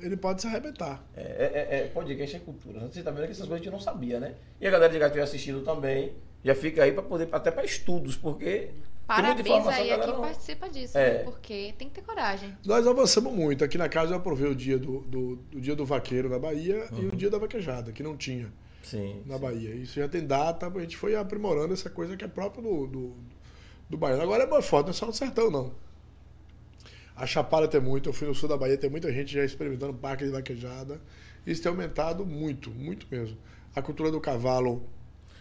Speaker 3: ele pode se arrebentar.
Speaker 2: É, é, é, é, podcast é cultura. Você tá vendo que essas coisas a gente não sabia, né? E a galera de gato assistindo também. Já fica aí pra poder, até pra estudos, porque. tem muita
Speaker 1: Parabéns
Speaker 2: informação
Speaker 1: aí
Speaker 2: que a
Speaker 1: a
Speaker 2: galera
Speaker 1: quem
Speaker 2: não-
Speaker 1: participa disso,
Speaker 2: É.
Speaker 1: né? porque tem que ter coragem.
Speaker 3: Nós avançamos muito. Aqui na casa eu aprovei o dia do, do, do dia do vaqueiro na Bahia e o dia da vaquejada, que não tinha
Speaker 2: Sim.
Speaker 3: na
Speaker 2: sim.
Speaker 3: Bahia. Isso já tem data, a gente foi aprimorando essa coisa que é própria do, do, do baiano. Agora é mais forte, não é só no sertão, não. A Chapada tem muito, eu fui no sul da Bahia, tem muita gente já experimentando parque de vaquejada. Isso tem aumentado muito, muito mesmo. A cultura do cavalo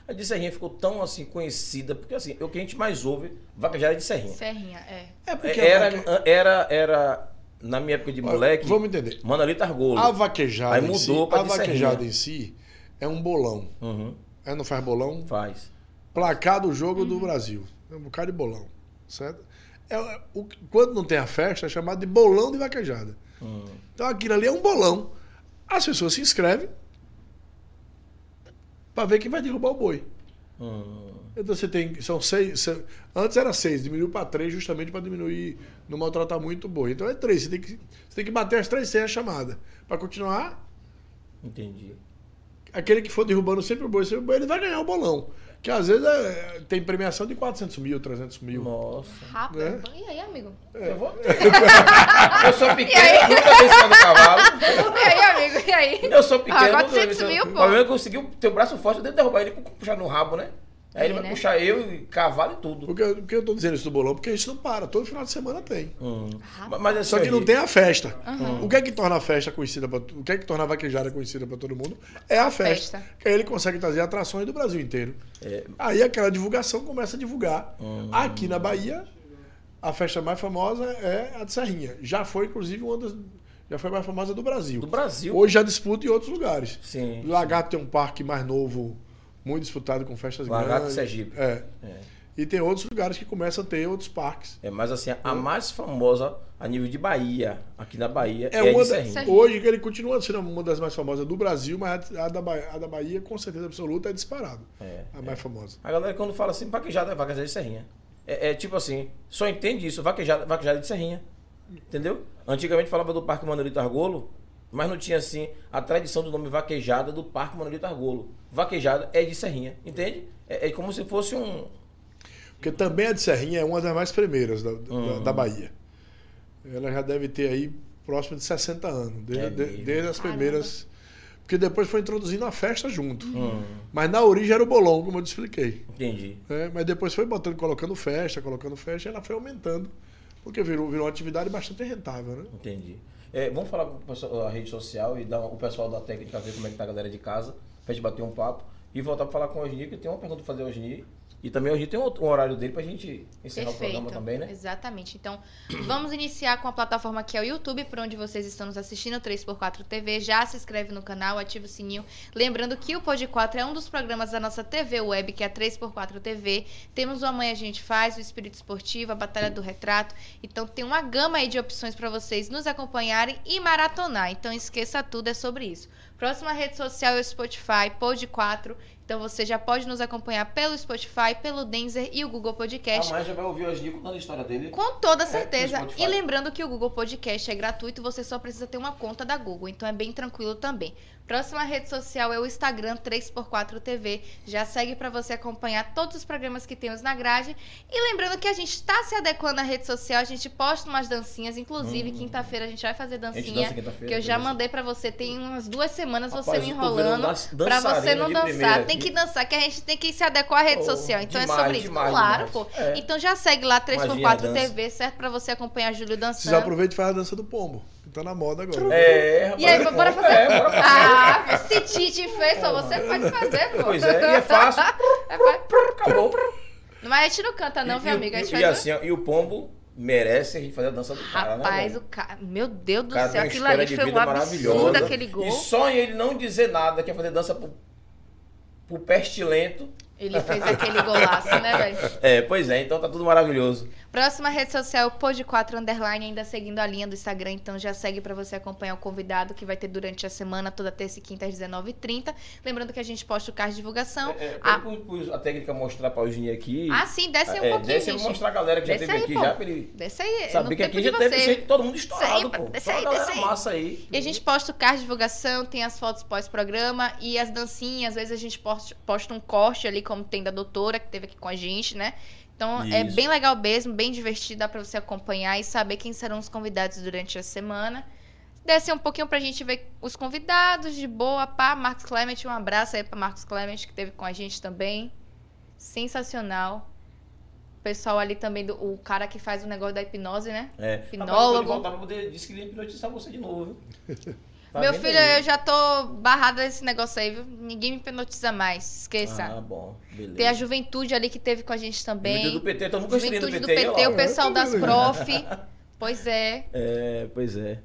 Speaker 2: A de Serrinha ficou tão assim conhecida, porque assim, o que a gente mais ouve, vaquejada é de Serrinha.
Speaker 1: Serrinha, é.
Speaker 3: é porque a
Speaker 2: Era,
Speaker 3: vaque-
Speaker 2: era, era, na minha época de
Speaker 3: Olha,
Speaker 2: moleque, tá
Speaker 3: Vamos Ah, entender.
Speaker 2: Manolito Argolo.
Speaker 3: A vaquejada,
Speaker 2: Aí
Speaker 3: em si,
Speaker 2: mudou pra né?
Speaker 3: a
Speaker 2: de
Speaker 3: vaquejada
Speaker 2: Serrinha.
Speaker 3: em si é um bolão.
Speaker 2: Uhum,
Speaker 3: É, não faz bolão?
Speaker 2: faz.
Speaker 3: Placar do jogo do Brasil. É um bocado de bolão. Certo? É, é, o- quando não tem a festa, é chamado de bolão de vaquejada.
Speaker 2: Hum.
Speaker 3: Então aquilo ali é um bolão. As pessoas se inscrevem pra ver quem vai derrubar o boi.
Speaker 2: Hum.
Speaker 3: Então você tem. São seis. são- antes era seis, diminuiu para três justamente para diminuir, não maltratar muito o boi. Então é três. Você tem que, você tem que bater as três sem a chamada. Para continuar,
Speaker 2: Entendi.
Speaker 3: aquele que for derrubando sempre o boi, sempre o boi, ele vai ganhar o bolão. Que às vezes é- tem premiação de 400 mil, 300 mil.
Speaker 2: Nossa.
Speaker 1: Rápido. então,
Speaker 3: É.
Speaker 1: E aí, amigo?
Speaker 2: Eu vou ter. Eu sou pequeno, nunca vi em cima do cavalo.
Speaker 1: E aí, amigo? E aí?
Speaker 2: Eu sou pequeno.
Speaker 1: Ah,
Speaker 2: nunca
Speaker 1: 400
Speaker 2: vi em cima-
Speaker 1: mil, pô.
Speaker 2: O problema é que eu consegui o teu braço forte, eu devo derrubar ele pra puxar no rabo, né? Aí ele
Speaker 1: É,
Speaker 2: vai
Speaker 1: né?
Speaker 2: puxar eu e cavalo e tudo.
Speaker 3: Por que, por que eu tô dizendo isso do bolão? Porque isso não para, todo final de semana tem.
Speaker 2: Hum. Mas- Mas é
Speaker 3: Só que não tem a festa. O que é que torna a festa conhecida pra, O que é que torna a vaquejada conhecida para todo mundo? É a festa.
Speaker 1: festa.
Speaker 3: Que aí ele consegue trazer atrações do Brasil inteiro.
Speaker 2: É.
Speaker 3: Aí aquela divulgação começa a divulgar. Aqui na Bahia, a festa mais famosa é a de Serrinha. Já foi, inclusive, uma das. Já foi a mais famosa do Brasil.
Speaker 2: Do Brasil.
Speaker 3: Hoje já disputa em outros lugares.
Speaker 2: Sim.
Speaker 3: Lagarto tem um parque mais novo, muito disputado com festas
Speaker 2: Lagarto
Speaker 3: grandes.
Speaker 2: Sergipe.
Speaker 3: É.
Speaker 2: É.
Speaker 3: E tem outros lugares que começam a ter outros parques.
Speaker 2: É, mas assim, a mais famosa a nível de Bahia, aqui na Bahia, é,
Speaker 3: É
Speaker 2: a
Speaker 3: uma
Speaker 2: de
Speaker 3: da,
Speaker 2: Serrinha.
Speaker 3: hoje que ele continua sendo uma das mais famosas do Brasil, mas a da Bahia, a da Bahia, com certeza absoluta é disparado.
Speaker 2: É.
Speaker 3: A mais famosa.
Speaker 2: A galera quando fala assim, vaquejada é vaquejada de Serrinha. É, é tipo assim, só entende isso, vaquejada, vaquejada de Serrinha. Entendeu? Antigamente falava do Parque Manolito Argolo, mas não tinha assim a tradição do nome vaquejada do Parque Manolito Argolo. Vaquejada é de Serrinha, entende? É, é como se fosse um.
Speaker 3: Porque também a de Serrinha é uma das mais primeiras da, da-
Speaker 2: Hum.
Speaker 3: da Bahia. Ela já deve ter aí próximo de 60 anos, desde,
Speaker 2: É
Speaker 3: de-
Speaker 2: mesmo.
Speaker 3: desde as
Speaker 1: Caramba.
Speaker 3: primeiras. Porque depois foi introduzindo a festa junto.
Speaker 2: Hum.
Speaker 3: Mas na origem era o bolão, como eu te expliquei.
Speaker 2: Entendi.
Speaker 3: né? Mas depois foi botando, colocando festa, colocando festa, e ela foi aumentando. Porque virou, virou uma atividade bastante rentável, né?
Speaker 2: Entendi. É, vamos falar com o pessoal- a rede social e dar um, o pessoal da técnica ver como é que tá a galera de casa, pra gente bater um papo e voltar pra falar com o Osni, que tem uma pergunta pra fazer ao Osni. E também o Osni tem outro- um horário dele pra gente encerrar o programa também, né?
Speaker 1: Exatamente. Então, vamos iniciar com a plataforma que é o YouTube, por onde vocês estão nos assistindo, 3x4 TV. Já se inscreve no canal, ativa o sininho. Lembrando que o Pod 4 é um dos programas da nossa TV web, que é a 3x4 TV. Temos o Amanhã a gente faz, o Espírito Esportivo, a Batalha do Retrato. Então, tem uma gama aí de opções para vocês nos acompanharem e maratonar. Então, esqueça tudo, é sobre isso. Próxima rede social é o Spotify, Pod 4. Então, você já pode nos acompanhar pelo Spotify, pelo Denzer e o Google Podcast.
Speaker 2: A mãe já vai ouvir o Osni contando a história dele.
Speaker 1: Com toda
Speaker 2: É, no
Speaker 1: certeza.
Speaker 2: Spotify.
Speaker 1: e lembrando que o Google Podcast é gratuito, você só precisa ter uma conta da Google, então é bem tranquilo também. Próxima rede social é o Instagram 3x4TV. Já segue para você acompanhar todos os programas que temos na grade. E lembrando que a gente está se adequando à rede social, a gente posta umas dancinhas, inclusive quinta-feira a gente vai fazer
Speaker 2: Uhum. A gente
Speaker 1: dancinha.
Speaker 2: dança quinta-feira.
Speaker 1: que eu já
Speaker 2: beleza?
Speaker 1: mandei para você, tem umas duas semanas você
Speaker 2: Rapaz,
Speaker 1: me
Speaker 2: eu tô vendo um
Speaker 1: enrolando
Speaker 2: dan-
Speaker 1: pra você
Speaker 2: dançarino
Speaker 1: não
Speaker 2: de
Speaker 1: dançar.
Speaker 2: primeira
Speaker 1: Tem
Speaker 2: aqui.
Speaker 1: que dançar, que a gente tem que se adequar à rede
Speaker 2: Oh,
Speaker 1: social. Então é
Speaker 2: demais,
Speaker 1: sobre isso.
Speaker 2: demais,
Speaker 1: claro,
Speaker 2: demais.
Speaker 1: pô.
Speaker 2: É.
Speaker 1: Então já segue lá
Speaker 2: Imagina a
Speaker 1: 3x4
Speaker 2: dança.
Speaker 1: TV, certo? Pra você acompanhar Júlio
Speaker 3: Vocês
Speaker 1: dançando.
Speaker 3: aproveitam e fazem a dança do pombo, que tá na moda agora.
Speaker 2: É, rapaz.
Speaker 1: E aí,
Speaker 2: é
Speaker 1: bora
Speaker 2: bom.
Speaker 1: fazer?
Speaker 2: É, bora fazer.
Speaker 1: Ah, se Titi fez, só você pode fazer, pô.
Speaker 2: Pois é, e é fácil.
Speaker 1: É fácil.
Speaker 2: Acabou.
Speaker 1: Mas a gente não canta, Ah, não,
Speaker 2: E-
Speaker 1: viu,
Speaker 2: e-
Speaker 1: amiga? A gente
Speaker 2: e,
Speaker 1: faz.
Speaker 2: assim, ó, e o pombo merece a gente fazer a dança do cara, né?
Speaker 1: Rapaz,
Speaker 2: velho?
Speaker 1: o cara. Meu Deus do
Speaker 2: O cara tem
Speaker 1: céu,
Speaker 2: uma
Speaker 1: aquilo
Speaker 2: história
Speaker 1: ali
Speaker 2: de
Speaker 1: foi um
Speaker 2: vida
Speaker 1: absurdo
Speaker 2: maravilhosa.
Speaker 1: aquele gol.
Speaker 2: E só em ele não dizer nada, quer fazer dança pro, pro pestilento.
Speaker 1: Ele fez aquele golaço, né, velho?
Speaker 2: É, pois é, então tá tudo maravilhoso.
Speaker 1: Próxima rede social, Pod 4 Underline, ainda seguindo a linha do Instagram, então já segue pra você acompanhar o convidado que vai ter durante a semana, toda terça e quinta às 19h30. Lembrando que a gente posta o card de divulgação.
Speaker 2: É, é,
Speaker 1: Ah.
Speaker 2: pode pôr- pôr a técnica mostrar pra Eugênia aqui.
Speaker 1: Ah, sim, desce aí um
Speaker 2: É,
Speaker 1: pouquinho,
Speaker 2: desce aí
Speaker 1: gente.
Speaker 2: pra mostrar a galera que já
Speaker 1: Desce
Speaker 2: teve
Speaker 1: aí,
Speaker 2: aqui
Speaker 1: pô.
Speaker 2: já, pra ele
Speaker 1: Desce aí,
Speaker 2: saber
Speaker 1: no
Speaker 2: que
Speaker 1: tempo
Speaker 2: aqui
Speaker 1: de
Speaker 2: já teve
Speaker 1: vocês.
Speaker 2: gente, todo mundo estourado,
Speaker 1: pá,
Speaker 2: pô.
Speaker 1: desce
Speaker 2: Só
Speaker 1: aí,
Speaker 2: a galera
Speaker 1: desce aí.
Speaker 2: massa aí.
Speaker 1: E a gente posta o card de divulgação, tem as fotos pós-programa e as dancinhas. Às vezes a gente posta, posta um corte ali, como tem da doutora, que teve aqui com a gente, né? Então é
Speaker 2: Isso.
Speaker 1: bem legal mesmo, bem divertido, dá pra você acompanhar e saber quem serão os convidados durante a semana. Desce um pouquinho pra gente ver os convidados, de boa, pá. Marcos Clement, um abraço aí pra Marcos Clement, que teve com a gente também. Sensacional. O pessoal ali também, do, o cara que faz o negócio da hipnose, né?
Speaker 2: É.
Speaker 1: Hipnólogo.
Speaker 2: Rapaz, quando ele voltar pra poder disse que ele ia hipnotizar você de novo. viu? Tá
Speaker 1: Meu
Speaker 2: vendo
Speaker 1: filho, é
Speaker 2: aí?
Speaker 1: eu já tô barrada desse negócio aí, viu? Ninguém me hipnotiza mais, esqueça.
Speaker 2: Ah, bom, beleza.
Speaker 1: Tem a juventude ali que teve com a gente também.
Speaker 2: Juventude do PT, então nunca
Speaker 1: Juventude
Speaker 2: estudei no
Speaker 1: do
Speaker 2: PT.
Speaker 1: PT,
Speaker 2: olha lá.
Speaker 1: o pessoal
Speaker 3: Eu
Speaker 1: das
Speaker 3: também.
Speaker 1: prof. Pois é,
Speaker 2: É, pois é.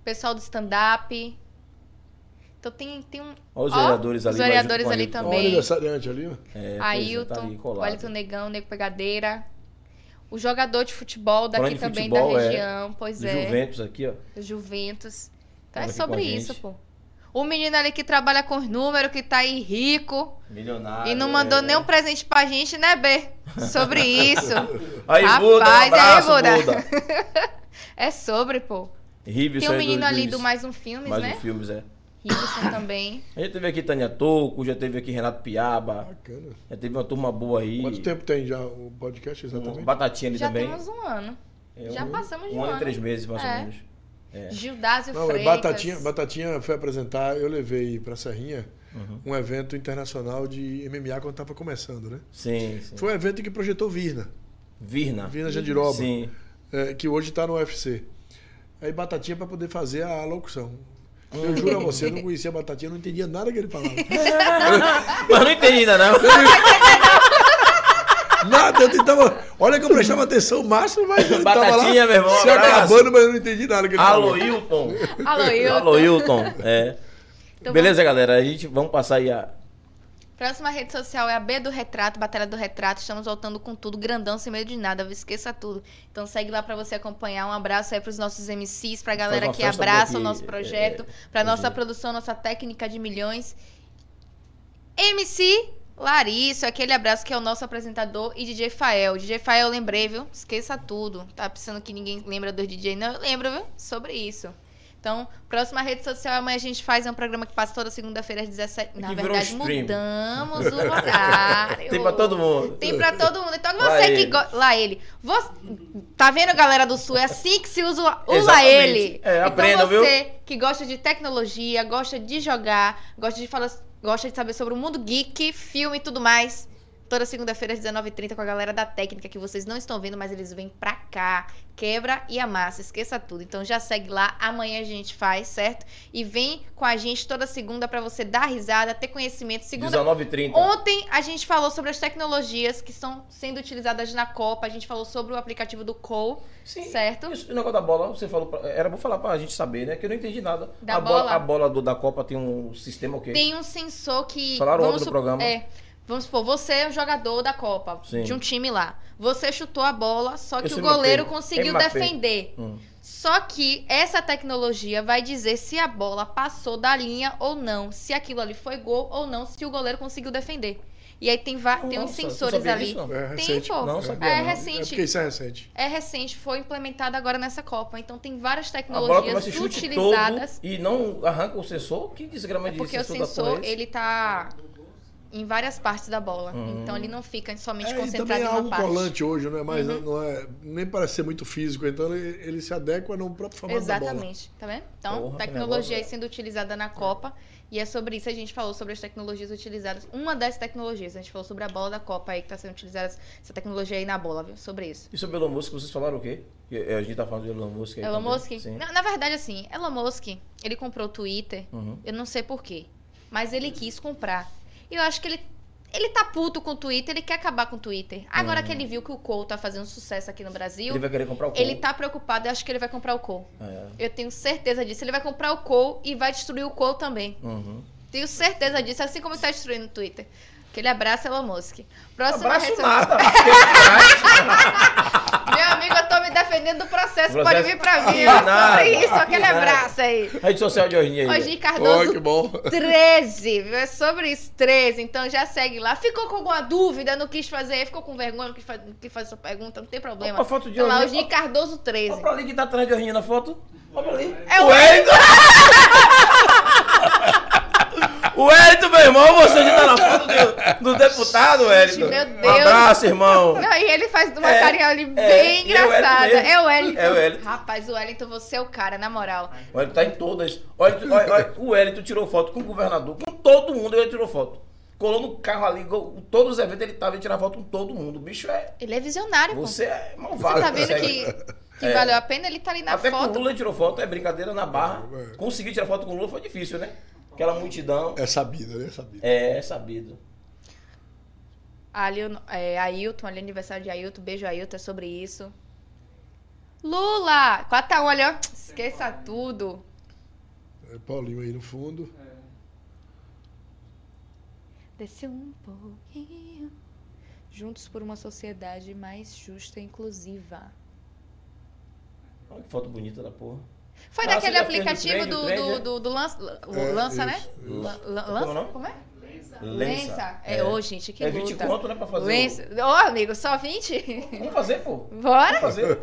Speaker 1: o pessoal do stand-up. Então tem, tem um.
Speaker 2: Olha os
Speaker 1: Ó,
Speaker 2: vereadores
Speaker 1: os
Speaker 2: ali.
Speaker 1: vereadores
Speaker 2: Ailton.
Speaker 1: ali
Speaker 3: Olha
Speaker 1: também.
Speaker 3: o aniversariante ali, ó.
Speaker 2: É,
Speaker 1: Ailton, o Wellington Negão, Nego Pegadeira. O jogador de futebol daqui
Speaker 2: Falando de
Speaker 1: também
Speaker 2: futebol,
Speaker 1: da
Speaker 2: é.
Speaker 1: região, pois é.
Speaker 2: Juventus aqui, ó.
Speaker 1: Juventus. Então
Speaker 2: Tava
Speaker 1: é
Speaker 2: aqui com
Speaker 1: sobre
Speaker 2: a gente.
Speaker 1: isso, pô. O menino ali que trabalha com os números, que tá aí rico
Speaker 2: Milionário.
Speaker 1: e não mandou um-
Speaker 2: é.
Speaker 1: nenhum presente pra gente, né, B? Sobre isso.
Speaker 2: Aí,
Speaker 1: Rapaz,
Speaker 2: Buda, um
Speaker 1: aí,
Speaker 2: abraço,
Speaker 1: Buda.
Speaker 2: Buda.
Speaker 1: É sobre, pô.
Speaker 2: Rives
Speaker 1: Tem um
Speaker 2: aí
Speaker 1: menino
Speaker 2: dos-
Speaker 1: ali do
Speaker 2: dos-
Speaker 1: Mais Um Filmes,
Speaker 2: mais
Speaker 1: né?
Speaker 2: um filmes, é.
Speaker 1: Rickson também.
Speaker 2: A gente teve aqui Tânia Toco, já teve aqui Renato Piaba,
Speaker 3: Bacana.
Speaker 2: já teve uma turma boa aí.
Speaker 3: Quanto tempo tem já o podcast
Speaker 2: Um,
Speaker 3: exatamente?
Speaker 2: Batatinha ali
Speaker 1: Já
Speaker 2: também.
Speaker 1: temos um ano.
Speaker 2: É,
Speaker 1: já
Speaker 2: um-
Speaker 1: passamos de
Speaker 2: Um ano e três
Speaker 1: ano.
Speaker 2: meses, mais
Speaker 1: É.
Speaker 2: ou menos. É.
Speaker 1: Gildásio
Speaker 3: Não, é
Speaker 1: Freitas.
Speaker 3: Batatinha, Batatinha foi apresentar, eu levei pra Serrinha
Speaker 2: Uhum.
Speaker 3: um evento internacional de MMA quando tava começando, né?
Speaker 2: Sim, sim.
Speaker 3: Foi um evento que projetou Virna,
Speaker 2: Virna.
Speaker 3: Virna Jandiroba,
Speaker 2: Sim.
Speaker 3: é, que hoje tá no UFC. Aí Batatinha pra poder fazer a locução. Eu juro a você, eu não conhecia Batatinha, eu não entendia nada que ele falava.
Speaker 2: Mas não entendi ainda, não.
Speaker 3: Nada, eu tentava. Olha que eu prestava atenção o máximo, mas ele tava lá
Speaker 2: Batatinha, meu irmão,
Speaker 3: se
Speaker 2: abraço.
Speaker 3: acabando, mas eu não entendi nada que ele falava.
Speaker 2: Aloilton.
Speaker 1: Alô, Hilton.
Speaker 2: Aloilton. É.
Speaker 1: Então
Speaker 2: Beleza, galera. A gente vamos passar aí a.
Speaker 1: Próxima rede social é a B do Retrato, Batalha do Retrato. Estamos voltando com tudo, grandão, sem medo de nada, viu? esqueça tudo. Então segue lá pra você acompanhar. Um abraço aí pros nossos MCs, pra galera
Speaker 2: uma
Speaker 1: que
Speaker 2: festa
Speaker 1: abraça
Speaker 2: boa
Speaker 1: o
Speaker 2: é, aqui,
Speaker 1: nosso projeto, pra
Speaker 2: é.
Speaker 1: nossa produção, nossa técnica de milhões. MC Larissa, aquele abraço que é o nosso apresentador e DJ Fael. DJ Fael, eu lembrei, viu? Esqueça tudo. Tá pensando que ninguém lembra dos DJ? Não, eu lembro, viu? Sobre isso. Então, próxima rede social, amanhã a gente faz é um programa que passa toda segunda-feira às 17 Na
Speaker 2: que virou
Speaker 1: verdade,
Speaker 2: um stream.
Speaker 1: mudamos o horário.
Speaker 2: Tem pra todo mundo.
Speaker 1: Tem pra todo mundo. Então,
Speaker 2: Lá
Speaker 1: você que
Speaker 2: ele.
Speaker 1: gosta. Lá ele. Você... Tá vendo, galera do Sul? É assim que se usa o o lá
Speaker 2: Exatamente.
Speaker 1: ele.
Speaker 2: É, aprenda,
Speaker 1: então, você que gosta de tecnologia, gosta de jogar, gosta de falar, gosta de saber sobre o mundo geek, filme e tudo mais. Toda segunda-feira às 19h30 com a galera da técnica que vocês não estão vendo, mas eles vêm pra cá. Quebra e amassa, esqueça tudo. Então já segue lá, amanhã a gente faz, certo? E vem com a gente toda segunda pra você dar risada, ter conhecimento. Segunda
Speaker 2: 19h30.
Speaker 1: Ontem a gente falou sobre as tecnologias que estão sendo utilizadas na Copa. A gente falou sobre o aplicativo do Call,
Speaker 2: Sim.
Speaker 1: certo?
Speaker 2: Isso, o negócio da bola, você falou. pra- Era bom falar pra gente saber, né? Que eu não entendi nada.
Speaker 1: Da
Speaker 2: a bola,
Speaker 1: bola?
Speaker 2: a bola do- da Copa tem um sistema ok.
Speaker 1: Tem um sensor que.
Speaker 2: Falaram
Speaker 1: vamos
Speaker 2: ontem no
Speaker 1: su-
Speaker 2: programa.
Speaker 1: É. Vamos supor, você é um jogador da Copa,
Speaker 2: Sim.
Speaker 1: de um time lá. Você chutou a bola, só que
Speaker 2: Eu
Speaker 1: o
Speaker 2: sou
Speaker 1: goleiro
Speaker 2: Mbappé.
Speaker 1: conseguiu
Speaker 2: Mbappé.
Speaker 1: defender.
Speaker 2: Hum.
Speaker 1: Só que essa tecnologia vai dizer se a bola passou da linha ou não, se aquilo ali foi gol ou não, se o goleiro conseguiu defender. E aí tem, va- tem uns
Speaker 2: Nossa, você
Speaker 1: sensores
Speaker 2: sabia
Speaker 1: ali.
Speaker 2: disso, não?
Speaker 3: É
Speaker 1: Tem,
Speaker 3: recente.
Speaker 1: pô.
Speaker 2: Não sabia,
Speaker 1: é
Speaker 2: não.
Speaker 3: É
Speaker 1: recente.
Speaker 3: porque isso é recente.
Speaker 1: é recente, foi implementada agora nessa Copa. Então tem várias
Speaker 2: A bola
Speaker 1: tecnologias
Speaker 2: começa a chute todo
Speaker 1: utilizadas.
Speaker 2: e não arranca o sensor. Que desgrama
Speaker 1: É
Speaker 2: de
Speaker 1: porque o
Speaker 2: sensor da porra
Speaker 1: sensor,
Speaker 2: é esse?
Speaker 1: ele tá em várias partes da bola.
Speaker 2: Hum.
Speaker 1: Então ele não fica somente
Speaker 3: É, e também
Speaker 1: concentrado
Speaker 3: é
Speaker 1: em uma
Speaker 3: algo
Speaker 1: parte. Uhum.
Speaker 3: colante hoje, não é mais, não é, nem parece ser muito físico, então ele, ele se adequa no próprio formato da bola.
Speaker 1: Exatamente, tá vendo? Então,
Speaker 2: Porra, que negócio, é
Speaker 1: tecnologia aí
Speaker 2: velho.
Speaker 1: sendo utilizada na Copa. E é sobre isso a gente falou sobre as tecnologias utilizadas. Uma das tecnologias, a gente falou sobre a bola da Copa aí que tá sendo utilizada essa tecnologia aí na bola, viu? Sobre isso.
Speaker 2: E sobre é o Elon Musk, vocês falaram o quê? Que, é, A gente tá falando do Elon Musk aí.
Speaker 1: Elon
Speaker 2: também.
Speaker 1: Musk?
Speaker 2: Sim.
Speaker 1: Na, na verdade, assim, Elon Musk, ele comprou o Twitter
Speaker 2: Uhum.
Speaker 1: Eu não sei porquê. Mas ele quis comprar. E eu acho que ele. Ele tá puto com o Twitter, ele quer acabar com o Twitter. Agora que ele viu que o Cole tá fazendo sucesso aqui no Brasil,
Speaker 2: Ele
Speaker 1: ele,
Speaker 2: vai querer comprar o Cole.
Speaker 1: tá preocupado. Eu acho que ele vai comprar o Cole.
Speaker 2: É.
Speaker 1: Eu tenho certeza disso. Ele vai comprar o Cole e vai destruir o Cole também.
Speaker 2: Uhum.
Speaker 1: Tenho certeza disso, assim como ele tá destruindo o Twitter. Aquele abraço, Elon Musk. Próxima
Speaker 2: Um Abraço
Speaker 1: rede social-
Speaker 2: nada.
Speaker 1: Meu amigo, eu tô me defendendo do processo.
Speaker 2: Processo-
Speaker 1: Pode vir pra mim.
Speaker 2: Que nada,
Speaker 1: Sobre isso, aquele
Speaker 2: que nada.
Speaker 1: abraço aí.
Speaker 2: Rede social de hoje em dia.
Speaker 1: Hoje, Cardoso
Speaker 3: Oh, que bom.
Speaker 1: 13, viu? é sobre isso, 13. Então já segue lá. Ficou com alguma dúvida, não quis fazer, ficou com vergonha, não quis fa- não quis fazer sua pergunta, não tem problema.
Speaker 2: Opa, foto de
Speaker 1: Tá lá,
Speaker 2: Orlinha.
Speaker 1: Osni Cardoso 13.
Speaker 2: Olha pra ali que tá atrás de Orrinha na foto. Olha pra ali.
Speaker 1: É o
Speaker 2: Wellington! o Wellington, meu irmão, você que tá na foto do, do deputado, Wellington.
Speaker 1: meu
Speaker 2: Um
Speaker 1: Deus.
Speaker 2: abraço, irmão.
Speaker 1: Não, e ele faz uma
Speaker 2: É,
Speaker 1: carinha ali
Speaker 2: é,
Speaker 1: bem
Speaker 2: e é o Wellington
Speaker 1: engraçada.
Speaker 2: mesmo.
Speaker 1: É o Wellington.
Speaker 2: É o Wellington.
Speaker 1: Rapaz, o Wellington, você é o cara, na moral.
Speaker 2: O Wellington tá em todas. Olha, tu- olha, olha, o Wellington tirou foto com o governador, com todo mundo ele tirou foto. Colou no carro ali, go- todos os eventos ele tava, ele tirava foto com todo mundo. O bicho é.
Speaker 1: Ele é visionário, pô. Você
Speaker 2: Você é malvado.
Speaker 1: tá vendo
Speaker 2: consegue.
Speaker 1: que, que
Speaker 2: É.
Speaker 1: valeu a pena? Ele tá ali na
Speaker 2: Até com o
Speaker 1: foto.
Speaker 2: Lula ele tirou foto, é brincadeira na barra.
Speaker 3: É, é.
Speaker 2: Conseguir tirar foto com o Lula foi difícil, né? Aquela multidão.
Speaker 3: É sabido, né? É sabido.
Speaker 2: É, é sabido.
Speaker 1: Ali, o- é, Ailton, ali, aniversário de Ailton. Beijo, Ailton, é sobre isso. Lula! 4x1, olha, ó. Esqueça tudo.
Speaker 3: É Paulinho aí no fundo.
Speaker 1: Desce um pouquinho. Juntos por uma sociedade mais justa e inclusiva.
Speaker 2: Olha que foto bonita da porra.
Speaker 1: Foi
Speaker 2: Ah, você
Speaker 1: daquele
Speaker 2: já fez do
Speaker 1: aplicativo
Speaker 2: trend,
Speaker 1: do,
Speaker 2: o trend,
Speaker 1: do,
Speaker 2: é?
Speaker 1: do, do lança, o
Speaker 3: É,
Speaker 1: lança né?
Speaker 3: isso, isso.
Speaker 1: La- la-
Speaker 2: Como é o
Speaker 1: lança?
Speaker 2: nome?
Speaker 1: Como é?
Speaker 2: Lença.
Speaker 1: É, ô, gente, que
Speaker 2: É 20
Speaker 1: luta.
Speaker 2: conto, né, pra fazer o-
Speaker 1: Lença. Ô, amigo, só 20?
Speaker 2: Vamos fazer, pô. Vamos
Speaker 1: Bora?
Speaker 2: fazer.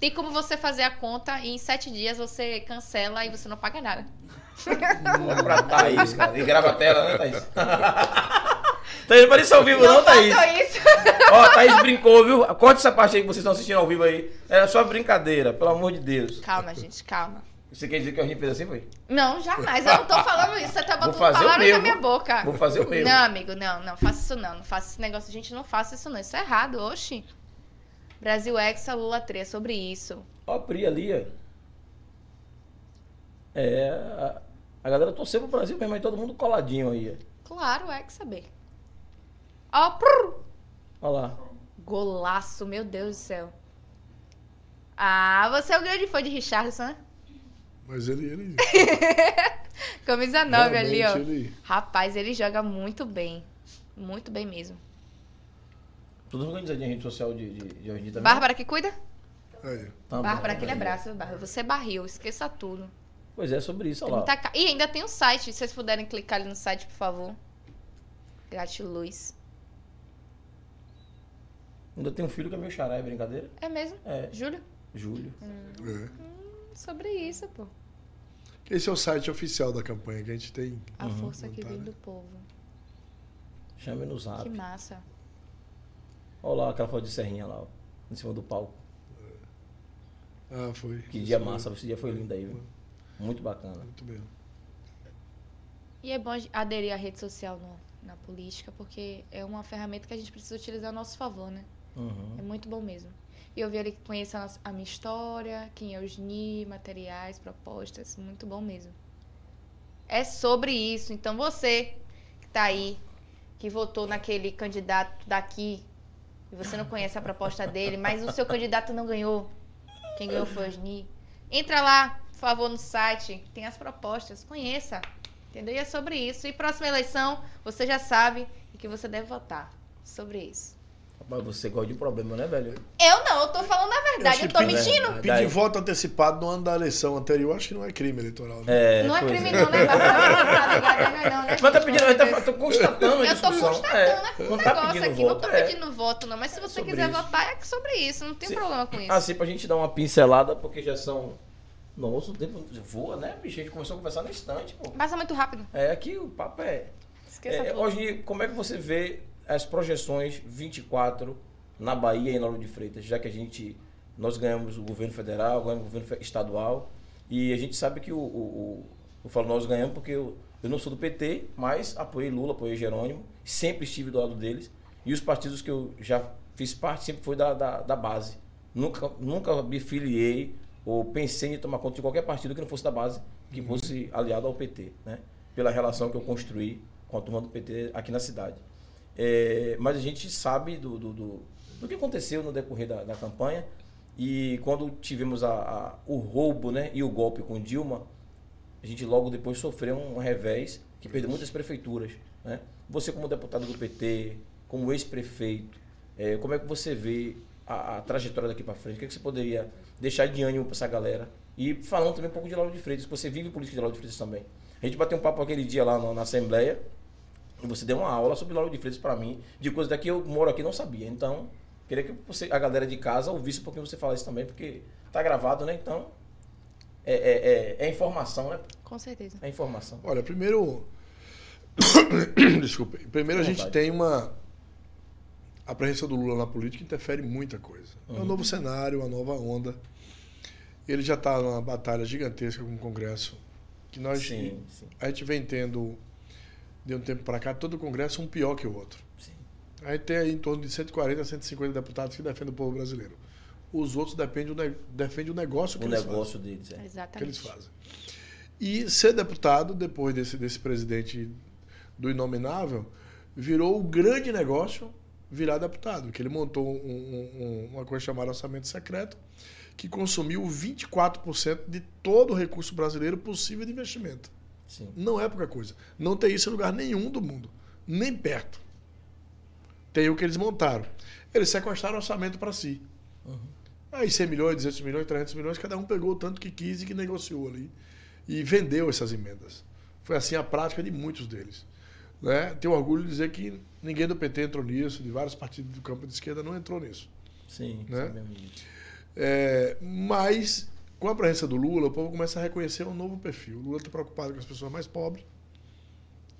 Speaker 1: Tem como você fazer a conta e em sete dias você cancela e você não paga nada.
Speaker 2: Bora pra Thaís, cara. E grava a tela, né, Thaís? Thaís, não isso ao vivo, não,
Speaker 1: façam
Speaker 2: Thaís.
Speaker 1: isso.
Speaker 2: Ó, Thaís brincou, viu? Corta essa parte aí que vocês estão assistindo ao vivo aí. Era só brincadeira, pelo amor de Deus.
Speaker 1: Calma, gente, calma.
Speaker 2: Você quer dizer que a gente fez assim, foi?
Speaker 1: Não, jamais. Eu não tô falando isso. Você tá
Speaker 2: Vou
Speaker 1: botando
Speaker 2: fazer o
Speaker 1: palavras na
Speaker 2: meu.
Speaker 1: minha boca.
Speaker 2: Vou fazer o meu.
Speaker 1: Não, amigo, não, não faça isso não. Não faça esse negócio. Gente, não faça isso não. Isso é errado, oxi. Brasil Hexa, Lula 3, sobre isso.
Speaker 2: Ó, a Pri ali, ó. É. A, a galera torceu pro Brasil mesmo, aí todo mundo coladinho aí.
Speaker 1: Claro, Hexa B. Ó, prrr.
Speaker 2: ó. Ó lá.
Speaker 1: golaço, meu Deus do céu. Ah, você é um grande fã de Richardson, né?
Speaker 3: Mas ele. ele
Speaker 1: Camisa 9 ali,
Speaker 3: realmente,
Speaker 1: ó.
Speaker 3: Ele,
Speaker 1: Rapaz, ele joga muito bem. Muito bem mesmo.
Speaker 2: Tudo organizadinho em rede social de, de, de hoje em dia também.
Speaker 1: Bárbara que cuida?
Speaker 3: aí, é.
Speaker 2: Também,
Speaker 1: Bárbara, aquele
Speaker 2: aí.
Speaker 1: abraço, viu, Bárbara. Você é barril, esqueça tudo.
Speaker 2: Pois é, sobre isso,
Speaker 1: Tem
Speaker 2: olha lá.
Speaker 1: muita ca- E ainda tem o site, se vocês puderem clicar ali no site, por favor. Gratiluz.
Speaker 2: Ainda tem um filho que é meu xará, é brincadeira?
Speaker 1: É mesmo?
Speaker 2: É,
Speaker 1: Júlio?
Speaker 2: Júlio.
Speaker 1: Hum.
Speaker 3: é.
Speaker 1: Sobre isso, pô.
Speaker 3: Esse é o site oficial da campanha que a gente tem.
Speaker 1: A
Speaker 2: Uhum.
Speaker 1: força que
Speaker 3: Não tá,
Speaker 1: vem
Speaker 3: né?
Speaker 1: do povo.
Speaker 2: Chame no
Speaker 1: Que
Speaker 2: zap.
Speaker 1: massa.
Speaker 2: Olha lá aquela foto de Serrinha lá, ó, em cima do palco.
Speaker 3: Ah, foi.
Speaker 2: Que dia massa, esse dia foi lindo aí, viu? Muito bacana.
Speaker 3: Muito bem.
Speaker 1: E é bom a gen- aderir à rede social no- na política, porque é uma ferramenta que a gente precisa utilizar a nosso favor, né?
Speaker 2: Uhum.
Speaker 1: É muito bom mesmo. E eu vi ele que conhece a, nossa- a minha história, quem é o Gni, materiais, propostas. Muito bom mesmo. É sobre isso. Então você que tá aí, que votou naquele candidato daqui, e você não conhece a proposta dele, mas o seu candidato não ganhou. Quem ganhou foi o Gni. Entra lá, por favor, no site. Tem as propostas. Conheça. Entendeu? E é sobre isso. E próxima eleição, você já sabe que você deve votar. Sobre isso.
Speaker 2: Rapaz, você gosta de problema, né, velho?
Speaker 1: Eu não, eu tô falando a verdade, eu,
Speaker 3: Eu
Speaker 1: tô
Speaker 3: achei
Speaker 2: bem-
Speaker 1: mentindo.
Speaker 2: Ah,
Speaker 3: Pedir
Speaker 2: daí-
Speaker 3: voto antecipado no ano da eleição anterior, acho que não é crime eleitoral. Né?
Speaker 2: É,
Speaker 1: não é
Speaker 2: pois
Speaker 1: crime não, né? Tá ligado? Não é não, né?
Speaker 2: Mas tá
Speaker 1: gente?
Speaker 2: pedindo, eu tá, tô constatando a
Speaker 1: Eu tô
Speaker 2: discussão.
Speaker 1: constatando
Speaker 2: É,
Speaker 1: aqui o
Speaker 2: não tá
Speaker 1: negócio
Speaker 2: pedindo
Speaker 1: aqui,
Speaker 2: voto.
Speaker 1: não tô
Speaker 2: é.
Speaker 1: pedindo voto, não. Mas se você
Speaker 2: sobre
Speaker 1: quiser
Speaker 2: isso.
Speaker 1: votar, é sobre isso, não tem
Speaker 2: Se-
Speaker 1: problema com isso.
Speaker 2: Assim, pra gente dar uma pincelada, porque já são... Nossa, o tempo voa, né, bicho? A gente começou a conversar no instante, pô.
Speaker 1: Passa muito rápido.
Speaker 2: É, aqui o papo é...
Speaker 1: Esqueça
Speaker 2: é
Speaker 1: tudo.
Speaker 2: hoje, como é que você vê as projeções 24 na Bahia e na Lauro de Freitas? Já que a gente... Nós ganhamos o governo federal, ganhamos o governo fe- estadual. E a gente sabe que o... o, o- eu falo nós ganhamos porque eu, eu não sou do PT, mas apoiei Lula, apoiei Jerônimo. Sempre estive do lado deles. E os partidos que eu já fiz parte sempre foi da, da, da base. Nunca, nunca me filiei ou pensei em tomar conta de qualquer partido que não fosse da base, que fosse aliado ao PT, né? Pela relação que eu construí com a turma do PT aqui na cidade. É, mas a gente sabe do, do, do, do que aconteceu no decorrer da, da campanha e quando tivemos a, a- o roubo né, e o golpe com Dilma, a gente logo depois sofreu um revés que perdeu muitas prefeituras. Né? Você como deputado do PT, como ex-prefeito, eh, como é que você vê a, a trajetória daqui para frente? O que, é que você poderia deixar de ânimo para essa galera? E falando também um pouco de Lauro de Freitas, que você vive política de Lauro de Freitas também. A gente bateu um papo aquele dia lá na- na Assembleia, e você deu uma aula sobre Lauro de Freitas para mim, de coisas daqui eu moro aqui e não sabia. Então, queria que você- a galera de casa ouvisse um pouquinho você falar isso também, porque tá gravado, né? Então, é, é- é- é informação, né?
Speaker 1: Com certeza.
Speaker 2: É informação.
Speaker 3: Olha, primeiro. Desculpa. Primeiro a
Speaker 2: Fique à
Speaker 3: gente
Speaker 2: vontade.
Speaker 3: tem uma. A presença do Lula na política interfere em muita coisa. É um
Speaker 2: Uhum.
Speaker 3: novo cenário, uma nova onda. Ele já está numa batalha gigantesca com o Congresso. Que nós,
Speaker 2: Sim, sim,
Speaker 3: A gente vem tendo, de um tempo para cá, todo o Congresso um pior que o outro.
Speaker 2: sim.
Speaker 3: A gente tem aí em torno de 140 a 150 deputados que defendem o povo brasileiro. Os outros dependem do, ne- defendem o negócio que
Speaker 2: O
Speaker 3: eles
Speaker 2: negócio deles, é.
Speaker 3: que eles
Speaker 1: Exatamente.
Speaker 3: fazem. E ser deputado, depois desse, desse presidente do inominável, virou o grande negócio virar deputado, que ele montou um- um- um- uma coisa chamada orçamento secreto, que consumiu 24% de todo o recurso brasileiro possível de investimento.
Speaker 2: Sim.
Speaker 3: Não é pouca coisa. Não tem isso em lugar nenhum do mundo. Nem perto.
Speaker 2: Uhum.
Speaker 3: Tem o que eles montaram. Eles sequestraram orçamento para si. Aí 100 milhões, 200 milhões, 300 milhões, cada um pegou o tanto que quis e que negociou ali. E vendeu essas emendas. Foi assim a prática de muitos deles. Né? Tenho orgulho de dizer que ninguém do PT entrou nisso, de vários partidos do campo de esquerda não entrou nisso.
Speaker 2: Sim,
Speaker 3: Né?
Speaker 2: sabemos disso.
Speaker 3: É, mas, com a presença do Lula, o povo começa a reconhecer um novo perfil. O Lula está preocupado com as pessoas mais pobres.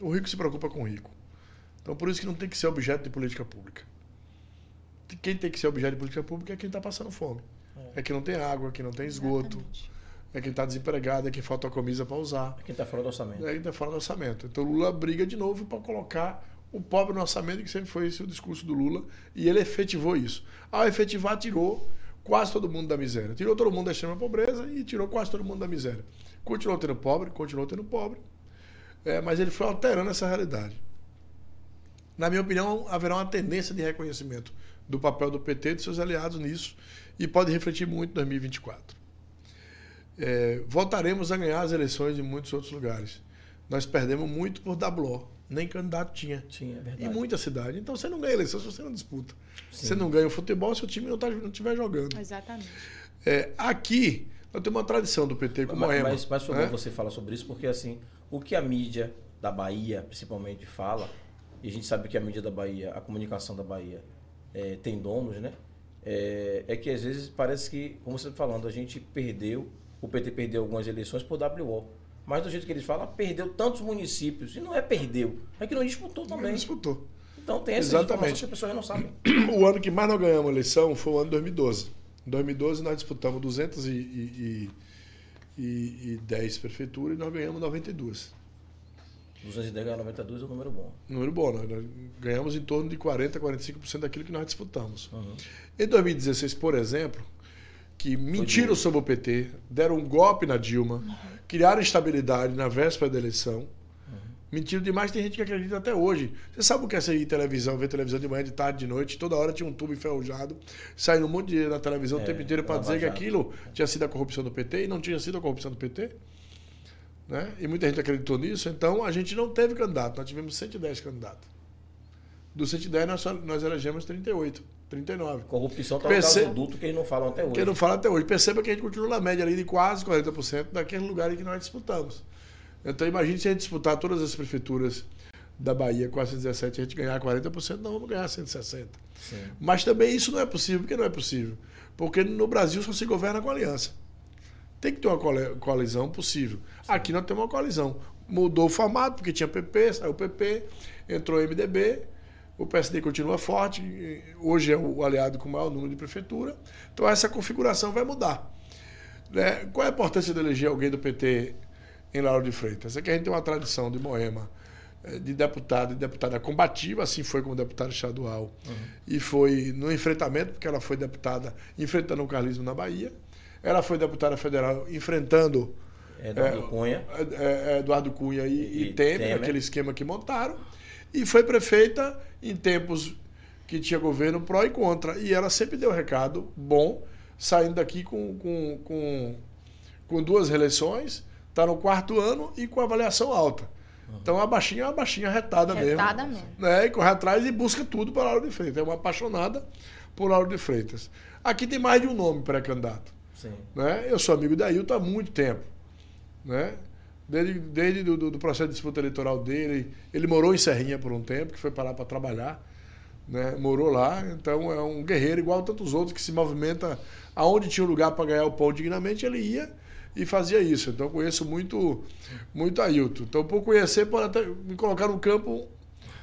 Speaker 3: O rico se preocupa com o rico. Então, por isso que não tem que ser objeto de política pública. Quem tem que ser objeto de política pública é quem está passando fome. É quem não tem água, é quem não tem esgoto,
Speaker 1: Exatamente.
Speaker 3: é quem está desempregado, é quem falta a camisa para usar.
Speaker 2: É quem tá fora do orçamento.
Speaker 3: Ainda fora do orçamento. Então o Lula briga de novo para colocar o pobre no orçamento, que sempre foi esse o discurso do Lula, e ele efetivou isso. Ao efetivar, tirou quase todo mundo da miséria. Tirou todo mundo da extrema pobreza e tirou quase todo mundo da miséria. Continuou tendo pobre, continuou tendo pobre, eh, mas ele foi alterando essa realidade. Na minha opinião, haverá uma tendência de reconhecimento do papel do PT e de seus aliados nisso, e pode refletir muito em 2024 é, voltaremos a ganhar as eleições em muitos outros lugares. Nós perdemos muito por WO, nem candidato tinha.
Speaker 2: Sim, é
Speaker 3: Em
Speaker 2: verdade.
Speaker 3: muita cidade. Então você não ganha eleição se você não disputa.
Speaker 2: Sim.
Speaker 3: Você não ganha o futebol se o time não estiver jogando.
Speaker 1: Exatamente.
Speaker 3: É, aqui, nós temos uma tradição do PT com o
Speaker 2: Mas,
Speaker 3: Moema.
Speaker 2: mas, mas foi bom
Speaker 3: né?
Speaker 2: você falar sobre isso, porque assim, o que a mídia da Bahia, principalmente, fala, e a gente sabe que a mídia da Bahia, a comunicação da Bahia, eh, tem donos, né? É, é que às vezes parece que, como você está falando, a gente perdeu, o PT perdeu algumas eleições por WO. Mas do jeito que eles falam, perdeu tantos municípios. E não é perdeu, é que não disputou
Speaker 3: Não
Speaker 2: também.
Speaker 3: disputou.
Speaker 2: Então tem essa
Speaker 3: Exatamente.
Speaker 2: informação que as pessoas não sabem.
Speaker 3: O ano que mais nós ganhamos a eleição foi o ano de 2012. Em 2012 nós disputamos 210 prefeituras e nós ganhamos 92.
Speaker 2: 210 a 92 é um número bom.
Speaker 3: Número bom, nós, nós ganhamos em torno de 40, 45% daquilo que nós disputamos.
Speaker 2: Uhum.
Speaker 3: Em 2016, por exemplo, que mentiram
Speaker 2: duro.
Speaker 3: sobre o PT, deram um golpe na Dilma, criaram instabilidade na véspera da eleição. Mentiram demais, tem gente que acredita até hoje. Você sabe o que é você ir em televisão, ver televisão de manhã, de tarde, de noite, toda hora tinha um tubo enferrujado, saindo um monte de dinheiro na televisão o
Speaker 2: É,
Speaker 3: tempo inteiro para
Speaker 2: Lava
Speaker 3: dizer que
Speaker 2: Jato.
Speaker 3: aquilo tinha sido a corrupção do PT e não tinha sido a corrupção do PT. Né? E muita gente acreditou nisso, então a gente não teve candidato, nós tivemos 110 candidatos. Dos 110, nós, só- nós elegemos 38, 39.
Speaker 2: Corrupção está
Speaker 3: Perce-
Speaker 2: um produto que eles não falam até hoje.
Speaker 3: Quem não fala até hoje. Perceba que a gente continua na média ali de quase 40% daquele lugar em que nós disputamos. Então imagine se a gente disputar todas as prefeituras da Bahia com a 117 a gente ganhar 40%, não vamos ganhar 160.
Speaker 2: Sim.
Speaker 3: Mas também isso não é possível, porque não é possível. Porque no Brasil só se governa com aliança. Tem que ter uma cole- coalizão possível. Aqui nós temos uma coalizão. Mudou o formato, porque tinha PP, saiu o PP, entrou o MDB, o PSD continua forte, e hoje é o aliado com o maior número de prefeitura. Então essa configuração vai mudar. Né? Qual é a importância de eleger alguém do PT em Lauro de Freitas? É que a gente tem uma tradição de Moema eh, de deputado e deputada combativa, assim foi como deputada estadual, e foi no enfrentamento, porque ela foi deputada enfrentando o carlismo na Bahia, ela foi deputada federal enfrentando
Speaker 2: É, Eduardo
Speaker 3: É,
Speaker 2: Cunha.
Speaker 3: eh, eh, Eduardo Cunha e, e
Speaker 2: E
Speaker 3: Temer,
Speaker 2: Temer.
Speaker 3: aquele esquema que montaram, e foi prefeita em tempos que tinha governo pró e contra. E ela sempre deu recado bom, saindo daqui com, com, com, com duas reeleições, está no quarto ano e com avaliação alta.
Speaker 2: Uhum.
Speaker 3: Então a baixinha é uma baixinha retada,
Speaker 1: Retada
Speaker 3: mesmo.
Speaker 1: mesmo.
Speaker 3: Né? E corre atrás e busca tudo para Lauro de Freitas. É uma apaixonada por Lauro de Freitas. Aqui tem mais de um nome pré-candidato
Speaker 2: Sim.
Speaker 3: né? Eu sou amigo da Ailton há muito tempo, né? Desde, desde do, do- do processo de disputa eleitoral dele, ele morou em Serrinha por um tempo, que foi parar para trabalhar, né? Morou lá, então é um guerreiro igual a tantos outros que se movimenta aonde tinha um lugar para ganhar o pão dignamente, ele ia e fazia isso. Então eu conheço muito muito Ailton. Então por conhecer pode até me colocar no campo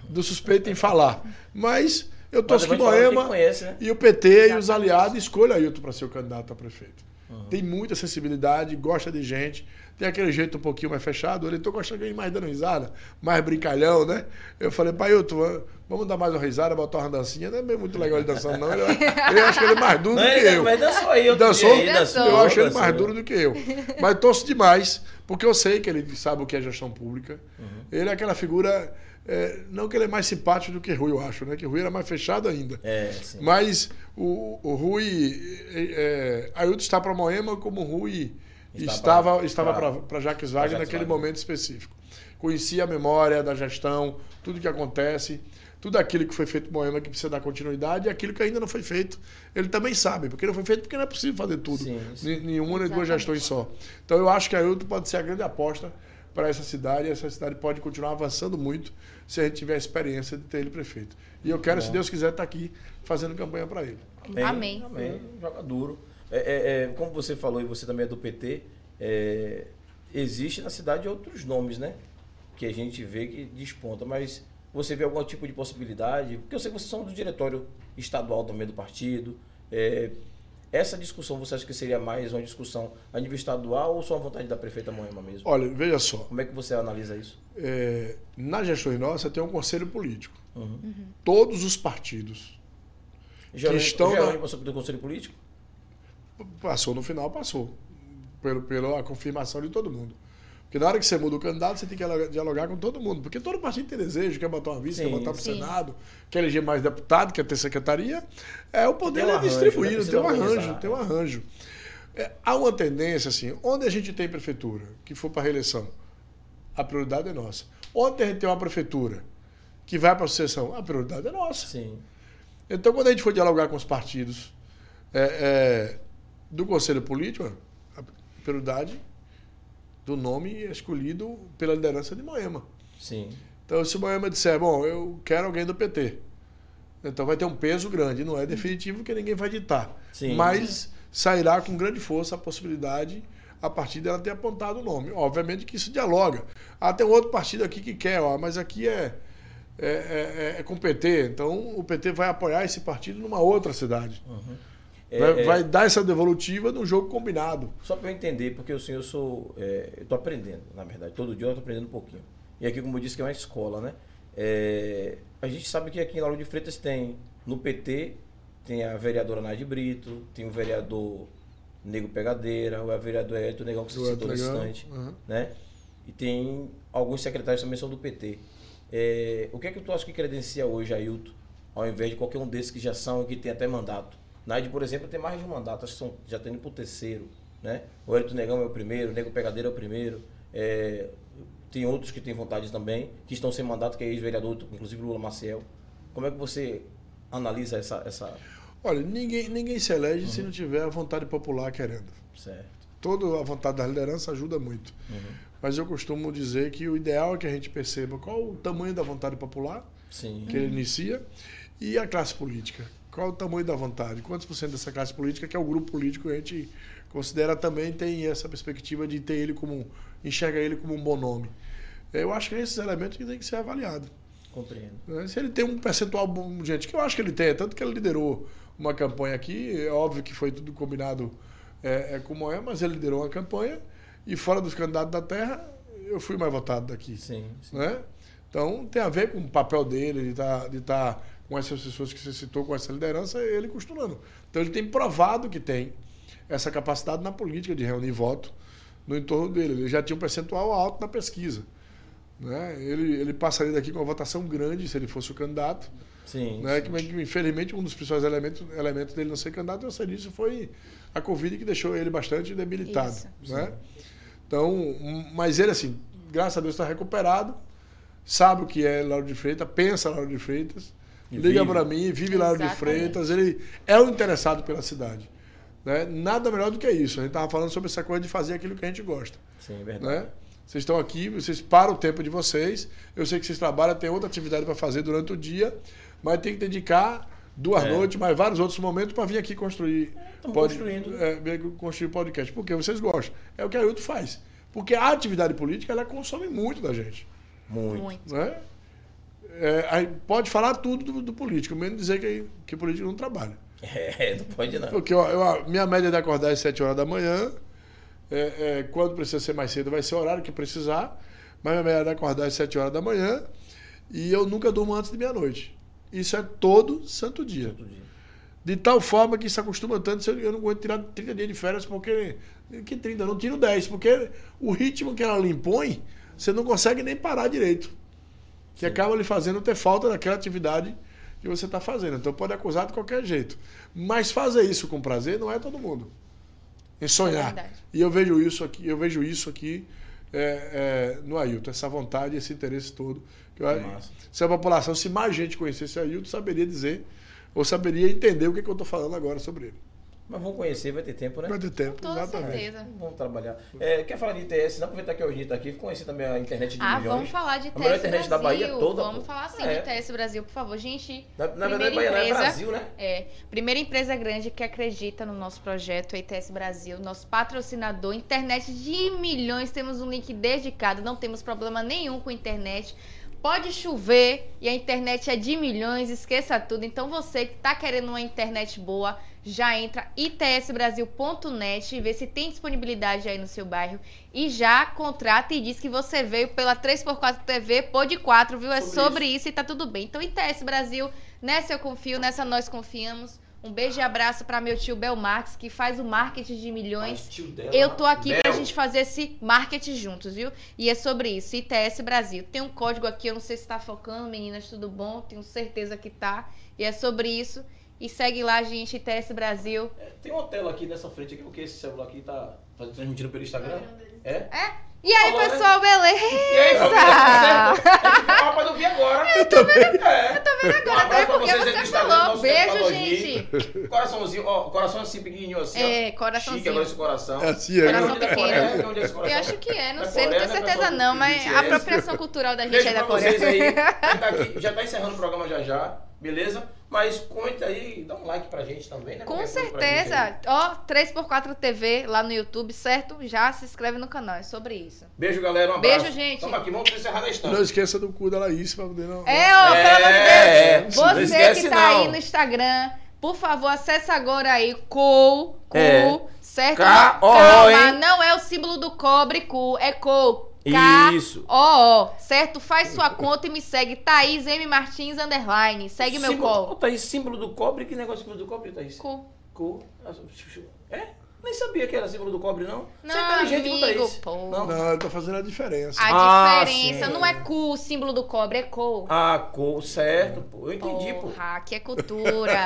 Speaker 3: do suspeito em falar, mas eu
Speaker 2: Mas
Speaker 3: torço
Speaker 2: eu
Speaker 3: que
Speaker 2: vou te falar quem
Speaker 3: Moema
Speaker 2: conhece, né?
Speaker 3: e o PT e os aliados escolham Ailton para ser o candidato a prefeito. Tem muita sensibilidade, gosta de gente, tem aquele jeito um pouquinho mais fechado. Ele tô gostando de mais dando risada, mais brincalhão, né? Eu falei, pai, Ailton, va- vamos dar mais uma risada, botar uma dancinha. Não é bem muito legal ele dançando, não. Ele, eu acho que ele é mais duro
Speaker 2: Não,
Speaker 3: do que
Speaker 2: ele,
Speaker 3: eu.
Speaker 2: mas dançou aí. outro
Speaker 3: Dançou?
Speaker 2: dia aí,
Speaker 1: Dançou.
Speaker 3: Eu acho ele
Speaker 2: dançou.
Speaker 3: mais duro do que eu. Mas torço demais, porque eu sei que ele sabe o que é gestão pública.
Speaker 2: Uhum.
Speaker 3: Ele é aquela figura. é, não que ele é mais simpático do que Rui, eu acho, né? Que Rui era mais fechado ainda.
Speaker 2: É, sim.
Speaker 3: Mas o, o Rui. É, é, Ailton está para Moema como o Rui
Speaker 2: Está
Speaker 3: estava
Speaker 2: pra-
Speaker 3: estava
Speaker 2: pra-
Speaker 3: para Jacques Wagner
Speaker 2: Jacques
Speaker 3: naquele
Speaker 2: Wagner.
Speaker 3: momento específico. Conhecia a memória da gestão, tudo que acontece. Tudo aquilo que foi feito em Moema que precisa dar continuidade e aquilo que ainda não foi feito, ele também sabe, porque não foi feito porque não é possível fazer tudo.
Speaker 2: Sim, sim.
Speaker 3: Nen- Nenhuma nem
Speaker 1: Exatamente.
Speaker 3: duas gestões só. Então eu acho que a Ailton pode ser a grande aposta para essa cidade e essa cidade pode continuar avançando muito se a gente tiver a experiência de ter ele prefeito. E eu quero, se Deus quiser, estar aqui fazendo campanha para ele.
Speaker 1: Amém.
Speaker 2: Amém. Joga duro. É, é, é, como você falou, e você também é do PT, é, existe na cidade outros nomes, né? Que a gente vê que desponta, mas você vê algum tipo de possibilidade? Porque eu sei que vocês são do diretório estadual também do partido. É, essa discussão, você acha que seria mais uma discussão a nível estadual ou só a vontade da prefeita Moema mesmo?
Speaker 3: Olha, veja só,
Speaker 2: Como é que você analisa isso?
Speaker 3: é, nas gestões nossas tem um conselho político.
Speaker 2: Uhum.
Speaker 3: Todos os partidos,
Speaker 2: Geralmente,
Speaker 3: estão na-
Speaker 2: geralmente passou pelo Conselho Político?
Speaker 3: passou no final, passou. Pelo, pela confirmação de todo mundo. Porque na hora que você muda o candidato, você tem que dialogar- dialogar com todo mundo. Porque todo partido tem desejo, quer botar uma vice,
Speaker 2: Sim.
Speaker 3: quer botar para o
Speaker 1: Sim.
Speaker 3: Senado, quer eleger mais deputado, quer ter secretaria. É, o poder
Speaker 2: Tem um
Speaker 3: é
Speaker 2: arranjo, né?
Speaker 3: distribuído,
Speaker 2: Precisa
Speaker 3: tem um
Speaker 2: organizar,
Speaker 3: arranjo, tem um
Speaker 2: é.
Speaker 3: arranjo. É, há uma tendência, assim, onde a gente tem prefeitura que for para reeleição, a prioridade é nossa. Onde a gente tem uma prefeitura que vai para a sucessão, a prioridade é nossa.
Speaker 2: Sim.
Speaker 3: Então, quando a gente for dialogar com os partidos é, é, do Conselho Político, a prioridade do nome é escolhido pela liderança de Moema.
Speaker 2: Sim.
Speaker 3: Então, se o Moema disser, bom, eu quero alguém do PT, então vai ter um peso grande. Não é definitivo porque ninguém vai ditar.
Speaker 2: Sim.
Speaker 3: Mas sairá com grande força a possibilidade a partir dela ter apontado o nome. Obviamente que isso dialoga. Ah, tem outro partido aqui que quer, ó, mas aqui é, é, é- é com o PT. Então o PT vai apoiar esse partido numa outra cidade.
Speaker 2: É,
Speaker 3: vai,
Speaker 2: é,
Speaker 3: vai dar essa devolutiva num jogo combinado.
Speaker 2: Só para eu entender, porque assim, eu sou. é, eu tô aprendendo, na verdade. Todo dia eu tô aprendendo um pouquinho. E aqui, como eu disse, que é uma escola, né? É, a gente sabe que aqui em Lauro de Freitas tem, no PT, tem a vereadora Nadia Brito, tem o vereador Nego Pegadeira, o vereador Hélio Negão, que você
Speaker 3: Do
Speaker 2: citou nesse
Speaker 3: Negão,
Speaker 2: instante.
Speaker 3: uhum.
Speaker 2: Né? E tem alguns secretários também são do PT. É, o que é que tu acha que credencia hoje a Ailton, ao invés de qualquer um desses que já são e que tem até mandato? Naide, por exemplo, tem mais de um mandato, acho que são, já tem indo pro terceiro. Né? O Hélio Negão é o primeiro, o Nego Pegadeira é o primeiro. é, tem outros que têm vontade também, que estão sem mandato, que é ex-vereador, inclusive Lula Maciel. Como é que você analisa essa. essa...
Speaker 3: Olha, ninguém, ninguém se elege se não tiver a vontade popular querendo.
Speaker 2: Certo.
Speaker 3: toda a vontade da liderança ajuda muito. Mas eu costumo dizer que o ideal é que a gente perceba qual o tamanho da vontade popular
Speaker 2: Sim.
Speaker 3: que ele inicia e a classe política. Qual o tamanho da vontade? Quantos por cento dessa classe política, que é o grupo político que a gente considera também, tem essa perspectiva de ter ele como. enxerga ele como um bom nome. Eu acho que é esses elementos que tem que ser avaliado.
Speaker 2: Compreendo.
Speaker 3: Né? Se ele tem um percentual bom de gente, que eu acho que ele tem, é tanto que ele liderou uma campanha aqui, é óbvio que foi tudo combinado é, é, como é, mas ele liderou uma campanha e fora dos candidatos da terra, eu fui mais votado daqui.
Speaker 2: Sim. sim.
Speaker 3: Né? Então tem a ver com o papel dele, de estar de tá com essas pessoas que você citou, com essa liderança, ele costurando. Então ele tem provado que tem essa capacidade na política de reunir voto no entorno dele. Ele já tinha um percentual alto na pesquisa. Né? Ele, ele passaria daqui com uma votação grande se ele fosse o candidato.
Speaker 2: Sim.
Speaker 3: Né?
Speaker 2: sim.
Speaker 3: Que, que, infelizmente, um dos principais elementos, elementos dele não ser candidato, eu sei disso, foi a Covid que deixou ele bastante debilitado.
Speaker 1: Isso.
Speaker 3: Né? Então, um, mas ele, assim, graças a Deus está recuperado, sabe o que é Lauro de Freitas, pensa Lauro de Freitas,
Speaker 2: E
Speaker 3: liga
Speaker 2: vive.
Speaker 3: para mim, vive Lauro de
Speaker 1: Exatamente.
Speaker 3: Freitas, ele é o interessado pela cidade. Né? Nada melhor do que isso. A gente estava falando sobre essa coisa de fazer aquilo que a gente gosta
Speaker 2: Sim, é verdade.
Speaker 3: né? Vocês estão aqui, vocês param o tempo de vocês. Eu sei que vocês trabalham, tem outra atividade para fazer durante o dia, mas tem que dedicar duas
Speaker 2: É.
Speaker 3: noites, mais vários outros momentos para vir aqui construir.
Speaker 2: tão construindo.
Speaker 3: É, vir aqui construir podcast, porque vocês gostam. É o que a Ailton faz. Porque a atividade política ela consome muito da gente.
Speaker 2: Muito.
Speaker 1: Muito.
Speaker 3: Né? É, aí pode falar tudo do, do político, menos dizer que, que político não trabalha.
Speaker 2: É, não pode não.
Speaker 3: Porque ó, eu- a minha média de acordar às 7 horas da manhã. é, é, quando precisa ser mais cedo, vai ser o horário que precisar. Mas minha média de acordar às 7 horas da manhã. E eu nunca durmo antes de meia-noite. Isso é todo santo dia.
Speaker 2: Todo dia.
Speaker 3: De tal forma que isso acostuma tanto, eu eu não aguento tirar 30 dias de férias, porque. Que 30? Eu não tiro 10, porque o ritmo que ela lhe impõe, você não consegue nem parar direito. Que acaba lhe fazendo ter falta daquela atividade que você está fazendo. Então pode acusar de qualquer jeito. Mas fazer isso com prazer não é todo mundo. E sonhar.
Speaker 1: verdade.
Speaker 3: e eu vejo isso aqui, eu vejo isso aqui é, é, no Ailton, essa vontade, esse interesse todo. Que eu-
Speaker 2: Massa.
Speaker 3: se a população, se mais gente conhecesse o Ailton, saberia dizer, ou saberia entender o que, que eu estou falando agora sobre ele.
Speaker 2: Mas vão conhecer, vai ter tempo, né?
Speaker 3: Vai ter tempo,
Speaker 1: Toda
Speaker 3: exatamente.
Speaker 1: certeza.
Speaker 2: Vamos trabalhar. É, quer falar de ITS? Não aproveitar que o Gito tá aqui, conhecer também a internet de
Speaker 1: Ah,
Speaker 2: milhões.
Speaker 1: vamos falar de
Speaker 2: A
Speaker 1: TS
Speaker 2: melhor
Speaker 1: Brasil.
Speaker 2: internet da Bahia toda,
Speaker 1: Vamos
Speaker 2: pô.
Speaker 1: falar sim de
Speaker 2: É.
Speaker 1: TS Brasil, por favor. Gente,
Speaker 2: Na, na
Speaker 1: Primeira
Speaker 2: verdade, Bahia não é
Speaker 1: empresa.
Speaker 2: Brasil, né?
Speaker 1: é, primeira empresa grande que acredita no nosso projeto, a ITS Brasil, nosso patrocinador, internet de milhões, temos um link dedicado, não temos problema nenhum com internet. Pode chover e a internet é de milhões, esqueça tudo. Então você que está querendo uma internet boa, já entra itsbrasil.net e vê se tem disponibilidade aí no seu bairro e já contrata e diz que você veio pela 3x4 TV, pô de 4, viu? É
Speaker 2: Sobre
Speaker 1: sobre, isso. e tá tudo bem. Então ITS Brasil Nessa eu confio, nessa nós confiamos. Um beijo e abraço para meu tio Belmarx, que faz o marketing de milhões. Eu tô aqui pra gente fazer esse marketing juntos, viu? E é sobre isso, ITS Brasil. Tem um código aqui, eu não sei se tá focando, meninas, tudo bom? Tenho certeza que tá. E é sobre isso. E segue lá, gente, ITS Brasil.
Speaker 2: Tem uma tela aqui nessa frente aqui, o que esse celular aqui tá tá transmitindo pelo Instagram? É?
Speaker 1: E aí,
Speaker 2: Olá, né?
Speaker 1: pessoal, beleza?
Speaker 2: E aí, família, tudo certo? É que o rapaz não vi agora. Eu também. É. Eu também
Speaker 1: Agora, até porque você falou. Beijo, gente.
Speaker 2: Coraçãozinho, ó, coração assim pequenininho assim, ó.
Speaker 1: É,
Speaker 2: Chique agora
Speaker 1: coraçãozinho.
Speaker 2: esse coração.
Speaker 3: É assim, é.
Speaker 1: Coração
Speaker 2: Onde é da
Speaker 1: pequeno.
Speaker 2: Coreia? De Onde é esse
Speaker 1: Eu
Speaker 2: coração?
Speaker 1: acho que é, não
Speaker 2: Da
Speaker 1: sei, não
Speaker 2: Coreia,
Speaker 1: tenho
Speaker 2: né,
Speaker 1: certeza
Speaker 2: pessoal?
Speaker 1: não, mas
Speaker 2: BTS.
Speaker 1: a apropriação cultural da gente
Speaker 2: Beijo
Speaker 1: é da
Speaker 2: pra
Speaker 1: Coreia.
Speaker 2: vocês aí. Quem tá aqui, já tá encerrando o programa já já, beleza? Mas comenta aí, dá um like pra gente também, né?
Speaker 1: Com
Speaker 2: Qualquer coisa pra gente aí.
Speaker 1: certeza. Ó, 3x4 TV lá no YouTube, certo? Já se inscreve no canal, é sobre isso.
Speaker 2: Beijo, galera. Um abraço.
Speaker 1: Beijo, gente.
Speaker 2: Tamo aqui, vamos encerrar na
Speaker 3: Não
Speaker 2: estante.
Speaker 3: esqueça do cu da Laís pra poder não.
Speaker 1: É, ó,
Speaker 2: É,
Speaker 1: pelo amor
Speaker 2: é.
Speaker 1: de Deus.
Speaker 2: Não
Speaker 1: Você
Speaker 2: esquece,
Speaker 1: que tá aí
Speaker 2: não.
Speaker 1: no Instagram, por favor, acessa agora aí Cou, cu,
Speaker 2: É.
Speaker 1: certo?
Speaker 2: K, O, O,
Speaker 1: Calma,
Speaker 2: hein?
Speaker 1: não é o símbolo do cobre, cu, é Cou.
Speaker 2: Isso.
Speaker 1: Ó, ó, certo? Faz sua conta e me segue. Thaís M. Martins Underline. Segue meu
Speaker 2: Símbolo-
Speaker 1: call.
Speaker 2: Ô, Thaís, símbolo do cobre. Que negócio de símbolo do cobre, Thaís?
Speaker 1: Cu.
Speaker 2: Cu. É? Nem sabia que era símbolo do cobre, não. Você é
Speaker 1: Não,
Speaker 2: inteligente, viu,
Speaker 1: amigo,
Speaker 2: Thaís?
Speaker 1: pô.
Speaker 2: Não.
Speaker 3: Não, eu tô fazendo a diferença.
Speaker 1: A
Speaker 2: Ah,
Speaker 1: diferença
Speaker 2: sim.
Speaker 1: não é cu, o símbolo do cobre, é Cou.
Speaker 2: Ah, cor, certo, pô. Eu entendi, pô.
Speaker 1: Porra, que é cultura.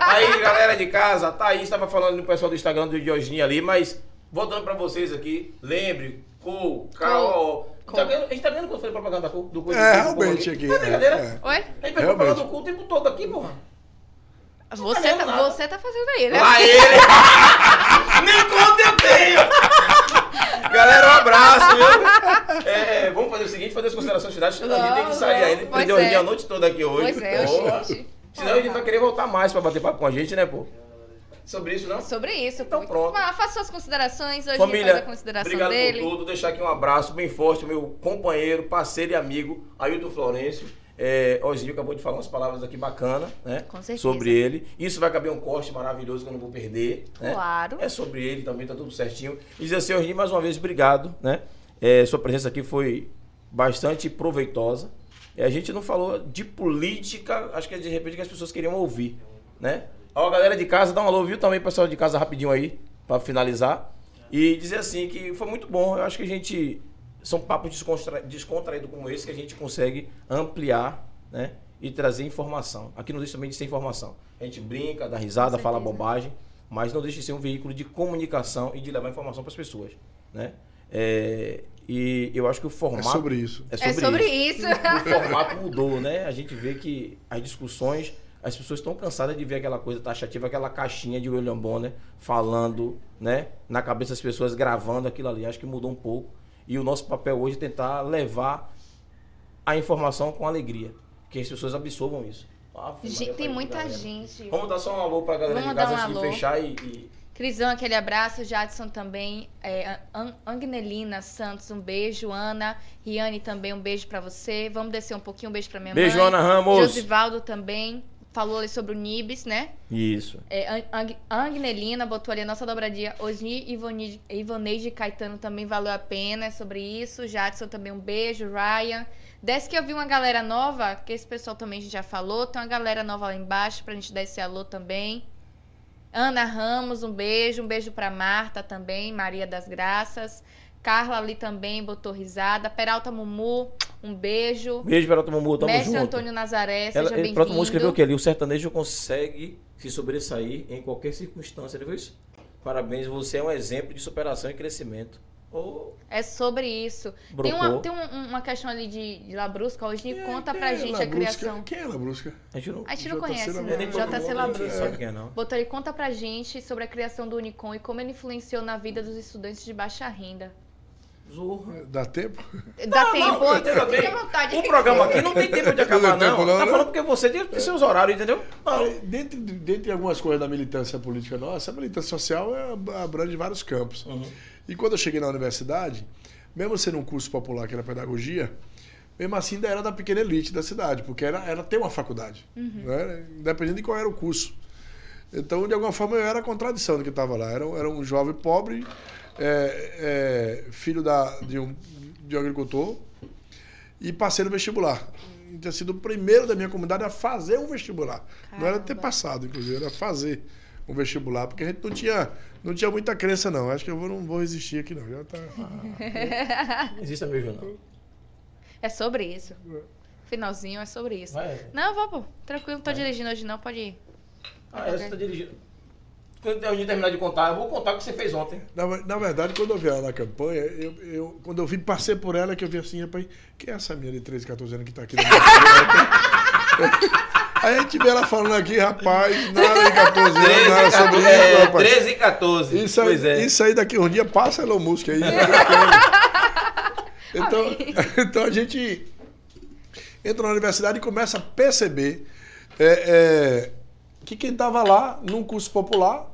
Speaker 2: Aí, galera de casa, a Thaís estava falando do pessoal do Instagram do Dioginho ali, mas voltando pra vocês aqui, lembre, cor, caô.
Speaker 1: Cor.
Speaker 2: Tá vendo- A gente tá vendo quando foi propaganda da cor- do cu?
Speaker 3: É, realmente aqui.
Speaker 2: Tá brincadeira?
Speaker 3: é, é.
Speaker 1: Oi?
Speaker 2: A gente faz propaganda do cu o tempo todo aqui, porra.
Speaker 1: Você tá,
Speaker 2: nada.
Speaker 1: você tá fazendo aí, né?
Speaker 2: Lá ele! Nem conta eu tenho! Galera, um abraço, viu? É, vamos fazer o seguinte, fazer as considerações finais. A gente tem que sair
Speaker 1: Vamos,
Speaker 2: ainda.
Speaker 1: pois
Speaker 2: Perdeu
Speaker 1: é.
Speaker 2: é. a noite toda aqui hoje.
Speaker 1: Pois é,
Speaker 2: Porra.
Speaker 1: gente.
Speaker 2: Senão ele vai querer voltar mais pra bater papo com a gente, né, pô? Sobre isso, não?
Speaker 1: Sobre isso,
Speaker 2: Então
Speaker 1: pô.
Speaker 2: pronto.
Speaker 1: Vá, faça suas considerações. Hoje
Speaker 2: Família,
Speaker 1: faz a consideração
Speaker 2: obrigado
Speaker 1: dele.
Speaker 2: por tudo. Deixar aqui um abraço bem forte, meu companheiro, parceiro e amigo, Ailton Florencio. É, Ozinho acabou de falar umas palavras aqui bacanas, né?
Speaker 1: Com certeza.
Speaker 2: Sobre ele. Isso vai caber um corte maravilhoso que eu não vou perder. né?
Speaker 1: Claro.
Speaker 2: É sobre ele também, tá tudo certinho. E dizer assim, Ozinho, mais uma vez, obrigado, né? É, sua presença aqui foi bastante proveitosa. É, a gente não falou de política, acho que é de repente que as pessoas queriam ouvir, né? Ó, galera de casa, dá um alô, viu? Também, pessoal de casa, rapidinho aí, pra finalizar. E dizer assim, que foi muito bom. Eu acho que a gente. São papos descontra... descontraídos como esse que a gente consegue ampliar, né? E trazer informação. Aqui não deixa também de ser informação. A gente brinca, dá risada,
Speaker 1: Com
Speaker 2: fala
Speaker 1: certeza.
Speaker 2: bobagem, mas não deixa de ser um veículo de comunicação e de levar informação para as pessoas, né? É, E eu acho que o
Speaker 3: É
Speaker 2: formato.
Speaker 3: sobre isso.
Speaker 2: É
Speaker 1: É
Speaker 2: sobre,
Speaker 1: sobre
Speaker 2: isso.
Speaker 1: isso.
Speaker 2: O formato mudou, né? A gente vê que as discussões, as pessoas estão cansadas de ver aquela coisa taxativa, aquela caixinha de William Bonner né? falando, né? Na cabeça das pessoas, gravando aquilo ali. Acho que mudou um pouco. E o nosso papel hoje é tentar levar a informação com alegria. Que as pessoas absorvam isso. Ah, Maria,
Speaker 1: Gente, tem
Speaker 2: tá aí,
Speaker 1: muita
Speaker 2: galera.
Speaker 1: gente.
Speaker 2: Vamos dar só um alô pra galera
Speaker 1: Vamos
Speaker 2: de
Speaker 1: dar
Speaker 2: casa
Speaker 1: um
Speaker 2: antes de
Speaker 1: alô.
Speaker 2: fechar e. e-
Speaker 1: Crisão, aquele abraço. Jadson também. É, An- Angnelina Santos, um beijo. Ana. Riane também, um beijo pra você. Vamos descer um pouquinho, um beijo pra minha
Speaker 2: Beijo,
Speaker 1: mãe.
Speaker 2: Ana Ramos.
Speaker 1: Josivaldo também. Falou ali sobre o Nibis, né?
Speaker 2: Isso.
Speaker 1: É, Ang- Ang- Angnelina botou ali a nossa dobradinha. Osni e Ivone- Ivoneide Caetano também valeu a pena é sobre isso. Jadson também um beijo. Ryan. Desce que eu vi uma galera nova, que esse pessoal também a gente já falou. Tem uma galera nova lá embaixo pra gente dar esse alô também. Ana Ramos, um beijo. Um beijo pra Marta também, Maria das Graças. Carla ali também botou risada. Peralta Mumu, um beijo.
Speaker 2: Beijo, Peralta Mumu. Tamo
Speaker 1: Mestre
Speaker 2: junto.
Speaker 1: Antônio Nazaré,
Speaker 2: Ela,
Speaker 1: seja
Speaker 2: ele, pronto,
Speaker 1: bem-vindo.
Speaker 2: música escreveu o que ali? O sertanejo consegue se sobressair em qualquer circunstância. Ele viu isso? Parabéns, você é um exemplo de superação e crescimento. Ou
Speaker 1: É sobre isso. Tem,
Speaker 2: Brocou.
Speaker 1: uma, tem um- uma questão ali de, de Labrusca. O Osni conta pra gente a
Speaker 3: Labrusca?
Speaker 1: criação.
Speaker 3: Quem é Labrusca?
Speaker 2: a gente não.
Speaker 1: um- A gente não
Speaker 3: JC
Speaker 1: conhece,
Speaker 3: Labrusca.
Speaker 2: Eu nem
Speaker 1: né?
Speaker 3: É,
Speaker 1: JC
Speaker 2: conto o nome, ninguém
Speaker 1: Labrusca.
Speaker 2: sabe quem é, não.
Speaker 1: Botou ele conta pra gente sobre a criação do Unicom e como ele influenciou na vida dos estudantes de baixa renda.
Speaker 2: Zorro.
Speaker 3: Dá tempo?
Speaker 1: Dá
Speaker 2: Não,
Speaker 1: tempo,
Speaker 2: não,
Speaker 1: fica
Speaker 2: entenda bem.
Speaker 1: à vontade.
Speaker 2: O programa aqui não tem tempo de acabar,
Speaker 3: Não tem
Speaker 2: não.
Speaker 3: tempo, não,
Speaker 2: Tá
Speaker 3: né?
Speaker 2: falando porque você tem tem seus horários, entendeu? Não.
Speaker 3: Dentre, dentre algumas coisas da militância política nossa, a militância social é- abrange vários campos.
Speaker 2: Uhum.
Speaker 3: E quando eu cheguei na universidade, mesmo sendo um curso popular que era pedagogia, mesmo assim ainda era da pequena elite da cidade, porque era, era ter uma faculdade, né? independente de qual era o curso. Então, de alguma forma, eu era a contradição do que estava lá. Era, um- era um jovem pobre, é, é, filho da, de, um, de um agricultor, e passei no vestibular. E tinha sido o primeiro da minha comunidade a fazer um vestibular. Não era ter
Speaker 1: Caramba.
Speaker 3: passado, inclusive, era fazer um vestibular, porque a gente não tinha, não tinha muita crença, não. Acho que eu vou- não vou resistir aqui, não. Já tá...
Speaker 2: Não existe mesmo, não.
Speaker 1: É sobre isso. Finalzinho é sobre isso.
Speaker 2: Vai.
Speaker 1: Não, vou, pô. Tranquilo, não tô dirigindo hoje não, pode ir.
Speaker 2: Ah, é, você tá dirigindo. Quando a gente terminar de contar, eu vou contar o que você fez ontem.
Speaker 3: Na, ver- na verdade, quando eu vi ela na campanha, eu, eu- quando eu vi, passei por ela, que eu vi assim, rapaz, quem é essa minha de 13, 14 anos que tá aqui na minha frente? Aí a gente vê ela falando aqui, rapaz, nada de 14 anos, nada sobre isso,
Speaker 2: é,
Speaker 3: rapaz.
Speaker 2: 13 e 14.
Speaker 3: Isso aí,
Speaker 2: pois é.
Speaker 3: isso aí daqui um dia passa Elon Musk aí. né, então, então a gente entra na universidade e começa a perceber é, é, que quem estava lá num curso popular,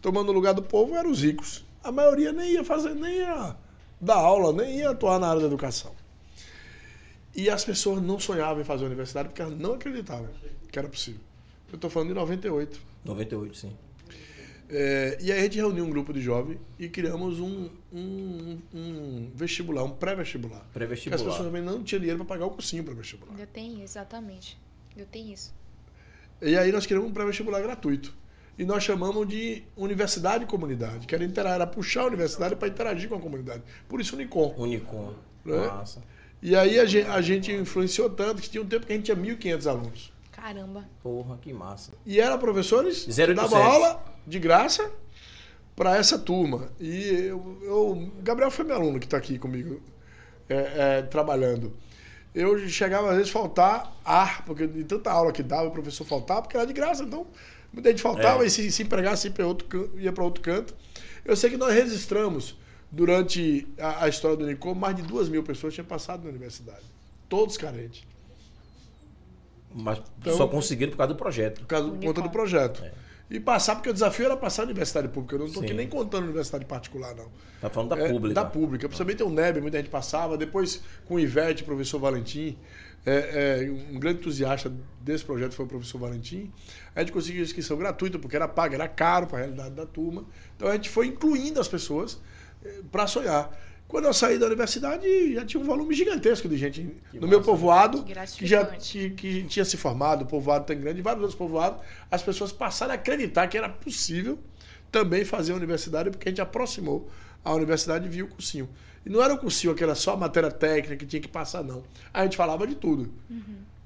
Speaker 3: tomando o lugar do povo, eram os ricos. A maioria nem ia fazer, nem ia dar aula, nem ia atuar na área da educação. E as pessoas não sonhavam em fazer universidade porque elas não acreditavam que era possível. Eu estou falando de 98.
Speaker 2: 98, sim.
Speaker 3: É, e aí a gente reuniu um grupo de jovens e criamos um, um- um vestibular, um pré-vestibular. Porque as
Speaker 2: Pré-vestibular.
Speaker 3: pessoas também não tinham dinheiro para pagar o cursinho para vestibular.
Speaker 1: Eu tenho, exatamente. Eu tenho isso.
Speaker 3: E aí nós criamos um pré-vestibular gratuito. E nós chamamos de universidade e comunidade, que era, interar, era puxar a universidade para interagir com a comunidade. Por isso, Unicom.
Speaker 2: Unicom.
Speaker 3: Né?
Speaker 2: Massa.
Speaker 3: E aí a gente, a gente influenciou tanto que tinha um tempo que a gente tinha 1.500 alunos.
Speaker 1: Caramba.
Speaker 2: Porra, que massa.
Speaker 3: E era professores,
Speaker 2: Zero
Speaker 3: que dava
Speaker 2: oitocentos.
Speaker 3: aula de graça para essa turma. E eu, eu- Gabriel foi meu aluno que está aqui comigo é, é, trabalhando. Eu chegava às vezes faltar ar, porque de tanta aula que dava, o professor faltava, porque era de graça, então muita gente faltava
Speaker 2: É.
Speaker 3: e se, se empregasse ia para outro, can- ia pra outro canto. Eu sei que nós registramos, durante a, a história do Unicom, mais de duas mil pessoas tinham passado na universidade. Todos carentes.
Speaker 2: Mas
Speaker 3: Então-
Speaker 2: só conseguiram por causa do projeto.
Speaker 3: por causa por conta
Speaker 1: Unicórnio.
Speaker 3: do projeto.
Speaker 2: É.
Speaker 3: E passar, porque o desafio era passar na universidade pública. Eu não estou aqui
Speaker 2: Sim.
Speaker 3: nem contando universidade particular, não.
Speaker 2: Tá falando da
Speaker 3: É,
Speaker 2: pública.
Speaker 3: Da pública. Principalmente o NEB, muita gente passava. Depois, com o Ivete, o professor Valentim. é, é, um grande entusiasta desse projeto foi o professor Valentim. A gente conseguiu inscrição gratuita, porque era paga, era caro para a realidade da turma. Então a gente foi incluindo as pessoas para sonhar. Quando eu saí da universidade, já tinha um volume gigantesco de gente no meu
Speaker 2: né?
Speaker 3: povoado
Speaker 1: Que
Speaker 3: que já
Speaker 1: gratificante.
Speaker 3: ti- que tinha se formado, o povoado tão grande, e vários outros povoados, as pessoas passaram a acreditar que era possível também fazer a universidade, porque a gente aproximou a universidade e viu o cursinho. E não era o cursinho aquela só matéria técnica que tinha que passar, não. A gente falava de tudo.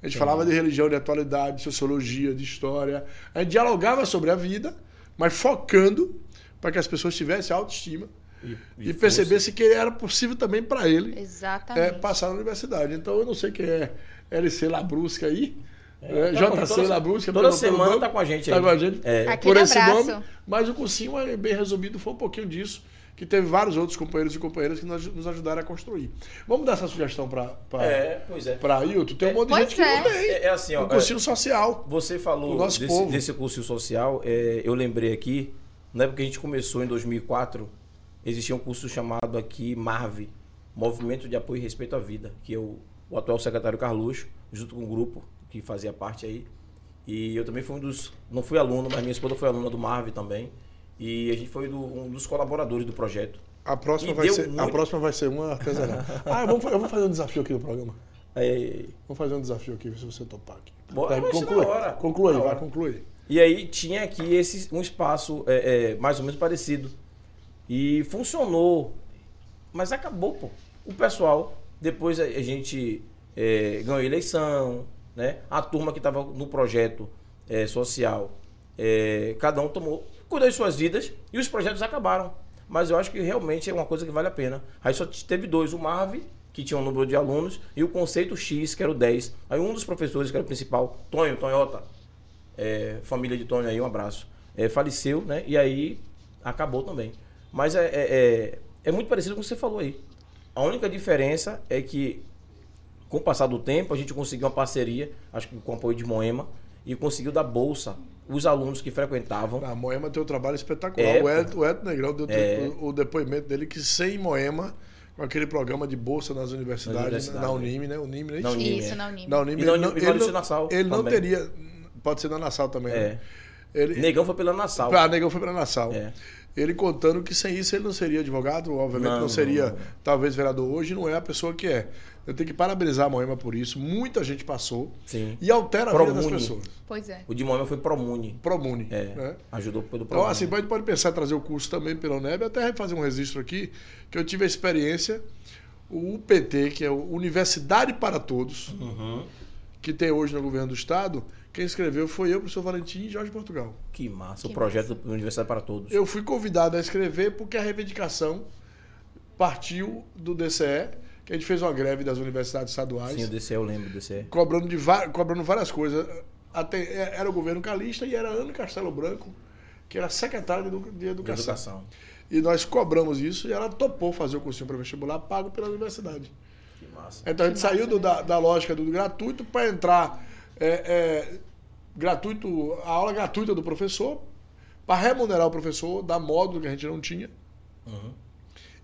Speaker 3: A gente falava de religião, de atualidade, de sociologia, de história. A gente dialogava sobre a vida, mas focando para que as pessoas tivessem autoestima
Speaker 2: E,
Speaker 3: e,
Speaker 2: e
Speaker 3: percebessem que era possível também para ele é,
Speaker 1: Exatamente.
Speaker 3: passar na universidade. Então eu não sei quem é LC Labrusca aí.
Speaker 2: É,
Speaker 3: É,
Speaker 2: tá com-
Speaker 3: JC
Speaker 2: toda-
Speaker 3: Labrusca.
Speaker 2: toda
Speaker 3: pelo- pelo
Speaker 2: semana
Speaker 3: nome,
Speaker 2: tá com a gente
Speaker 3: Tá
Speaker 2: aí.
Speaker 3: com a gente.
Speaker 2: É.
Speaker 1: Aquele
Speaker 3: Por esse
Speaker 1: abraço.
Speaker 3: nome. Mas o cursinho, é, bem resumido, foi um pouquinho disso. Que teve vários outros companheiros e companheiras que nos nos ajudaram a construir. Vamos dar essa sugestão para
Speaker 2: É, pois é.
Speaker 3: para Ailton? Tem um monte de
Speaker 1: Pois
Speaker 3: gente que
Speaker 1: é.
Speaker 3: não tem.
Speaker 2: É, é assim, ó.
Speaker 3: o cursinho social.
Speaker 2: Você falou
Speaker 3: O nosso
Speaker 2: desse,
Speaker 3: povo.
Speaker 2: desse cursinho social, é, eu lembrei aqui, na época que a gente começou em 2004, existia um curso chamado aqui MARV, Movimento de Apoio e Respeito à Vida, que eu, o atual secretário Carluxo, junto com um grupo que fazia parte aí, e eu também fui um dos, não fui aluno, mas minha esposa foi aluna do MARV também, e a gente foi do- um dos colaboradores do projeto.
Speaker 3: A próxima,
Speaker 2: E
Speaker 3: vai
Speaker 2: deu
Speaker 3: ser, a
Speaker 2: muito.
Speaker 3: próxima vai ser uma artesanal. ah, eu vou, fa- eu vou fazer um desafio aqui no programa.
Speaker 2: Aí,
Speaker 3: Vou fazer um desafio aqui, se você topar aqui.
Speaker 2: Bora,
Speaker 3: Tá,
Speaker 2: vai ser
Speaker 3: conclui,
Speaker 2: na hora.
Speaker 3: conclui,
Speaker 2: Na
Speaker 3: vai,
Speaker 2: hora.
Speaker 3: conclui.
Speaker 2: E aí tinha aqui esse, um espaço é, é, mais ou menos parecido. E funcionou. Mas acabou, pô. O pessoal, depois a, a gente é, ganhou eleição, né? A turma que estava no projeto é, social, é, cada um tomou, cuidou de suas vidas e os projetos acabaram. mas eu acho que realmente é uma coisa que vale a pena. Aí só teve dois, o Marv, que tinha um número de alunos, e o Conceito X, que era o 10. Aí um dos professores, que era o principal, Tonho, Tonhota, é, família de Tonho aí, um abraço, é, faleceu, né? E aí acabou também. Mas é, é, é muito parecido com o que você falou aí. A única diferença é que, com o passar do tempo, a gente conseguiu uma parceria, acho que com o apoio de Moema, e conseguiu dar bolsa os alunos que frequentavam.
Speaker 3: A Moema tem um trabalho espetacular.
Speaker 2: É,
Speaker 3: o Hélio o Hélio Negrão deu
Speaker 2: É.
Speaker 3: o, o depoimento dele que sem Moema, com aquele programa de bolsa nas universidades,
Speaker 2: universidades,
Speaker 3: na
Speaker 2: né?
Speaker 3: Unime, né? Unime, né?
Speaker 2: Na Unime.
Speaker 1: Isso, na Unime.
Speaker 3: Na Unime,
Speaker 2: E na
Speaker 3: ele não,
Speaker 2: Unime,
Speaker 3: ele
Speaker 2: Vale do
Speaker 3: não-
Speaker 2: Sinassal
Speaker 3: ele não
Speaker 2: também.
Speaker 3: teria. Pode ser na Nassau também, né? Ele,
Speaker 2: Negão foi pela Nassau.
Speaker 3: Ah, Negão foi pra Nassau.
Speaker 2: É.
Speaker 3: Ele contando que sem isso ele não seria advogado, obviamente não,
Speaker 2: Não,
Speaker 3: seria,
Speaker 2: não, não.
Speaker 3: talvez, vereador hoje, não é a pessoa que é. Eu tenho que parabenizar a Moema por isso. Muita gente passou
Speaker 2: Sim.
Speaker 3: e altera a vida das
Speaker 2: Promune.
Speaker 3: pessoas.
Speaker 1: Pois é.
Speaker 2: O de Moema foi Promune.
Speaker 3: Promune.
Speaker 2: É.
Speaker 3: né?
Speaker 2: Ajudou pelo
Speaker 3: Então,
Speaker 2: Promune.
Speaker 3: assim, pode, pode pensar em trazer o curso também pela UNEB, até fazer um registro aqui, que eu tive a experiência, o UPT, que é o Universidade para Todos,
Speaker 2: Uhum.
Speaker 3: que tem hoje no governo do estado, quem escreveu foi eu, professor Valentim e Jorge Portugal.
Speaker 2: Que massa.
Speaker 1: Que
Speaker 2: o projeto do Universidade para Todos.
Speaker 3: Eu fui convidado a escrever porque a reivindicação partiu do DCE, que a gente fez uma greve das universidades estaduais,
Speaker 2: Sim, o DCE, eu lembro, o DCE.
Speaker 3: cobrando, de va- cobrando várias coisas. Até- é, era o governo calista e era Ana Castelo Branco, que era secretária de edu- de
Speaker 2: De
Speaker 3: educação.
Speaker 2: educação.
Speaker 3: E nós cobramos isso e ela topou fazer o cursinho para vestibular pago pela universidade.
Speaker 2: Que massa.
Speaker 3: Então a gente saiu do- da, da lógica do gratuito para entrar é, é, gratuito, a aula gratuita do professor, para remunerar o professor, dar módulo que a gente não tinha.
Speaker 2: Uhum.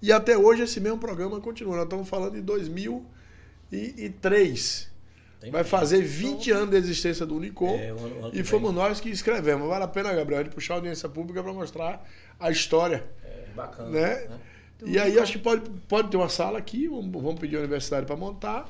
Speaker 3: E até hoje esse mesmo programa continua. Nós estamos falando de 2003.
Speaker 2: Tem
Speaker 3: Vai fazer 20 anos da existência do Unicom.
Speaker 2: É, o ano- o ano que
Speaker 3: e
Speaker 2: vem.
Speaker 3: fomos nós que escrevemos. Vale a pena, Gabriel, de puxar a audiência pública para mostrar a história
Speaker 2: É, bacana.
Speaker 3: né?
Speaker 1: Então,
Speaker 3: E aí acho que pode, pode ter uma sala aqui, vamos vamos pedir a universidade para montar.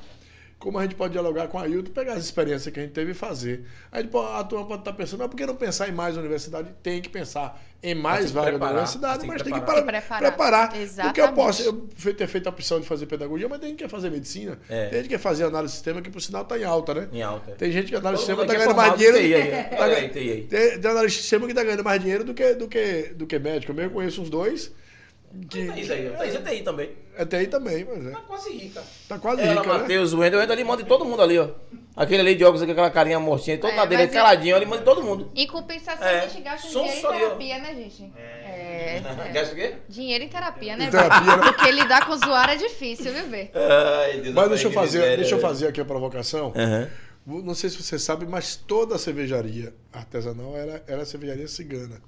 Speaker 3: Como a gente pode dialogar com a Ailton, pegar as experiências que a gente teve e fazer. Aí tipo, a turma pode estar pensando, mas por que não pensar em mais universidade? Tem que pensar em mais
Speaker 2: tem que
Speaker 3: vaga da
Speaker 2: preparar,
Speaker 3: universidade,
Speaker 2: tem que
Speaker 3: mas tem que
Speaker 2: preparar.
Speaker 3: para-
Speaker 1: Tem que preparar.
Speaker 3: preparar. Porque eu
Speaker 1: Exatamente.
Speaker 3: posso eu fe- ter feito a opção de fazer pedagogia, mas tem gente que quer fazer medicina,
Speaker 2: É.
Speaker 3: tem gente que quer fazer análise de sistema, que por sinal está em alta, né?
Speaker 2: Em alta.
Speaker 3: Tem gente que análise de
Speaker 2: Todo
Speaker 3: sistema
Speaker 2: mundo
Speaker 3: está
Speaker 2: aqui é
Speaker 3: tá ganhando
Speaker 2: formado
Speaker 3: mais dinheiro.
Speaker 2: em TI aí,
Speaker 3: tá
Speaker 2: é.
Speaker 3: ganhando-
Speaker 2: Olha aí, TI aí.
Speaker 3: tem, tem analista de sistema que está ganhando mais dinheiro do que, do que, do que médico. Eu mesmo conheço uns dois. Que,
Speaker 2: Thaís aí, ó. Thaís é TI também.
Speaker 3: até aí também, mas é.
Speaker 2: Tá quase rica.
Speaker 3: Tá quase
Speaker 2: Ela,
Speaker 3: rica, né?
Speaker 2: Matheus, o Wendel, o Wendel ali manda em todo mundo ali, ó. Aquele ali de óculos, aqui, aquela carinha mortinha, todo
Speaker 1: É,
Speaker 2: na dele,
Speaker 1: mas
Speaker 2: é
Speaker 1: é-
Speaker 2: caladinho, ele manda em todo mundo.
Speaker 1: Em compensação,
Speaker 2: É,
Speaker 1: a gente gasta um
Speaker 2: só
Speaker 1: dinheiro em
Speaker 2: só eu.
Speaker 1: terapia, né, gente? É. é.
Speaker 2: Gasta o quê?
Speaker 1: Dinheiro em terapia, né?
Speaker 3: Em terapia, né?
Speaker 1: Porque lidar com o usuário é difícil, viu, Vê?
Speaker 2: Ai, Deus,
Speaker 3: Mas
Speaker 2: eu
Speaker 3: deixa
Speaker 2: falei
Speaker 3: eu
Speaker 2: que
Speaker 3: fazer,
Speaker 2: miséria,
Speaker 5: né?
Speaker 3: deixa eu
Speaker 2: velho.
Speaker 3: fazer aqui a provocação.
Speaker 2: Aham.
Speaker 3: Vou- Não sei se você sabe, mas toda a cervejaria artesanal era, era cervejaria cigana.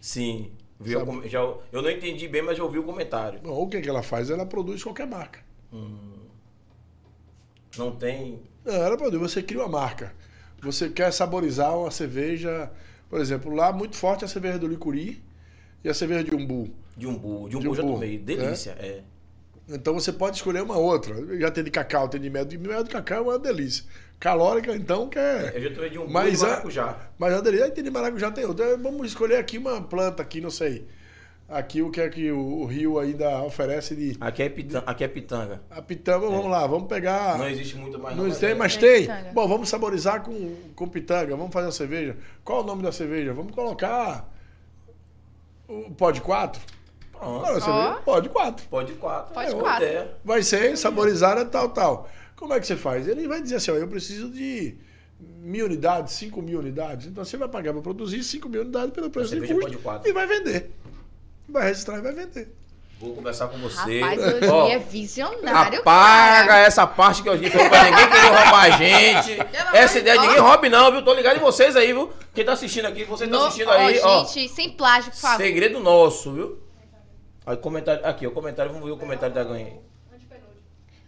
Speaker 2: Sim. Vi o com- já, eu não entendi bem, mas já ouvi o comentário.
Speaker 3: Bom, o que, que ela faz? Ela produz qualquer marca.
Speaker 2: Não tem.
Speaker 3: Não, ela produz, você cria uma marca. Você quer saborizar uma cerveja, por exemplo, lá muito forte é a cerveja do Licuri e a cerveja de Umbu.
Speaker 2: De umbu. De umbu,
Speaker 3: De
Speaker 2: eu já
Speaker 3: umbu,
Speaker 2: tomei.
Speaker 3: né?
Speaker 2: Delícia, é.
Speaker 3: Então você pode escolher uma outra. Já tem de cacau, tem de mel. De mel de cacau é uma delícia. Calórica, então, que é.
Speaker 2: Eu já tomei de umbu
Speaker 3: Mas
Speaker 2: e de
Speaker 3: a-
Speaker 2: maracujá.
Speaker 3: Mas a delícia tem de maracujá, tem outra. Então, Vamos escolher aqui uma planta aqui, não sei. Aqui o que é que o, o rio ainda oferece de.
Speaker 2: Aqui, é pitanga, aqui é pitanga.
Speaker 3: A pitanga, vamos lá, vamos pegar.
Speaker 2: Não existe muito mais.
Speaker 3: Não tem,
Speaker 2: é.
Speaker 3: mas
Speaker 1: É
Speaker 3: tem.
Speaker 1: pitanga.
Speaker 3: Bom, vamos saborizar com, com pitanga, vamos fazer uma cerveja. Qual o nome da cerveja? Vamos colocar. O Pod 4? Qual é a
Speaker 2: Pronto.
Speaker 3: cerveja? Pod 4.
Speaker 2: Pode quatro.
Speaker 1: Pode
Speaker 2: É outra
Speaker 1: quatro.
Speaker 2: ideia.
Speaker 3: vai ser saborizada tal, tal. Como é que você faz? Ele vai dizer assim, ó, eu preciso de mil unidades, cinco mil unidades. Então você vai pagar para produzir cinco mil unidades pelo preço de
Speaker 2: cerveja
Speaker 3: custo
Speaker 2: pode quatro.
Speaker 3: e vai vender. Vai registrar e vai vender.
Speaker 2: Vou conversar com você.
Speaker 1: Rapaz, hoje
Speaker 2: Ó,
Speaker 1: é visionário,
Speaker 2: Apaga
Speaker 1: cara.
Speaker 2: essa parte que eu disse pra ninguém querer roubar a gente.
Speaker 1: amor
Speaker 2: Essa
Speaker 1: de
Speaker 2: ideia
Speaker 1: Deus.
Speaker 2: ninguém roube, não, viu? Tô ligado em vocês aí, viu? Quem tá assistindo aqui, vocês estão
Speaker 1: No-
Speaker 2: assistindo
Speaker 1: ó,
Speaker 2: aí, ó.
Speaker 1: gente, sem plágio, por favor.
Speaker 2: Segredo nosso, viu? Aí, comentário, aqui, o comentário, vamos ver o comentário da Ganhei.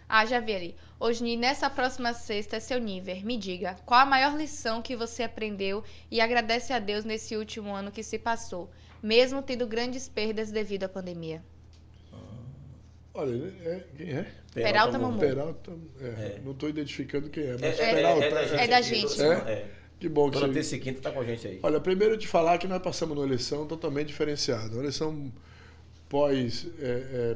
Speaker 1: Ah, já vi ali. Osni, nessa próxima sexta é seu nível. Me diga, qual a maior lição que você aprendeu e agradece a Deus nesse último ano que se passou, mesmo tendo grandes perdas devido à pandemia?
Speaker 3: Olha, é- quem é?
Speaker 1: Peralta Mamu.
Speaker 3: Peralta. é,
Speaker 2: É.
Speaker 3: Não estou identificando quem é,
Speaker 2: É,
Speaker 3: mas
Speaker 2: é,
Speaker 3: Peralta.
Speaker 2: é,
Speaker 1: É da gente.
Speaker 2: É. é.
Speaker 3: Que bom que
Speaker 2: Toda
Speaker 3: você
Speaker 2: terça e quinta tá com a gente aí.
Speaker 3: Olha, primeiro eu te falar que nós passamos numa eleição totalmente diferenciada. Uma eleição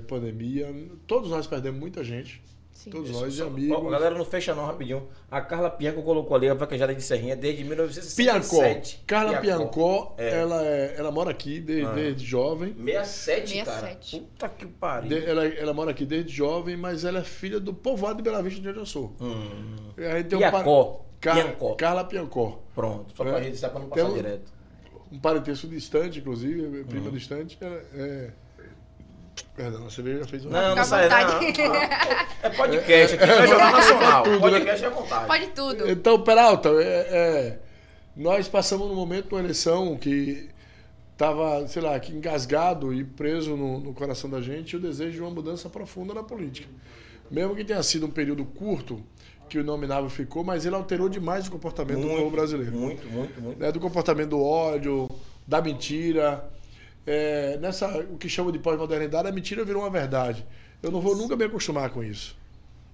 Speaker 3: pós-pandemia. todos nós perdemos muita gente.
Speaker 1: Sim.
Speaker 3: Todos nós e
Speaker 2: é Só-
Speaker 3: amigos.
Speaker 2: ó, galera, não fecha não, rapidinho. A Carla Pianco colocou ali a vaquejada de Serrinha desde
Speaker 3: Piancó.
Speaker 2: 1967.
Speaker 3: Carla Piancó,
Speaker 2: É.
Speaker 3: ela, é- ela mora aqui de-
Speaker 2: Ah.
Speaker 3: desde jovem.
Speaker 2: 67, cara.
Speaker 1: 67.
Speaker 2: Puta que pariu.
Speaker 3: De- ela, ela mora aqui desde jovem, mas ela é filha do povoado de Bela Vista de onde eu sou.
Speaker 2: Hum.
Speaker 3: A gente tem um par-
Speaker 2: Piancó.
Speaker 3: Car-
Speaker 2: Piancó.
Speaker 3: Carla Piancó.
Speaker 2: Pronto, só pra
Speaker 3: É.
Speaker 2: registrar pra não passar
Speaker 3: Tem um-
Speaker 2: direto.
Speaker 3: Um parentesco distante, inclusive, é prima
Speaker 2: Hum.
Speaker 3: distante. Ela é... Perdão, a cerveja fez um...
Speaker 2: Não,
Speaker 1: Fica à
Speaker 2: não sai não.
Speaker 1: vontade.
Speaker 2: É podcast aqui, é jornal nacional.
Speaker 3: tudo, né?
Speaker 2: Podcast é à vontade.
Speaker 1: Pode tudo.
Speaker 3: Então, Peralta, é- é, nós passamos num momento de uma eleição que estava, sei lá, que engasgado e preso no, no coração da gente o desejo de uma mudança profunda na política. Mesmo que tenha sido um período curto que o nominável ficou, mas ele alterou demais o comportamento do povo brasileiro
Speaker 2: Muito, muito, muito.
Speaker 3: né, do comportamento do ódio, da mentira. É, nessa, o que chama de pós-modernidade, a mentira virou uma verdade. Eu não vou nunca me acostumar com isso.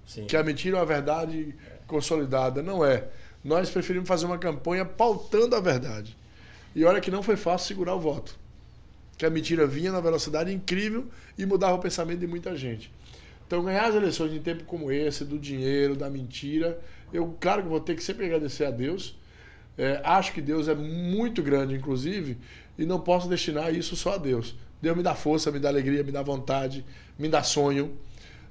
Speaker 2: Sim.
Speaker 3: Que a mentira é uma verdade consolidada. Não é. Nós preferimos fazer uma campanha pautando a verdade. E olha que não foi fácil segurar o voto. Que a mentira vinha na velocidade incrível e mudava o pensamento de muita gente. Então, ganhar as eleições em tempo como esse, do dinheiro, da mentira, eu, claro que vou ter que sempre agradecer a Deus. É, acho que Deus é muito grande, inclusive, e não posso destinar isso só a Deus. Deus me dá força, me dá alegria, me dá vontade, me dá sonho,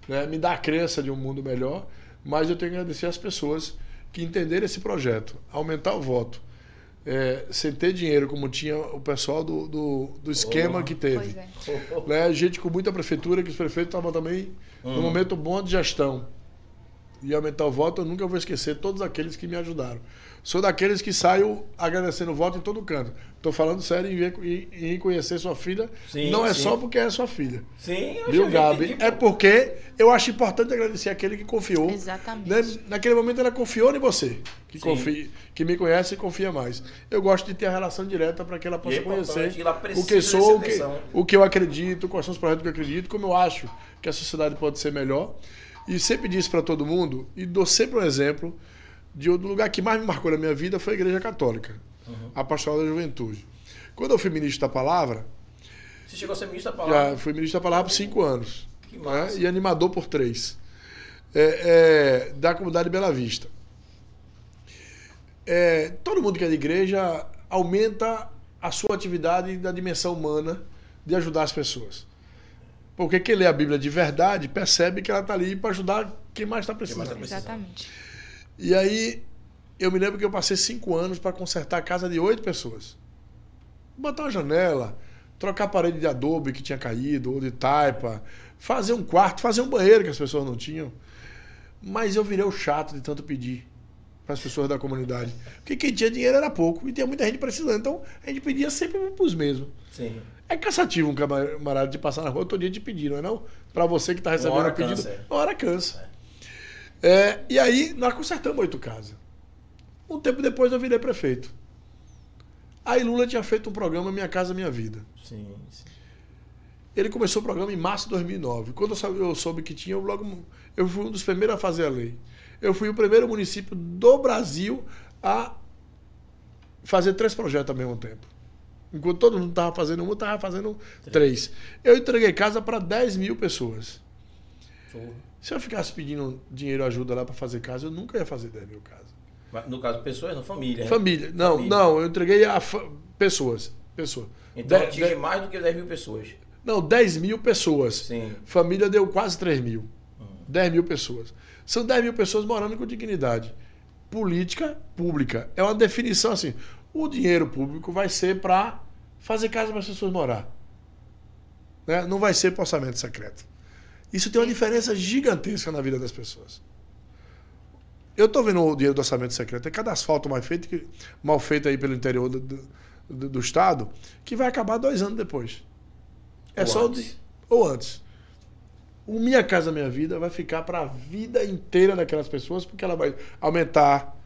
Speaker 3: né? me dá a crença de um mundo melhor, mas eu tenho que agradecer às pessoas que entenderam esse projeto, aumentar o voto, é, sem ter dinheiro, como tinha o pessoal do, do, do esquema
Speaker 2: Oh.
Speaker 3: que teve
Speaker 1: Pois é.
Speaker 3: né? Gente com muita prefeitura, que os prefeitos estavam também
Speaker 2: Uhum.
Speaker 3: num momento bom de gestão. E aumentar o voto, eu nunca vou esquecer todos aqueles que me ajudaram. Sou daqueles que saio agradecendo o voto em todo canto. Estou falando sério em, ver- em- em reconhecer sua filha.
Speaker 2: Sim,
Speaker 3: não é
Speaker 2: sim.
Speaker 3: só porque é sua filha.
Speaker 2: Sim, eu
Speaker 3: Viu,
Speaker 2: já
Speaker 3: Gabi?
Speaker 5: Tipo-
Speaker 2: entendi,
Speaker 3: é
Speaker 2: pô.
Speaker 3: porque eu acho importante agradecer aquele que confiou.
Speaker 1: Exatamente.
Speaker 3: Né? Naquele momento ela confiou em você, que,
Speaker 2: Sim.
Speaker 3: confia, que me conhece e confia mais. Eu gosto de ter a relação direta para que ela
Speaker 2: E
Speaker 3: possa
Speaker 2: é importante,
Speaker 3: conhecer
Speaker 2: e ela
Speaker 3: o
Speaker 2: precisa
Speaker 3: que sou,
Speaker 2: dessa
Speaker 3: o que,
Speaker 2: atenção.
Speaker 3: o que eu acredito, quais são os projetos que eu acredito, como eu acho que a sociedade pode ser melhor. E sempre disse para todo mundo, e dou sempre um exemplo, de outro lugar que mais me marcou na minha vida foi a Igreja Católica,
Speaker 2: Uhum.
Speaker 3: a Pastoral da Juventude. Quando eu fui ministro da palavra,
Speaker 2: Você chegou a ser ministro da
Speaker 3: já
Speaker 2: palavra.
Speaker 3: fui ministro da palavra por cinco anos.
Speaker 2: Que
Speaker 3: né?
Speaker 2: massa.
Speaker 3: E animador por três. É, é, da comunidade Bela Vista. É, todo mundo que é de igreja aumenta a sua atividade da dimensão humana de ajudar as pessoas. Porque quem lê a Bíblia de verdade percebe que ela está ali para ajudar quem mais está
Speaker 2: mais tá
Speaker 3: precisando.
Speaker 1: Exatamente.
Speaker 3: E aí, eu me lembro que eu passei cinco anos para consertar a casa de oito pessoas. Botar uma janela, trocar a parede de adobe que tinha caído, ou de taipa, fazer um quarto, fazer um banheiro que as pessoas não tinham. Mas eu virei o chato de tanto pedir para as pessoas da comunidade. Porque quem tinha dinheiro era pouco e tinha muita gente precisando. Então, a gente pedia sempre para os mesmos.
Speaker 2: Sim.
Speaker 3: É cansativo um camarada de passar na rua todo dia te pedir, não é não? Pra você que tá recebendo
Speaker 2: Uma hora
Speaker 3: o pedido,
Speaker 2: cansa, é.
Speaker 3: uma hora cansa. É, e aí, nós consertamos oito casas. Um tempo depois eu virei prefeito. Aí Lula tinha feito um programa Minha Casa Minha Vida.
Speaker 2: Sim, sim.
Speaker 3: Ele começou o programa em março de 2009. Quando eu soube, eu soube que tinha, eu logo eu fui um dos primeiros a fazer a lei. Eu fui o primeiro município do Brasil a fazer três projetos ao mesmo tempo. Enquanto todo mundo estava fazendo um, eu estava fazendo três. Eu entreguei casa para 10 mil pessoas.
Speaker 2: Show.
Speaker 3: Se eu ficasse pedindo dinheiro, ajuda lá para fazer casa, eu nunca ia fazer 10 mil casas.
Speaker 2: Mas, No caso, pessoas, não família. né?
Speaker 3: Família. Não,
Speaker 2: Família.
Speaker 3: não, eu entreguei a fa- pessoas. Pessoas.
Speaker 2: Então
Speaker 3: De-
Speaker 2: atinge
Speaker 3: de-
Speaker 2: mais do que 10 mil pessoas.
Speaker 3: não, 10 mil pessoas.
Speaker 2: Sim.
Speaker 3: Família deu quase 3 mil. 10 mil pessoas. São 10 mil pessoas morando com dignidade. Política pública. É uma definição assim. O dinheiro público vai ser para fazer casa para as pessoas morar. Né? Não vai ser para orçamento secreto. Isso tem uma diferença gigantesca na vida das pessoas. Eu estou vendo o dinheiro do orçamento secreto. É cada asfalto mal feito, que- mal feito aí pelo interior do, do- do- do Estado que vai acabar dois anos depois. É
Speaker 2: Ou
Speaker 3: só o
Speaker 2: antes.
Speaker 3: di- ou antes. O Minha Casa Minha Vida vai ficar para a vida inteira daquelas pessoas, porque ela vai aumentar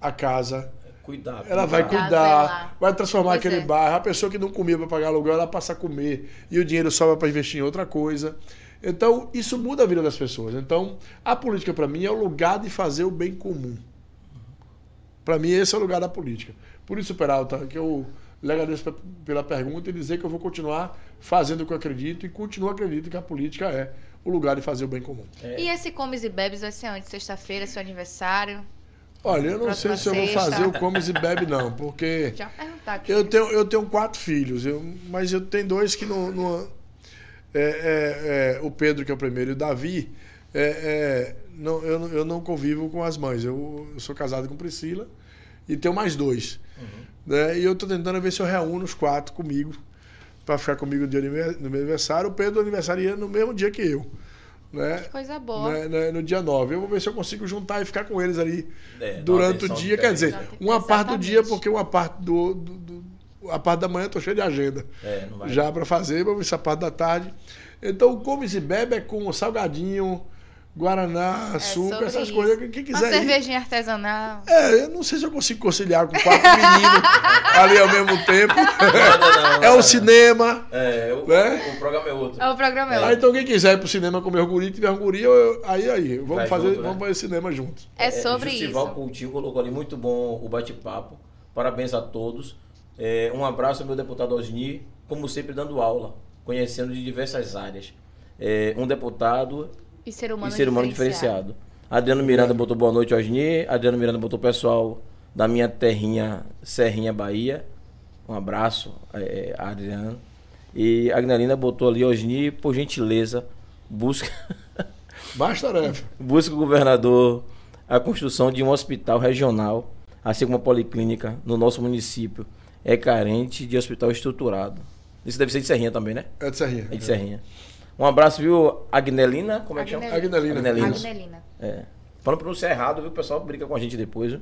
Speaker 3: a casa,
Speaker 2: Cuidado.
Speaker 3: ela vai
Speaker 1: Cuidar,
Speaker 3: cuidar,
Speaker 1: zelar.
Speaker 3: vai transformar
Speaker 1: Pois
Speaker 3: aquele
Speaker 1: é.
Speaker 3: bairro. A pessoa que não comia para pagar aluguel, ela passa a comer e o dinheiro sobra para investir em outra coisa. Então, isso muda a vida das pessoas. Então, a política, para mim, é o lugar de fazer o bem comum. Para mim, esse é o lugar da política. Por isso, Peralta, que eu lhe agradeço pe- pela pergunta e dizer que eu vou continuar fazendo o que eu acredito e continuo acredito que a política é o lugar de fazer o bem comum.
Speaker 5: É.
Speaker 1: E esse Comes e Bebes vai ser onde? Sexta-feira, seu aniversário?
Speaker 3: Olha, eu não
Speaker 1: Próxima
Speaker 3: sei se eu vou
Speaker 1: sexta.
Speaker 3: fazer o comes e bebe não, porque
Speaker 1: Já perguntar aqui.
Speaker 3: eu tenho, eu tenho quatro filhos, eu- mas eu tenho dois que não. não- é, é, é, o Pedro, que é o primeiro, e o Davi. é, é, não, eu, não- eu não convivo com as mães. Eu, eu sou casado com Priscila e tenho mais dois. né? E eu estou tentando ver se eu reúno os quatro comigo para ficar comigo no dia do aniver- do meu aniversário. O Pedro aniversaria no mesmo dia que eu. Né?
Speaker 1: Que coisa boa.
Speaker 3: né, né, no dia 9. Eu vou ver se eu consigo juntar e ficar com eles ali
Speaker 5: É, dá uma
Speaker 3: durante o
Speaker 5: atenção
Speaker 3: dia. Quer dizer,
Speaker 1: diferente.
Speaker 3: uma parte do dia,
Speaker 1: Exatamente.
Speaker 3: porque uma parte do. do- do- a parte da manhã eu tô cheio de agenda.
Speaker 5: É, não vai.
Speaker 3: Já para fazer, mas essa parte da tarde. Então, o come e bebe é com salgadinho, guaraná, açúcar,
Speaker 1: É sobre
Speaker 3: essas
Speaker 1: isso.
Speaker 3: coisas. Quem
Speaker 1: Uma
Speaker 3: quiser ir.
Speaker 1: cervejinha artesanal.
Speaker 3: É, eu não sei se eu consigo conciliar com quatro meninos ali ao mesmo tempo.
Speaker 5: Não, não,
Speaker 3: é
Speaker 5: não.
Speaker 3: o cinema.
Speaker 5: É, o,
Speaker 3: Né?
Speaker 5: o programa é outro.
Speaker 1: É o programa.
Speaker 3: Aí,
Speaker 1: É.
Speaker 3: então, quem quiser ir pro cinema comer orgulho, tiver orgulho, eu, aí, aí. Vamos
Speaker 5: Vai
Speaker 3: fazer,
Speaker 5: junto, né?
Speaker 3: vamos fazer cinema juntos.
Speaker 1: É sobre
Speaker 5: Justival
Speaker 1: isso.
Speaker 5: Coutinho colocou ali muito bom o bate-papo. Parabéns a todos. É, um abraço ao meu deputado Osni, como sempre dando aula, conhecendo de diversas áreas. É, um deputado
Speaker 1: E ser
Speaker 5: e
Speaker 1: humano
Speaker 5: ser humano diferenciado. Adriano Miranda botou boa noite, Osni. Adriano Miranda botou o pessoal da minha terrinha, Serrinha Bahia. Um abraço, é, é, Adriano. E a Agnalina botou ali, Osni, por gentileza, busca.
Speaker 3: Mais tarefa.
Speaker 5: Busca o governador a construção de um hospital regional, assim como a policlínica no nosso município é carente de hospital estruturado. Isso deve ser de Serrinha também, né?
Speaker 3: É de Serrinha.
Speaker 5: É de Serrinha. Um abraço, viu, Agnelina? Como é que chama?
Speaker 3: Agnalina.
Speaker 5: Agnalina.
Speaker 1: Agnelina.
Speaker 5: É. Falando pronunciar errado, viu? O pessoal briga com a gente depois, viu?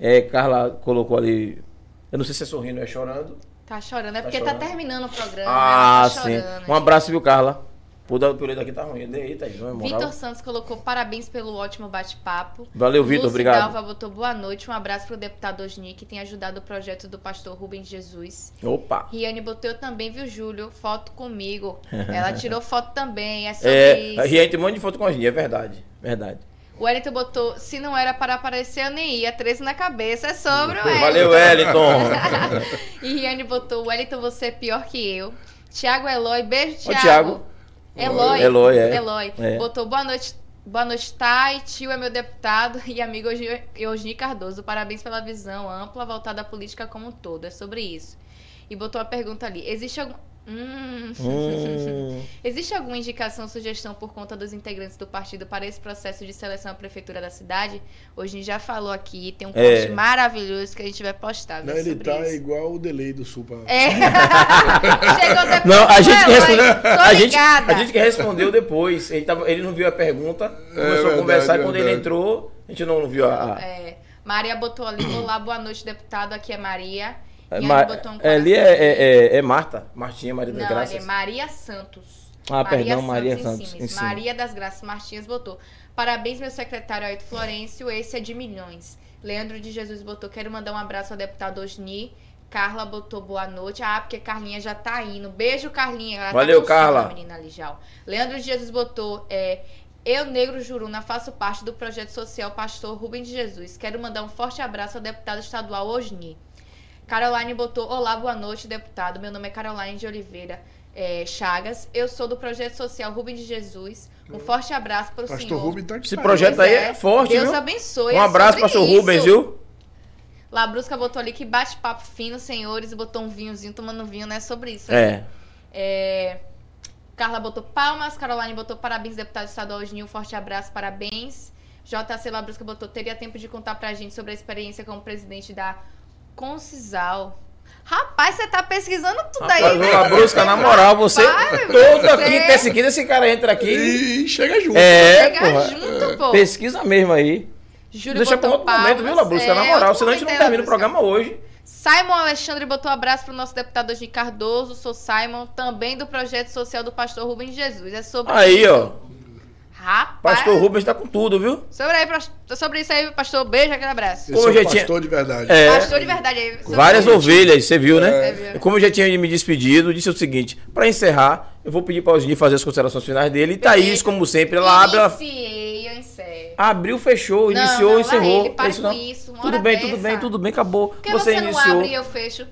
Speaker 5: É, Carla colocou ali. Eu não sei se é sorrindo ou é chorando.
Speaker 1: Tá chorando. É
Speaker 5: Tá
Speaker 1: porque tá,
Speaker 5: chorando.
Speaker 1: terminando o programa.
Speaker 5: Ah,
Speaker 1: ela tá
Speaker 5: sim.
Speaker 1: chorando.
Speaker 5: Um abraço, viu, Carla? Pô, o piolho daqui tá ruim. Eita, aí, não é moral.
Speaker 1: Vitor Santos colocou parabéns pelo ótimo bate-papo.
Speaker 5: Valeu, Vitor,
Speaker 1: Lúcio
Speaker 5: obrigado.
Speaker 1: Dalva botou boa noite. Um abraço pro deputado Osni, que tem ajudado o projeto do pastor Rubens Jesus.
Speaker 5: Opa!
Speaker 1: Riane botou eu também, viu, Júlio? Foto comigo. Ela tirou foto também. É sobre
Speaker 5: É,
Speaker 1: isso.
Speaker 5: a Rian tem um monte de foto com a gente, é verdade. Verdade.
Speaker 1: O Wellington botou, se não era para aparecer, eu nem ia. 13 na cabeça. É sobre o Wellington.
Speaker 5: Valeu, Wellington.
Speaker 1: E Riane botou, Wellington, você é pior que eu. Tiago Eloy, beijo,
Speaker 5: Ô,
Speaker 1: Tiago.
Speaker 5: Thiago.
Speaker 1: Eloy.
Speaker 5: Eloy, é.
Speaker 1: Eloy.
Speaker 5: É.
Speaker 1: Botou, boa noite, boa noite, Thay. Tio é meu deputado e amigo Eugê- Eugênio Cardoso. Parabéns pela visão ampla voltada à política como um todo. É sobre isso. E botou a pergunta ali. Existe algum... Hum.
Speaker 5: Hum,
Speaker 1: Existe alguma indicação, sugestão por conta dos integrantes do partido para esse processo de seleção à prefeitura da cidade? Hoje a gente já falou aqui, tem um
Speaker 5: É.
Speaker 1: post maravilhoso que a gente vai postar. viu,
Speaker 3: Não, ele
Speaker 1: sobre
Speaker 3: tá
Speaker 1: isso.
Speaker 3: igual o delay do Sul pra...
Speaker 1: É. Chegou depois.
Speaker 5: Não, a gente que
Speaker 1: Não,
Speaker 5: respondeu.
Speaker 1: mas tô
Speaker 5: A gente,
Speaker 1: ligada.
Speaker 5: a gente que respondeu depois. Ele, tava, ele não viu a pergunta, começou a
Speaker 3: É verdade,
Speaker 5: conversar e quando ele
Speaker 3: verdade.
Speaker 5: entrou, a gente não viu a. a-
Speaker 1: É, Maria botou ali, olá, boa noite, deputado, aqui é Maria. E aí
Speaker 5: Ma-
Speaker 1: botou um coração.
Speaker 5: ali é, é, é- é Marta. Martinha, Maria das
Speaker 1: Não, ali é
Speaker 5: Graças.
Speaker 1: Maria Santos.
Speaker 5: Ah, perdão, Maria Santos,
Speaker 1: Sims.
Speaker 5: em Sims.
Speaker 1: Maria das Graças Martins botou. Parabéns, meu secretário Aito Florencio, esse é de milhões. Leandro de Jesus botou, quero mandar um abraço ao deputado Osni. Carla botou boa noite. Ah, porque Carlinha já tá indo. Beijo, Carlinha. Ela
Speaker 5: Valeu,
Speaker 1: tá com sono,
Speaker 5: Carla.
Speaker 1: a menina ali já, ó. Leandro de Jesus botou, é, eu, Negro Juruna, faço parte do projeto social Pastor Rubem de Jesus. Quero mandar um forte abraço ao deputado estadual Osni. Caroline botou: Olá, boa noite, deputado. Meu nome é Caroline de Oliveira eh, Chagas. Eu sou do projeto social Rubem de Jesus. Um forte abraço para o
Speaker 3: Pastor
Speaker 1: senhor.
Speaker 3: Rubem tá aqui.
Speaker 5: Esse projeto aí é forte,
Speaker 1: Deus
Speaker 5: viu?
Speaker 1: abençoe.
Speaker 5: Um
Speaker 1: é
Speaker 5: abraço,
Speaker 1: sobre
Speaker 5: pastor
Speaker 1: isso.
Speaker 5: Rubens, viu?
Speaker 1: Labrusca botou ali que bate-papo fino, senhores, e botou um vinhozinho, tomando vinho, né? Sobre isso. né?
Speaker 5: É.
Speaker 1: É, Carla botou palmas, Caroline botou parabéns, deputado estadual Osninho, um forte abraço, parabéns. JC Labrusca botou, teria tempo de contar pra gente sobre a experiência como presidente da Concisal. Rapaz, você tá pesquisando tudo aí,
Speaker 5: Rapaz,
Speaker 1: né? é
Speaker 5: viu, Labrusca, na moral, você.
Speaker 1: Vai,
Speaker 5: Toda
Speaker 1: você. é
Speaker 5: quinta e seguida esse cara entra aqui.
Speaker 3: E chega junto.
Speaker 5: É,
Speaker 1: Chega
Speaker 5: porra.
Speaker 1: junto, pô.
Speaker 5: Pesquisa mesmo aí.
Speaker 1: Júlio
Speaker 5: Deixa pra
Speaker 1: botou
Speaker 5: outro momento, viu,
Speaker 1: palmas.
Speaker 5: Labrusca?
Speaker 1: É,
Speaker 5: na moral,
Speaker 1: outro
Speaker 5: senão a gente não
Speaker 1: momento,
Speaker 5: termina o
Speaker 1: Labrusca.
Speaker 5: programa hoje.
Speaker 1: Simon Alexandre botou abraço pro nosso deputado Osni Cardoso. Sou Simon, também do projeto social do pastor Rubem de Jesus. É sobre
Speaker 5: Aí,
Speaker 1: isso.
Speaker 5: ó.
Speaker 1: Rapaz.
Speaker 5: Pastor Rubens tá com tudo, viu?
Speaker 1: Sobre, aí, past- sobre isso aí, pastor. Beijo, aquele abraço.
Speaker 3: Esse é
Speaker 5: Hoje
Speaker 3: um
Speaker 5: eu tinha-
Speaker 3: pastor de verdade.
Speaker 5: É.
Speaker 1: Pastor de verdade. aí, sobre
Speaker 5: Várias
Speaker 1: isso.
Speaker 5: ovelhas, você viu, né?
Speaker 1: É.
Speaker 5: Como eu já tinha me despedido, disse o seguinte: pra encerrar, eu vou pedir pra Osni fazer as considerações finais dele. E Thaís, como sempre, ela abre, ela
Speaker 1: Iniciei, eu encerro.
Speaker 5: abriu, fechou,
Speaker 1: Não,
Speaker 5: iniciou,
Speaker 1: não, lá
Speaker 5: encerrou.
Speaker 1: ele, para
Speaker 5: É
Speaker 1: com isso, uma
Speaker 5: tudo
Speaker 1: hora
Speaker 5: bem, tudo
Speaker 1: dessa.
Speaker 5: bem, tudo bem, acabou.
Speaker 1: Porque
Speaker 5: Você
Speaker 1: você, não
Speaker 5: iniciou.
Speaker 1: abre e eu fecho.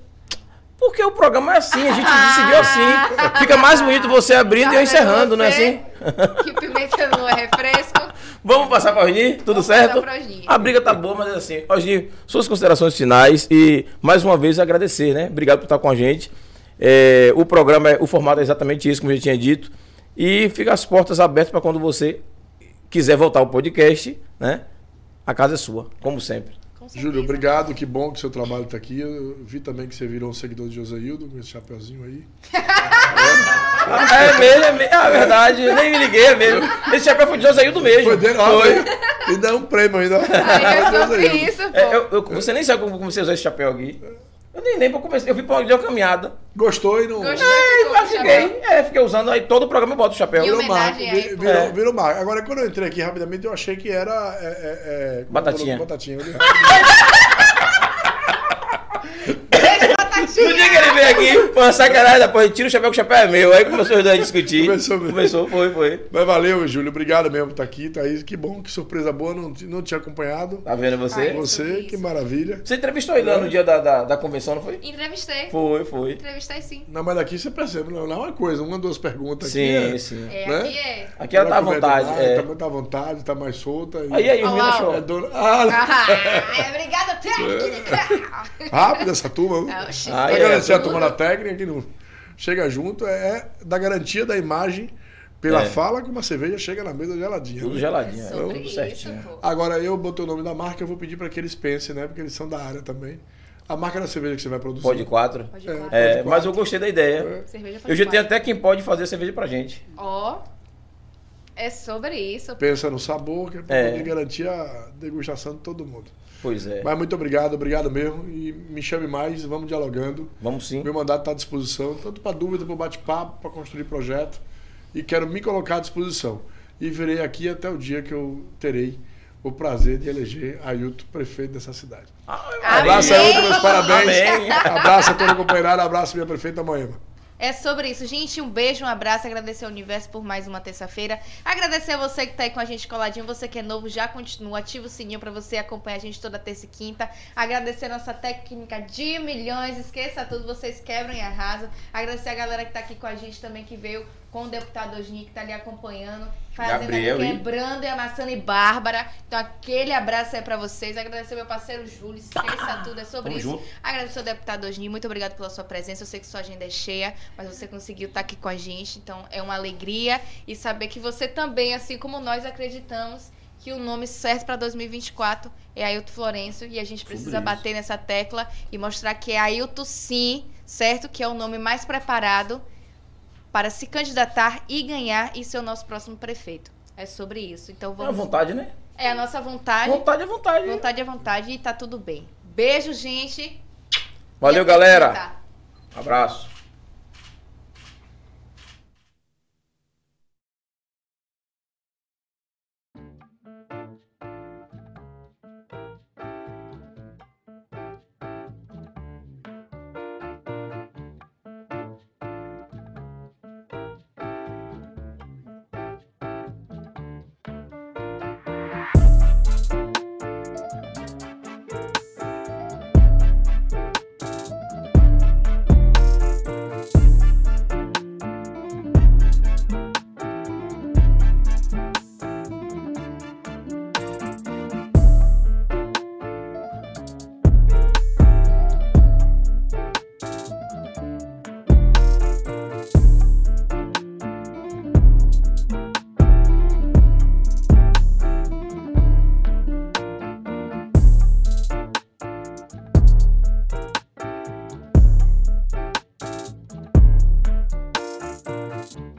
Speaker 2: Porque o programa é assim, a gente decidiu assim.
Speaker 1: Ah!
Speaker 2: Fica mais bonito você abrindo e eu encerrando, não é assim?
Speaker 1: Tá Que pimenta não é refresco.
Speaker 2: Vamos passar para o Osni? Tudo
Speaker 1: Vamos passar
Speaker 2: certo?
Speaker 1: pra Osni.
Speaker 2: A briga tá boa, mas é assim. Osni, suas considerações finais e mais uma vez agradecer, né? Obrigado por estar com a gente. É, o programa, é- o formato é exatamente isso, como eu já tinha dito. E fica as portas abertas para quando você quiser voltar ao podcast, né? A casa é sua, como sempre.
Speaker 1: Com certeza.
Speaker 3: Júlio, obrigado, que bom que seu trabalho está aqui. Eu vi também que você virou um seguidor de Joseildo, com esse chapeuzinho aí.
Speaker 2: É mesmo, é, mesmo, é verdade. eu Nem me liguei, é mesmo. Esse chapéu foi de Joseildo mesmo.
Speaker 3: Foi dele, ó, foi. E dá um prêmio ainda.
Speaker 1: Aí é sobre
Speaker 3: Joseildo.
Speaker 1: isso, pô.
Speaker 2: É, eu- eu- você nem sabe como eu comecei a usar esse chapéu aqui. Eu nem lembro, eu comecei. Eu fui pra uma- de uma caminhada.
Speaker 3: Gostou e não.
Speaker 1: Gostei. Tá
Speaker 2: É,
Speaker 1: Ficou com o
Speaker 2: eu fiquei. É, fiquei usando aí todo o programa eu boto o chapéu.
Speaker 1: E o
Speaker 3: Virou marco.
Speaker 1: homenagem aí,
Speaker 3: vi-
Speaker 1: pô.
Speaker 3: Virou,
Speaker 2: É.
Speaker 3: virou marco. Agora, quando eu entrei aqui rapidamente, eu achei que era. é, é, é, como
Speaker 2: Batatinha.
Speaker 3: falou, Batatinha.
Speaker 1: Beijo,
Speaker 2: No dia
Speaker 1: batatinha.
Speaker 2: que ele veio aqui, foi uma sacanagem, pô, tira o chapéu que o chapéu é meu. Aí começou os dois a discutir.
Speaker 3: Começou mesmo.
Speaker 2: Começou, foi, foi.
Speaker 3: Mas valeu, Júlio. Obrigado mesmo por estar aqui, Thaís. Que bom, que surpresa boa. Não, te- não tinha acompanhado.
Speaker 2: Tá vendo você?
Speaker 1: Ai, eu
Speaker 3: Você,
Speaker 1: sobre
Speaker 3: que
Speaker 1: isso.
Speaker 3: maravilha.
Speaker 2: Você entrevistou ele lá
Speaker 3: É.
Speaker 2: no dia da, da, da convenção, não foi?
Speaker 1: Entrevistei.
Speaker 2: Foi, foi.
Speaker 1: Entrevistei sim.
Speaker 3: Não, mas aqui você percebe, não, não é uma coisa, uma, duas perguntas aqui.
Speaker 2: Sim,
Speaker 3: é-
Speaker 2: sim.
Speaker 1: É,
Speaker 3: Né?
Speaker 1: aqui é.
Speaker 2: Aqui ela tá à vontade.
Speaker 3: Tá,
Speaker 2: é.
Speaker 3: tá muito à vontade, tá mais solta. e-
Speaker 2: Aí, aí, o Vina
Speaker 1: Olá.
Speaker 3: É
Speaker 2: chorou.
Speaker 3: dona- Ah,
Speaker 1: Ah, obrigada, técnica.
Speaker 3: rápido essa turma.
Speaker 1: Ah, oxi,
Speaker 2: Ah,
Speaker 1: foi
Speaker 3: Agradecer a
Speaker 1: tudo.
Speaker 3: turma da técnica que não chega junto, é da garantia da imagem pela
Speaker 2: É.
Speaker 3: fala que uma cerveja chega na mesa geladinha.
Speaker 2: Tudo
Speaker 3: né?
Speaker 2: geladinho, é,
Speaker 1: Sobre
Speaker 2: tudo
Speaker 1: isso,
Speaker 2: certinho.
Speaker 1: pô.
Speaker 3: Agora eu botei o nome da marca, eu vou pedir para que eles pensem, né? Porque eles são da área também. A marca da cerveja que você vai produzir.
Speaker 2: Pode quatro.
Speaker 1: Pode
Speaker 3: É.
Speaker 1: falar.
Speaker 2: É, mas eu gostei da ideia.
Speaker 3: É.
Speaker 1: Cerveja pode
Speaker 2: Eu já
Speaker 1: falar.
Speaker 2: tenho até quem pode fazer a cerveja pra gente.
Speaker 1: Ó. É sobre isso.
Speaker 3: Pensa no sabor, que é pra
Speaker 2: É.
Speaker 3: poder garantir a degustação de todo mundo.
Speaker 2: Pois é.
Speaker 3: Mas muito obrigado, obrigado mesmo. E me chame mais, vamos dialogando.
Speaker 2: Vamos sim.
Speaker 3: Meu mandato está à disposição, tanto para dúvida, para bate-papo, para construir projeto. E quero me colocar à disposição. E virei aqui até o dia que eu terei o prazer de eleger Ailton prefeito dessa cidade. Abraço,
Speaker 1: Amém.
Speaker 3: Ailton, meus parabéns.
Speaker 2: Amém.
Speaker 3: Abraço a toda a companheirada, abraço minha prefeita Moema.
Speaker 1: É sobre isso. Gente, um beijo, um abraço. Agradecer ao Universo por mais uma terça-feira. Agradecer a você que tá aí com a gente coladinho. Você que é novo, já continua. Ativa o sininho para você acompanhar a gente toda terça e quinta. Agradecer a nossa técnica de milhões. Esqueça tudo, vocês quebram e arrasam. Agradecer a galera que tá aqui com a gente também, que veio com o deputado Osni, que tá ali acompanhando. Fazendo
Speaker 2: Gabriel,
Speaker 1: ali,
Speaker 2: hein?
Speaker 1: quebrando e amassando e Bárbara. Então, aquele abraço aí pra vocês. Agradecer meu parceiro Júlio. Esqueça tudo, é sobre
Speaker 2: Tamo
Speaker 1: isso.
Speaker 2: junto.
Speaker 1: Agradecer ao deputado Osni, muito obrigado pela sua presença. Eu sei que sua agenda é cheia, mas você conseguiu estar aqui com a gente, então é uma alegria e saber que você também, assim como nós, acreditamos que o nome certo para 2024 é Ailton Florencio e a gente precisa
Speaker 2: isso.
Speaker 1: bater nessa tecla e mostrar que é Ailton sim, certo? Que é o nome mais preparado para se candidatar e ganhar e ser o nosso próximo prefeito. É sobre isso. Então
Speaker 2: É à
Speaker 1: vamos.
Speaker 2: vontade, né?
Speaker 1: É a nossa vontade.
Speaker 2: Vontade é vontade.
Speaker 1: Vontade é vontade e tá tudo bem. Beijo, gente.
Speaker 2: Valeu,
Speaker 1: E até
Speaker 2: galera.
Speaker 1: quinta.
Speaker 2: Abraço.